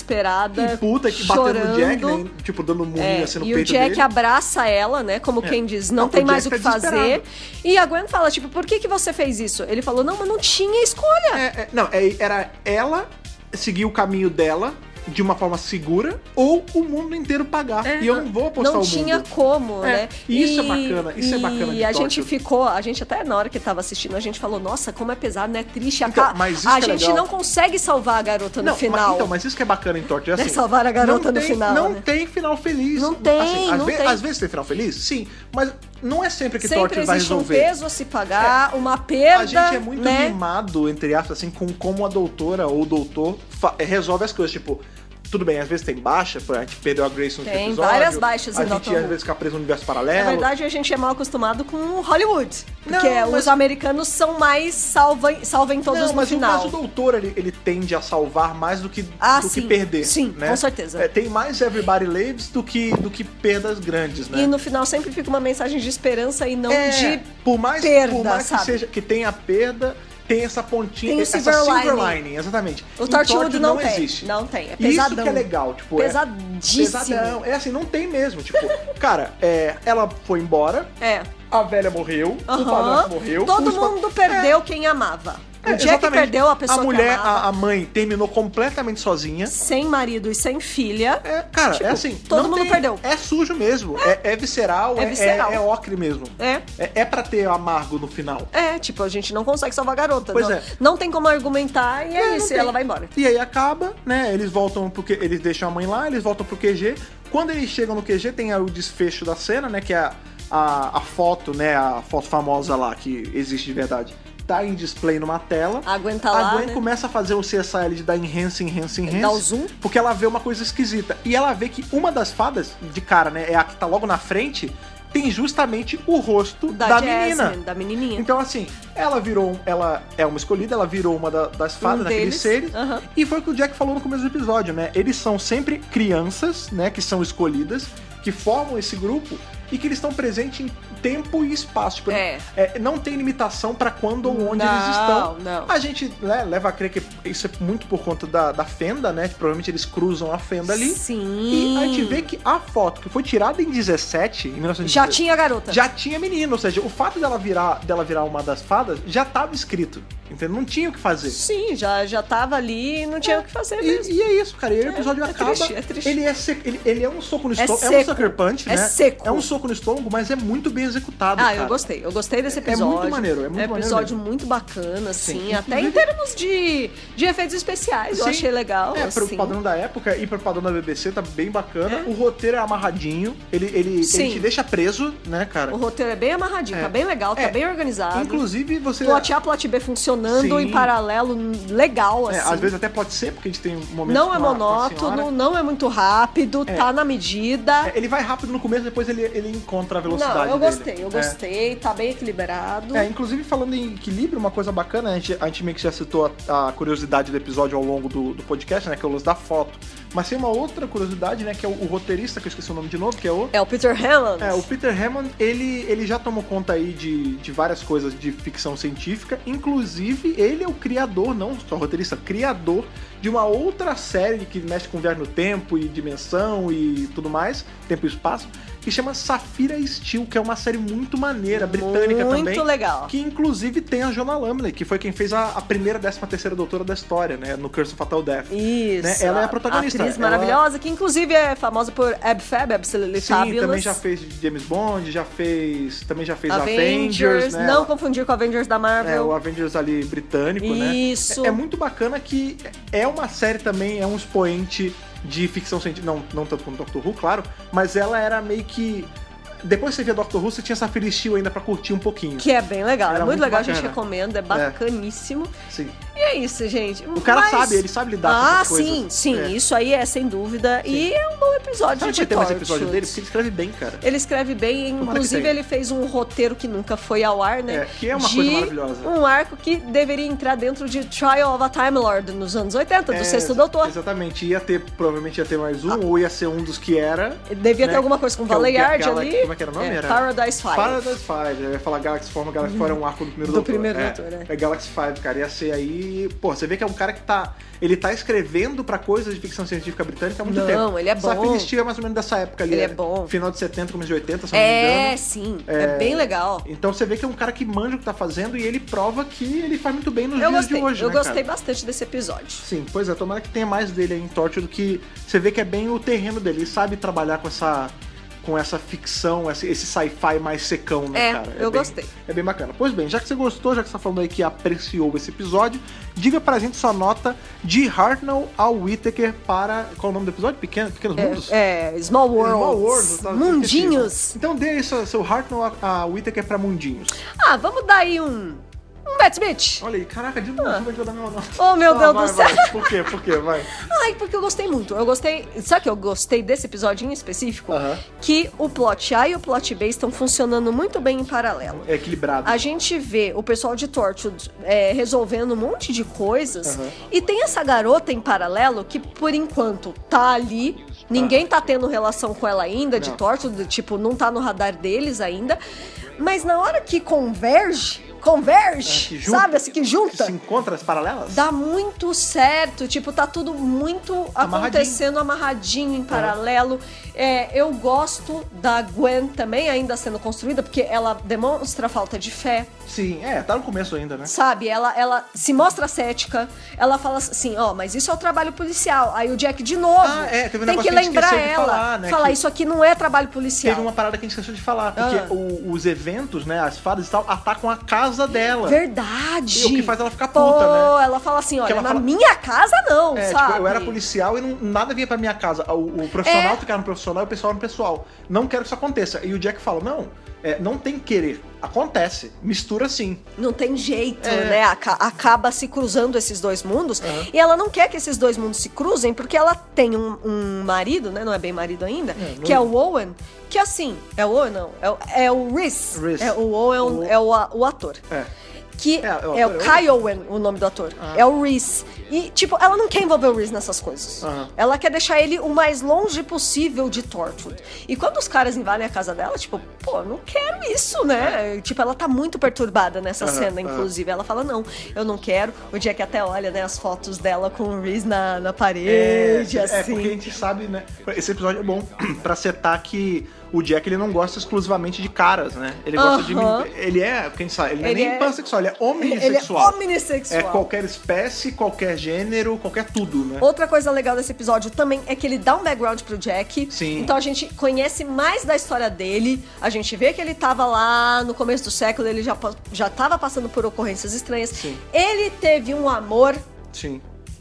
S2: desesperada.
S1: e puta, que batendo no
S2: chorando.
S1: Jack, né? Tipo, dando um murrinho
S2: É,
S1: assim no
S2: e o
S1: peito
S2: Jack
S1: dele. É.
S2: abraça ela, né? Como quem diz, não,
S1: Não,
S2: tem
S1: o
S2: mais o
S1: Jack
S2: que
S1: tá
S2: fazer.
S1: desesperado.
S2: E a Gwen fala, tipo, por que, que você fez isso? Ele falou, não, mas não tinha escolha.
S1: É, é, não, é- era ela seguir o caminho dela de uma forma segura ou o mundo inteiro pagar.
S2: É,
S1: e eu não vou apostar
S2: Não
S1: o
S2: tinha
S1: mundo.
S2: como,
S1: É,
S2: né?
S1: e isso é bacana, isso é bacana de
S2: E a
S1: Tóquio.
S2: gente ficou, a gente até na hora que tava assistindo, a gente falou, nossa, como é pesado, né? Triste. A,
S1: Então,
S2: ca-
S1: mas isso
S2: a
S1: que é
S2: gente
S1: legal.
S2: não consegue salvar a garota no
S1: mas-
S2: final.
S1: então, mas isso que é bacana em Torture. É
S2: Né,
S1: assim,
S2: salvar a garota
S1: não
S2: no
S1: tem-
S2: final,
S1: Não
S2: né?
S1: tem final feliz.
S2: Não tem,
S1: Assim, às,
S2: não
S1: ve-
S2: tem.
S1: às vezes tem final feliz, sim. Mas não é sempre que
S2: Sempre
S1: Torture vai
S2: existe um
S1: resolver.
S2: peso a se pagar, uma perda,
S1: a gente é muito
S2: né?
S1: mimado, entre aspas, assim, com como a doutora ou o doutor fa- eh, resolve as coisas. Tipo, tudo bem, às vezes tem baixa, a gente perdeu a Grace no
S2: Tem
S1: episódio.
S2: várias baixas em
S1: A gente
S2: Doctor
S1: às
S2: Who.
S1: vezes fica preso no universo paralelo.
S2: Na verdade, a gente é mal acostumado com Hollywood.
S1: Não,
S2: Porque
S1: mas-
S2: os americanos são mais salvem, salvem todos
S1: não,
S2: no
S1: mas um
S2: final.
S1: no caso do doutor, ele, ele tende a salvar mais do que,
S2: Ah,
S1: do que
S2: sim.
S1: perder.
S2: Sim,
S1: né?
S2: com certeza.
S1: É, tem mais Everybody Lives do que, do que perdas grandes, né?
S2: E no final sempre fica uma mensagem de esperança e não
S1: É,
S2: de.
S1: por mais,
S2: perda,
S1: por mais que,
S2: sabe?
S1: seja, que tenha a perda, tem essa pontinha,
S2: Tem o
S1: essa
S2: silver
S1: silver lining,
S2: lining.
S1: exatamente.
S2: O
S1: Em
S2: Torchwood
S1: Torchwood
S2: não, tem.
S1: existe.
S2: Não tem. É pesadão.
S1: Isso que é legal, tipo,
S2: Pesadíssimo.
S1: é pesadão. É assim, não tem mesmo, tipo, cara, é, ela foi embora,
S2: É.
S1: a velha morreu, o
S2: Aham.
S1: padrasto morreu, É,
S2: Todo
S1: os pa-
S2: mundo perdeu quem amava.
S1: É,
S2: o Jack
S1: exatamente.
S2: perdeu a pessoa
S1: A mulher,
S2: que
S1: a,
S2: amava.
S1: a mãe terminou completamente sozinha.
S2: Sem marido e sem filha.
S1: É, cara,
S2: Tipo,
S1: é assim.
S2: todo
S1: não
S2: mundo
S1: tem-
S2: perdeu.
S1: É sujo mesmo. É, é visceral,
S2: É
S1: é,
S2: visceral.
S1: é- é ocre mesmo.
S2: É.
S1: É, é pra ter amargo no final.
S2: É, tipo, a gente não consegue salvar a garota.
S1: Pois
S2: não,
S1: é.
S2: não tem como argumentar e é,
S1: não
S2: isso, e
S1: tem.
S2: ela vai embora.
S1: E aí acaba, né? Eles voltam porque eles deixam a mãe lá, eles voltam pro QG. Quando eles chegam no QG, tem aí o desfecho da cena, né? Que é a, a, a foto, né? A foto famosa lá que existe de verdade. Tá em display numa tela.
S2: A Gwen tá
S1: a
S2: lá,
S1: Gwen
S2: né?
S1: começa a fazer o CSI de dar enhance, enhance, enhance.
S2: Dá o zoom.
S1: Porque ela vê uma coisa esquisita. E ela vê que uma das fadas, de cara, né? É a que tá logo na frente, tem justamente o rosto da,
S2: Jasmine,
S1: menina.
S2: Da menininha.
S1: Então, assim, ela virou. Ela é uma escolhida, ela virou uma da- das fadas,
S2: Um
S1: daqueles
S2: deles,
S1: seres.
S2: aham.
S1: E foi o que o Jack falou no começo do episódio, né? Eles são sempre crianças, né? Que são escolhidas, que formam esse grupo e que eles estão presentes em tempo e espaço. Tipo,
S2: É.
S1: é, não tem limitação pra quando ou onde eles
S2: Não,
S1: estão.
S2: não.
S1: A gente né, leva a crer que isso é muito por conta da, da fenda, né? Provavelmente eles cruzam a fenda ali. E
S2: Sim.
S1: a gente vê que a foto que foi tirada em 17, em 1917,
S2: Já tinha a garota.
S1: já tinha menino, ou seja, o fato dela virar, dela virar uma das fadas já tava escrito. Entendeu? Não tinha o que fazer.
S2: Sim, já, já tava ali e não tinha o que fazer mesmo.
S1: E, e é isso, cara. E aí o episódio
S2: é
S1: acaba.
S2: triste, é triste.
S1: Ele, é sec- ele, ele é um soco no
S2: É
S1: estômago. É, um
S2: seco.
S1: sucker punch,
S2: É
S1: né?
S2: seco.
S1: É um soco no estômago, mas é muito bem executado.
S2: Ah,
S1: cara.
S2: eu gostei. Eu gostei desse
S1: É- é muito
S2: episódio.
S1: maneiro, é muito maneiro
S2: episódio muito bacana, assim.
S1: Sim.
S2: Até em termos de, de efeitos especiais, eu
S1: Sim.
S2: achei legal.
S1: É, pro
S2: assim.
S1: padrão da época e pro padrão da BBC tá bem bacana.
S2: É.
S1: O roteiro é amarradinho, ele, ele,
S2: Sim.
S1: ele te deixa preso, né, cara?
S2: O roteiro é bem amarradinho,
S1: É.
S2: tá bem legal, tá
S1: É.
S2: bem organizado.
S1: Inclusive, você.
S2: Plot A, plot B funcionando
S1: Sim.
S2: em paralelo, legal,
S1: é,
S2: assim.
S1: às vezes até pode ser, porque a gente tem momentos.
S2: não
S1: com a- com
S2: é
S1: a senhora.
S2: monótono, não é muito rápido, tá na medida.
S1: É, ele vai rápido no começo, depois ele, ele encontra a velocidade.
S2: não, eu
S1: dele.
S2: gostei, eu
S1: É.
S2: gostei, tá bem equilibrado.
S1: É, inclusive falando em equilíbrio, uma coisa bacana, a gente, a gente meio que já citou a, a curiosidade do episódio ao longo do, do podcast, né? Que é o lance da foto. Mas tem uma outra curiosidade, né? Que é o, o roteirista, que eu esqueci o nome de novo, que é o.
S2: É o Peter Hammond.
S1: É, o Peter Hammond, ele, ele já tomou conta aí de, de várias coisas de ficção científica, inclusive ele é o criador, não só roteirista, criador de uma outra série que mexe com viagem no tempo e dimensão e tudo mais, tempo e espaço, que chama Safira Steel, que é uma série muito maneira, britânica
S2: Muito
S1: também.
S2: legal.
S1: Que inclusive tem a Jonah Lamley, que foi quem fez a, a primeira, décima terceira doutora da história, né? No Curse of Fatal Death.
S2: Isso.
S1: né? Ela é a protagonista,
S2: Atriz
S1: ela-
S2: maravilhosa, que inclusive é famosa por Ab Fab, Absolutely
S1: Sim,
S2: Fabulous.
S1: também já fez James Bond, já fez. Também já fez
S2: Avengers,
S1: né?
S2: não
S1: Ela-
S2: confundir com Avengers da
S1: É, o
S2: Marvel.
S1: Avengers ali britânico, né?
S2: Isso.
S1: É, é muito bacana que é uma série também, é um expoente de ficção científica. Não, não tanto como Doctor Who, claro, mas ela era meio que. Depois que você via Doctor Who, você tinha essa Phyllis Steel ainda pra curtir um pouquinho.
S2: Que é bem legal, é
S1: Era
S2: muito,
S1: muito
S2: legal, a gente
S1: bacana.
S2: recomenda, é bacaníssimo.
S1: Sim.
S2: E é isso, gente.
S1: assim. O cara
S2: Mas-
S1: sabe, ele sabe lidar com
S2: Ah,
S1: essas coisas.
S2: sim, sim,
S1: É.
S2: isso aí é sem dúvida. E é um bom episódio.
S1: Sabe que
S2: de
S1: vai ter mais
S2: Torchwood.
S1: episódio dele? Porque ele escreve bem, cara.
S2: Ele escreve bem,
S1: Tomara que
S2: inclusive
S1: tenha.
S2: ele fez um roteiro que nunca foi ao ar, né?
S1: É, que é uma
S2: de
S1: coisa maravilhosa.
S2: Um arco que deveria entrar dentro de Trial of a Time Lord nos anos 80, do
S1: É,
S2: sexto doutor.
S1: Exatamente. Ia ter, provavelmente ia ter mais um, ou ia ser um dos que era.
S2: Devia ter
S1: né?
S2: alguma coisa com
S1: Que é o Ga-
S2: Valeyard
S1: Galax-
S2: Um ali.
S1: Como é que era o nome? Era-
S2: Paradise Five.
S1: Paradise Five, eu ia falar Galaxy Form, Galaxy Form é um arco do primeiro
S2: Do
S1: doutor.
S2: primeiro
S1: é,
S2: doutor, é.
S1: é. Galaxy Five, cara. Ia ser aí. Pô, você vê que é um cara que tá. Ele tá escrevendo pra coisas de ficção científica britânica há muito
S2: Não,
S1: tempo.
S2: ele é bom.
S1: Safir Steel é mais ou menos dessa época ali.
S2: Ele é
S1: né?
S2: bom.
S1: Final de 70, começo de 80, se eu não me
S2: É,
S1: engano.
S2: sim. É, bem legal.
S1: Então você vê que é um cara que manja o que tá fazendo e ele prova que ele faz muito bem nos
S2: Eu
S1: dias
S2: gostei.
S1: de hoje.
S2: eu
S1: né,
S2: gostei
S1: Cara?
S2: bastante desse episódio.
S1: Sim, pois é, tomara que tenha mais dele aí em Torture do que. Você vê que é bem o terreno dele. Ele sabe trabalhar com essa. Com essa ficção, esse esse sci-fi mais secão, né,
S2: É,
S1: cara?
S2: eu
S1: bem-
S2: gostei.
S1: É bem bacana. Pois bem, já que você gostou, já que você tá falando aí que apreciou esse episódio, diga pra gente sua nota de Hartnell ao Whittaker para. Qual é o nome do episódio? Pequeno, Pequenos Mundos?
S2: É, Small Worlds.
S1: Small World, tá?
S2: Mundinhos.
S1: Então dê aí seu, seu Hartnell a, a Whittaker pra Mundinhos.
S2: Ah, vamos dar aí um. Um Matt Smith.
S1: Olha aí, caraca, de novo, eu vou dar minha nota.
S2: Ah. Oh, meu Deus
S1: vai,
S2: do
S1: vai.
S2: céu.
S1: Por quê? Por quê? Vai.
S2: Ai, porque eu gostei muito. Eu gostei. Sabe que eu gostei desse episódio em específico?
S1: Aham.
S2: Que o plot A e o plot B estão funcionando muito bem em paralelo.
S1: É equilibrado.
S2: A gente vê o pessoal de Torchwood é, resolvendo um monte de coisas
S1: Aham.
S2: e tem essa garota em paralelo que, por enquanto, tá ali. Ninguém tá tendo relação com ela ainda de
S1: Não.
S2: Torchwood, tipo, não tá no radar deles ainda. Mas na hora que converge, converge,
S1: É, que
S2: sabe? Assim, que junta.
S1: Se encontra as paralelas?
S2: Dá muito certo, tipo, tá tudo muito
S1: Amarradinho.
S2: acontecendo amarradinho em paralelo. É, eu gosto da Gwen também ainda sendo construída, porque ela demonstra falta de fé,
S1: Sim, é, tá no começo ainda, né?
S2: sabe? Ela, ela se mostra cética, ela fala assim, ó, mas isso é o trabalho policial. Aí o Jack de novo
S1: Ah, é, teve um
S2: tem
S1: negócio
S2: que
S1: que a gente
S2: lembrar
S1: esqueceu de
S2: ela,
S1: falar, né, que-
S2: isso aqui não é trabalho policial.
S1: Teve uma parada que a gente esqueceu de falar, porque
S2: Ah.
S1: o- os eventos, né, as fadas e tal, atacam a casa dela.
S2: Verdade.
S1: E o que faz ela ficar
S2: Pô,
S1: puta, né?
S2: ela fala assim, olha,
S1: ela
S2: na
S1: fala-
S2: minha casa não,
S1: É,
S2: um sabe? É.
S1: tipo, eu era policial e não- nada vinha pra minha casa. O, o profissional ficava no profissional e o pessoal no pessoal. Não quero que isso aconteça. E o Jack fala: não, é, não tem querer. Acontece. Mistura sim.
S2: Não tem jeito,
S1: É.
S2: né? Aca- acaba se cruzando esses dois mundos. E ela não quer que esses dois mundos se cruzem, porque ela tem um, um marido, né? Não é bem marido ainda,
S1: É, não-
S2: que é o Owen. Que assim, é o Owen, não. É, o- é o Rhys.
S1: Rhys.
S2: É o Owen,
S1: O-
S2: é o, a- o ator.
S1: É.
S2: Que
S1: É, é o
S2: é, o
S1: ator, Ah. é o-
S2: Kai Owen, o nome do ator. É o Rhys. E, tipo, ela não quer envolver o Rhys nessas coisas.
S1: Aham.
S2: Ela quer deixar ele o mais longe possível de Torchwood. E quando os caras invadem a casa dela, tipo, pô, eu não quero isso, né? Tipo, ela tá muito perturbada nessa
S1: É. Aham,
S2: cena,
S1: aham.
S2: inclusive. Ela fala, não, eu não quero. O Jack até olha, né, as fotos dela com o Reese na, na parede,
S1: é,
S2: assim.
S1: *clears throat* porque a gente sabe, né? Esse episódio é bom pra setar que o Jack ele não gosta exclusivamente de caras, né? Ele gosta de.
S2: Aham.
S1: Ele é, quem sabe, ele, não é
S2: Ele
S1: nem
S2: é-
S1: pansexual, ele é
S2: Ele é
S1: homossexual.
S2: hominissexual.
S1: É qualquer espécie, qualquer gênero, qualquer tudo, né?
S2: Outra coisa legal desse episódio também é que ele dá um background pro Jack.
S1: Sim.
S2: Então a gente conhece mais da história dele. A gente vê que ele tava lá no começo do século, ele já, pa- já tava passando por ocorrências estranhas.
S1: Sim.
S2: Ele teve um amor
S1: Sim.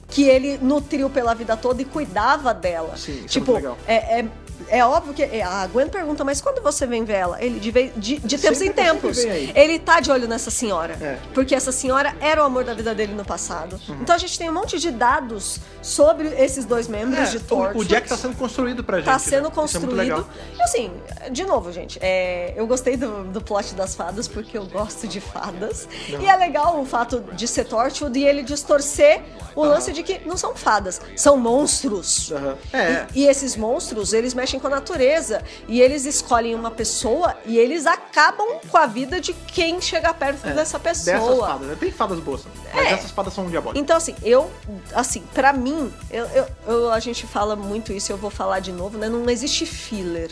S2: que ele nutriu pela vida toda e cuidava dela.
S1: Sim, isso é
S2: tipo,
S1: muito legal.
S2: É, é- é óbvio que. é, A Gwen pergunta, mas quando você vem ver ela? Ele de, vez- de- de tempos
S1: Sempre-
S2: em tempos.
S1: sempre vem aí.
S2: Ele tá de olho nessa senhora.
S1: É. Uhum.
S2: Porque essa senhora era o amor da vida dele no passado. Então a gente tem um monte de dados sobre esses dois membros
S1: É,
S2: de
S1: o,
S2: Torchwood.
S1: o Jack tá sendo construído pra gente.
S2: Tá
S1: né?
S2: sendo
S1: Isso é muito legal.
S2: construído. E assim, de novo, gente, é, eu gostei do, do plot das fadas porque eu gosto de fadas. E é legal o fato de ser Torchwood e ele distorcer o lance de que não são fadas, são monstros.
S1: Aham. É.
S2: E, e esses monstros, eles mexem com a natureza. E eles escolhem uma pessoa e eles acabam com a vida de quem chega perto
S1: É.
S2: dessa pessoa. É.
S1: Dessas fadas, né? Tem fadas boas, mas essas fadas são um diabólicas.
S2: Então, assim, eu, assim, pra mim, eu, eu- eu- a gente fala muito isso, eu vou falar de novo, né? Não existe filler.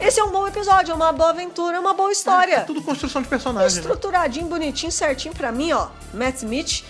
S2: Esse é um bom episódio, é uma boa aventura, é uma boa
S1: É
S2: história.
S1: tudo construção de personagem. né?
S2: Estruturadinho, bonitinho, certinho pra mim, ó. Matt Smith.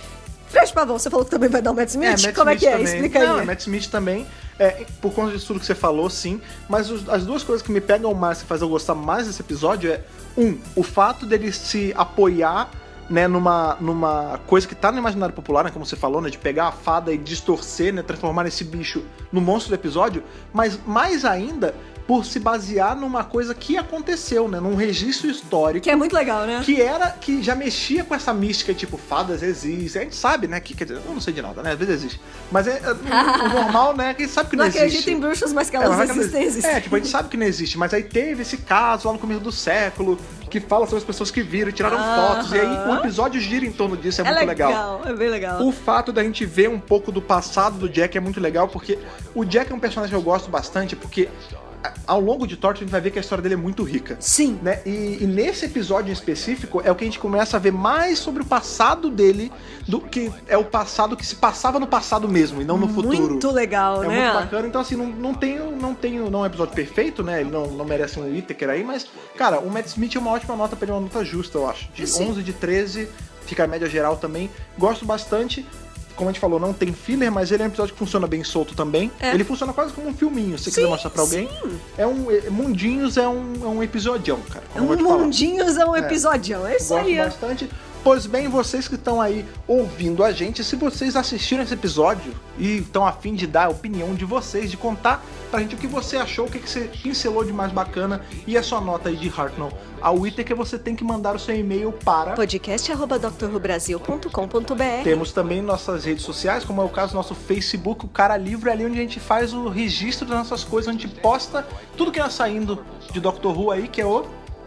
S2: Fred Pavão, você falou que também vai dar o Matt Smith?
S1: Matt
S2: Como é
S1: Smith
S2: que é?
S1: também.
S2: Explica
S1: Não,
S2: aí.
S1: é Matt Smith também. É, por conta disso tudo que você falou, sim. Mas os- as duas coisas que me pegam mais, que fazem eu gostar mais desse episódio é... Um, o fato dele se apoiar... Né, numa, numa coisa que tá no imaginário popular, né, como você falou, né, de pegar a fada e distorcer, né, transformar esse bicho no monstro do episódio, mas mais ainda por se basear numa coisa que aconteceu, né, num registro histórico
S2: Que é muito legal, né?
S1: que era que já mexia com essa mística tipo fadas existem. A gente sabe, né? Que quer dizer, eu não sei de nada, né? Às vezes existe. Mas é, é, o normal, né? Que a gente sabe que não,
S2: Não
S1: existe.
S2: acredito em bruxas, mas que
S1: É, mas
S2: elas
S1: vai que
S2: existem,
S1: não-
S2: existem.
S1: É, tipo, a gente sabe que não existe, mas aí teve esse caso lá no começo do século que fala sobre as pessoas que viram, e tiraram
S2: Aham.
S1: fotos, e aí o episódio gira em torno disso, é,
S2: É
S1: muito
S2: legal,
S1: legal.
S2: é bem legal.
S1: O fato da gente ver um pouco do passado do Jack é muito legal, porque o Jack é um personagem que eu gosto bastante, porque a- ao longo de Torchwood a gente vai ver que a história dele é muito rica
S2: Sim.
S1: né? E, e nesse episódio em específico é o que a gente começa a ver mais sobre o passado dele, do que é o passado que se passava no passado mesmo e não no futuro.
S2: Muito legal,
S1: é
S2: né?
S1: muito bacana, então assim, não, não tenho, não tenho, não é um episódio perfeito, né? Ele não, não merece um Whittaker aí, mas, cara, o Matt Smith é uma ótima nota pra ele, é uma nota justa, eu acho. De
S2: Sim.
S1: 11, de 13, fica a média geral também. Gosto bastante. Como a gente falou, não tem filler, mas ele é um episódio que funciona bem solto também. Ele funciona quase como um filminho, se você quiser
S2: É. Sim,
S1: mostrar pra alguém. É um, é- Mundinhos é um, é um episodião, cara.
S2: É
S1: como eu
S2: um
S1: vou te falar.
S2: mundinhos, é um episódio. É isso
S1: Gosto
S2: aí. ó.
S1: bastante. Pois bem, vocês que estão aí ouvindo a gente, se vocês assistiram esse episódio e estão a fim de dar a opinião de vocês, de contar pra gente o que você achou, o que, que você pincelou de mais bacana e a sua nota aí de Hartnell ao Whittaker, você tem que mandar o seu e-mail para...
S2: podcast.drrubrasil.com.br
S1: Temos também nossas redes sociais, como é o caso do nosso Facebook, o Cara Livre, é ali onde a gente faz o registro das nossas coisas, onde a gente posta tudo que tá saindo de Doctor Who aí, que é o...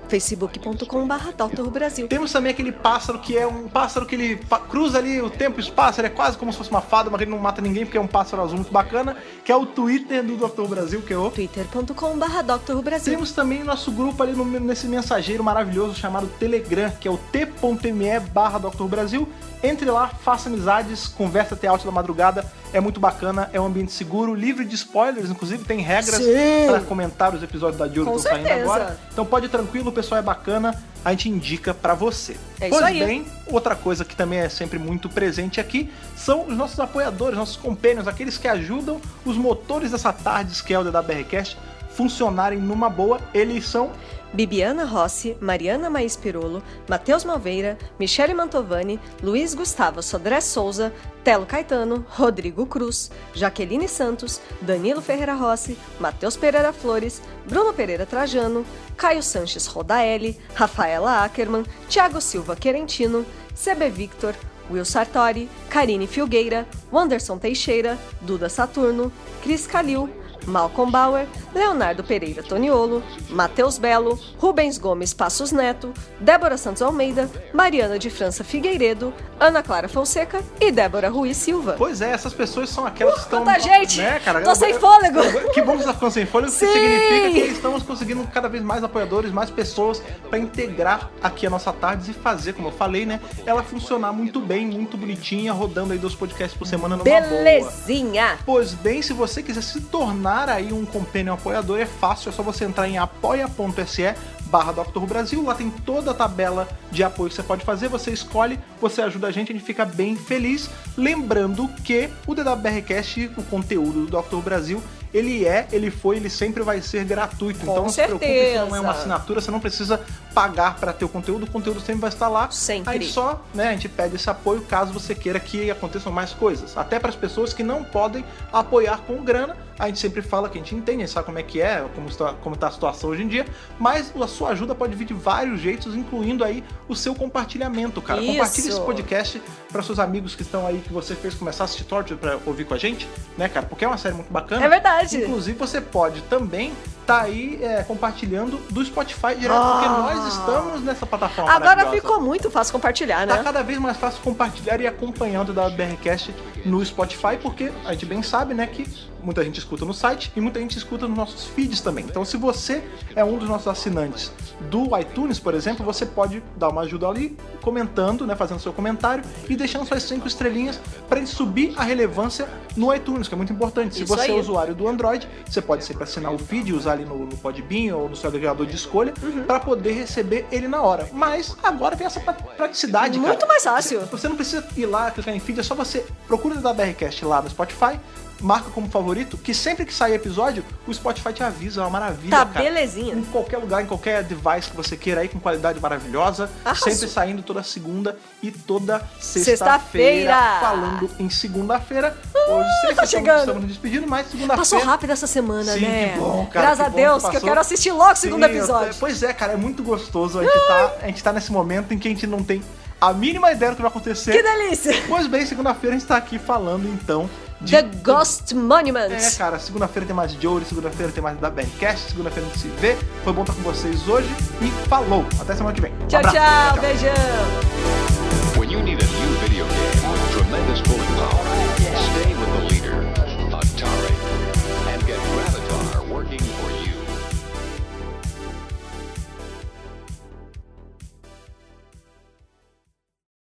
S2: facebook.com.br drrubrasil
S1: Temos também aquele pássaro que é um pássaro que ele fa- cruza ali o tempo e o espaço, ele é quase como se fosse uma fada, mas ele não mata ninguém porque é um pássaro azul muito bacana, que é o Twitter do Dr. Brasil, que é o.
S2: twitter.com.br drrubrasil
S1: Temos também nosso grupo ali no, nesse mensageiro maravilhoso chamado Telegram, que é o t.me barra Dr. Brasil. Entre lá, faça amizades, conversa até alta da madrugada, é muito bacana, é um ambiente seguro, livre de spoilers, inclusive tem regras
S2: Sim.
S1: para comentar os episódios da Juro que
S2: Com
S1: estão saindo
S2: certeza.
S1: agora. Então pode ir tranquilo, o pessoal é bacana, a gente indica pra você.
S2: É isso
S1: pois
S2: aí.
S1: bem, outra coisa que também é sempre muito presente aqui são os nossos apoiadores, nossos companions, aqueles que ajudam os motores dessa tarde, que é o DWRcast, funcionarem numa boa. Eles são
S2: Bibiana Rossi, Mariana Maís Pirolo, Matheus Malveira, Michele Mantovani, Luiz Gustavo Sodré Souza, Telo Caetano, Rodrigo Cruz, Jaqueline Santos, Danilo Ferreira Rossi, Matheus Pereira Flores, Bruno Pereira Trajano, Caio Sanches Rodaelli, Rafaela Ackerman, Thiago Silva Querentino, CB Victor, Will Sartori, Karine Filgueira, Wanderson Teixeira, Duda Saturno, Cris Calil, Malcolm Bauer, Leonardo Pereira Toniolo, Matheus Belo, Rubens Gomes Passos Neto, Débora Santos Almeida, Mariana de França Figueiredo, Ana Clara Fonseca e Débora Ruiz Silva.
S1: Pois é, essas pessoas são aquelas que estão.
S2: quanta gente!
S1: Né, cara?
S2: Tô sem fôlego!
S1: Que bom que vocês estão tá ficando sem fôlego, porque
S2: Sim!
S1: significa que estamos conseguindo cada vez mais apoiadores, mais pessoas para integrar aqui a nossa Tardes e fazer, como eu falei, né? Ela funcionar muito bem, muito bonitinha, rodando aí dois podcasts por semana numa boa.
S2: Belezinha!
S1: Pois bem, se você quiser se tornar aí um companion apoiador, é fácil, é só você entrar em apoia.se barra Dr. Who Brasil, lá tem toda a tabela de apoio que você pode fazer, você escolhe, você ajuda a gente, a gente fica bem feliz. Lembrando que o DWRcast, o conteúdo do Dr. Who Brasil, ele é, ele foi, ele sempre vai ser gratuito.
S2: Com
S1: então não se preocupe, isso não é
S2: certeza.
S1: uma assinatura, você não precisa pagar para ter o conteúdo, o conteúdo sempre vai estar lá.
S2: Sempre.
S1: Aí só, né, a gente pede esse apoio caso você queira que aconteçam mais coisas. Até para as pessoas que não podem apoiar com grana, a gente sempre fala que a gente entende, a gente sabe como é que é, como está, como está a situação hoje em dia, mas a sua ajuda pode vir de vários jeitos, incluindo aí o seu compartilhamento, cara.
S2: Isso.
S1: Compartilhe esse podcast para seus amigos que estão aí, que você fez começar a assistir Torture para ouvir com a gente, né, cara? Porque é uma série muito bacana.
S2: É verdade.
S1: Inclusive, você pode também tá aí é, compartilhando do Spotify direto,
S2: Ah.
S1: porque nós estamos nessa plataforma.
S2: Agora
S1: maravilhosa.
S2: ficou muito fácil compartilhar,
S1: Tá
S2: né?
S1: cada vez mais fácil compartilhar e acompanhar o WBRcast no Spotify, porque a gente bem sabe, né, que muita gente escuta no site e muita gente escuta nos nossos feeds também. Então, se você é um dos nossos assinantes do iTunes, por exemplo, você pode dar uma ajuda ali, comentando, né, fazendo seu comentário e deixando suas cinco estrelinhas pra gente subir a relevância no iTunes, que é muito importante. Se
S2: Isso
S1: você
S2: aí.
S1: é usuário do Android, você pode sempre assinar o feed e usar ali no, no Podbean ou no seu agregador de escolha
S2: Uhum.
S1: pra poder receber ele na hora. Mas agora tem essa pra- praticidade, cara.
S2: Muito mais fácil.
S1: Você não precisa ir lá, clicar em feed, é só você procura o DWRcast lá no Spotify, marca como favorito, que sempre que sair episódio, o Spotify te avisa, é uma maravilha,
S2: Tá
S1: cara. Em
S2: belezinha.
S1: qualquer lugar, em qualquer device que você queira aí, com qualidade maravilhosa.
S2: Arrasou.
S1: Sempre saindo toda segunda e toda sexta-feira.
S2: Sexta-feira.
S1: falando em segunda-feira. Hoje sexta,
S2: tá
S1: estamos-
S2: chegando.
S1: estamos nos despedindo, mas segunda-feira.
S2: Passou rápido essa semana,
S1: Sim,
S2: né?
S1: que bom, cara,
S2: Graças
S1: que
S2: a
S1: bom
S2: Deus,
S1: que
S2: que eu
S1: passou.
S2: quero assistir logo o segundo
S1: Sim, eu-
S2: episódio.
S1: Pois é, cara, é muito gostoso. A gente, tá, a gente tá nesse momento em que a gente não tem a mínima ideia do que vai acontecer.
S2: Que delícia!
S1: Pois bem, segunda-feira a gente tá aqui falando então de.
S2: The Ghost Monument.
S1: É, cara, segunda-feira tem mais Jory, segunda-feira tem mais da Bandcast, segunda-feira a gente se vê. Foi bom estar com vocês hoje e falou! Até semana que vem.
S2: Tchau,
S1: Abraço.
S2: tchau, beijão.
S3: When you need a new video game with tremendous pulling power, stay with the leader.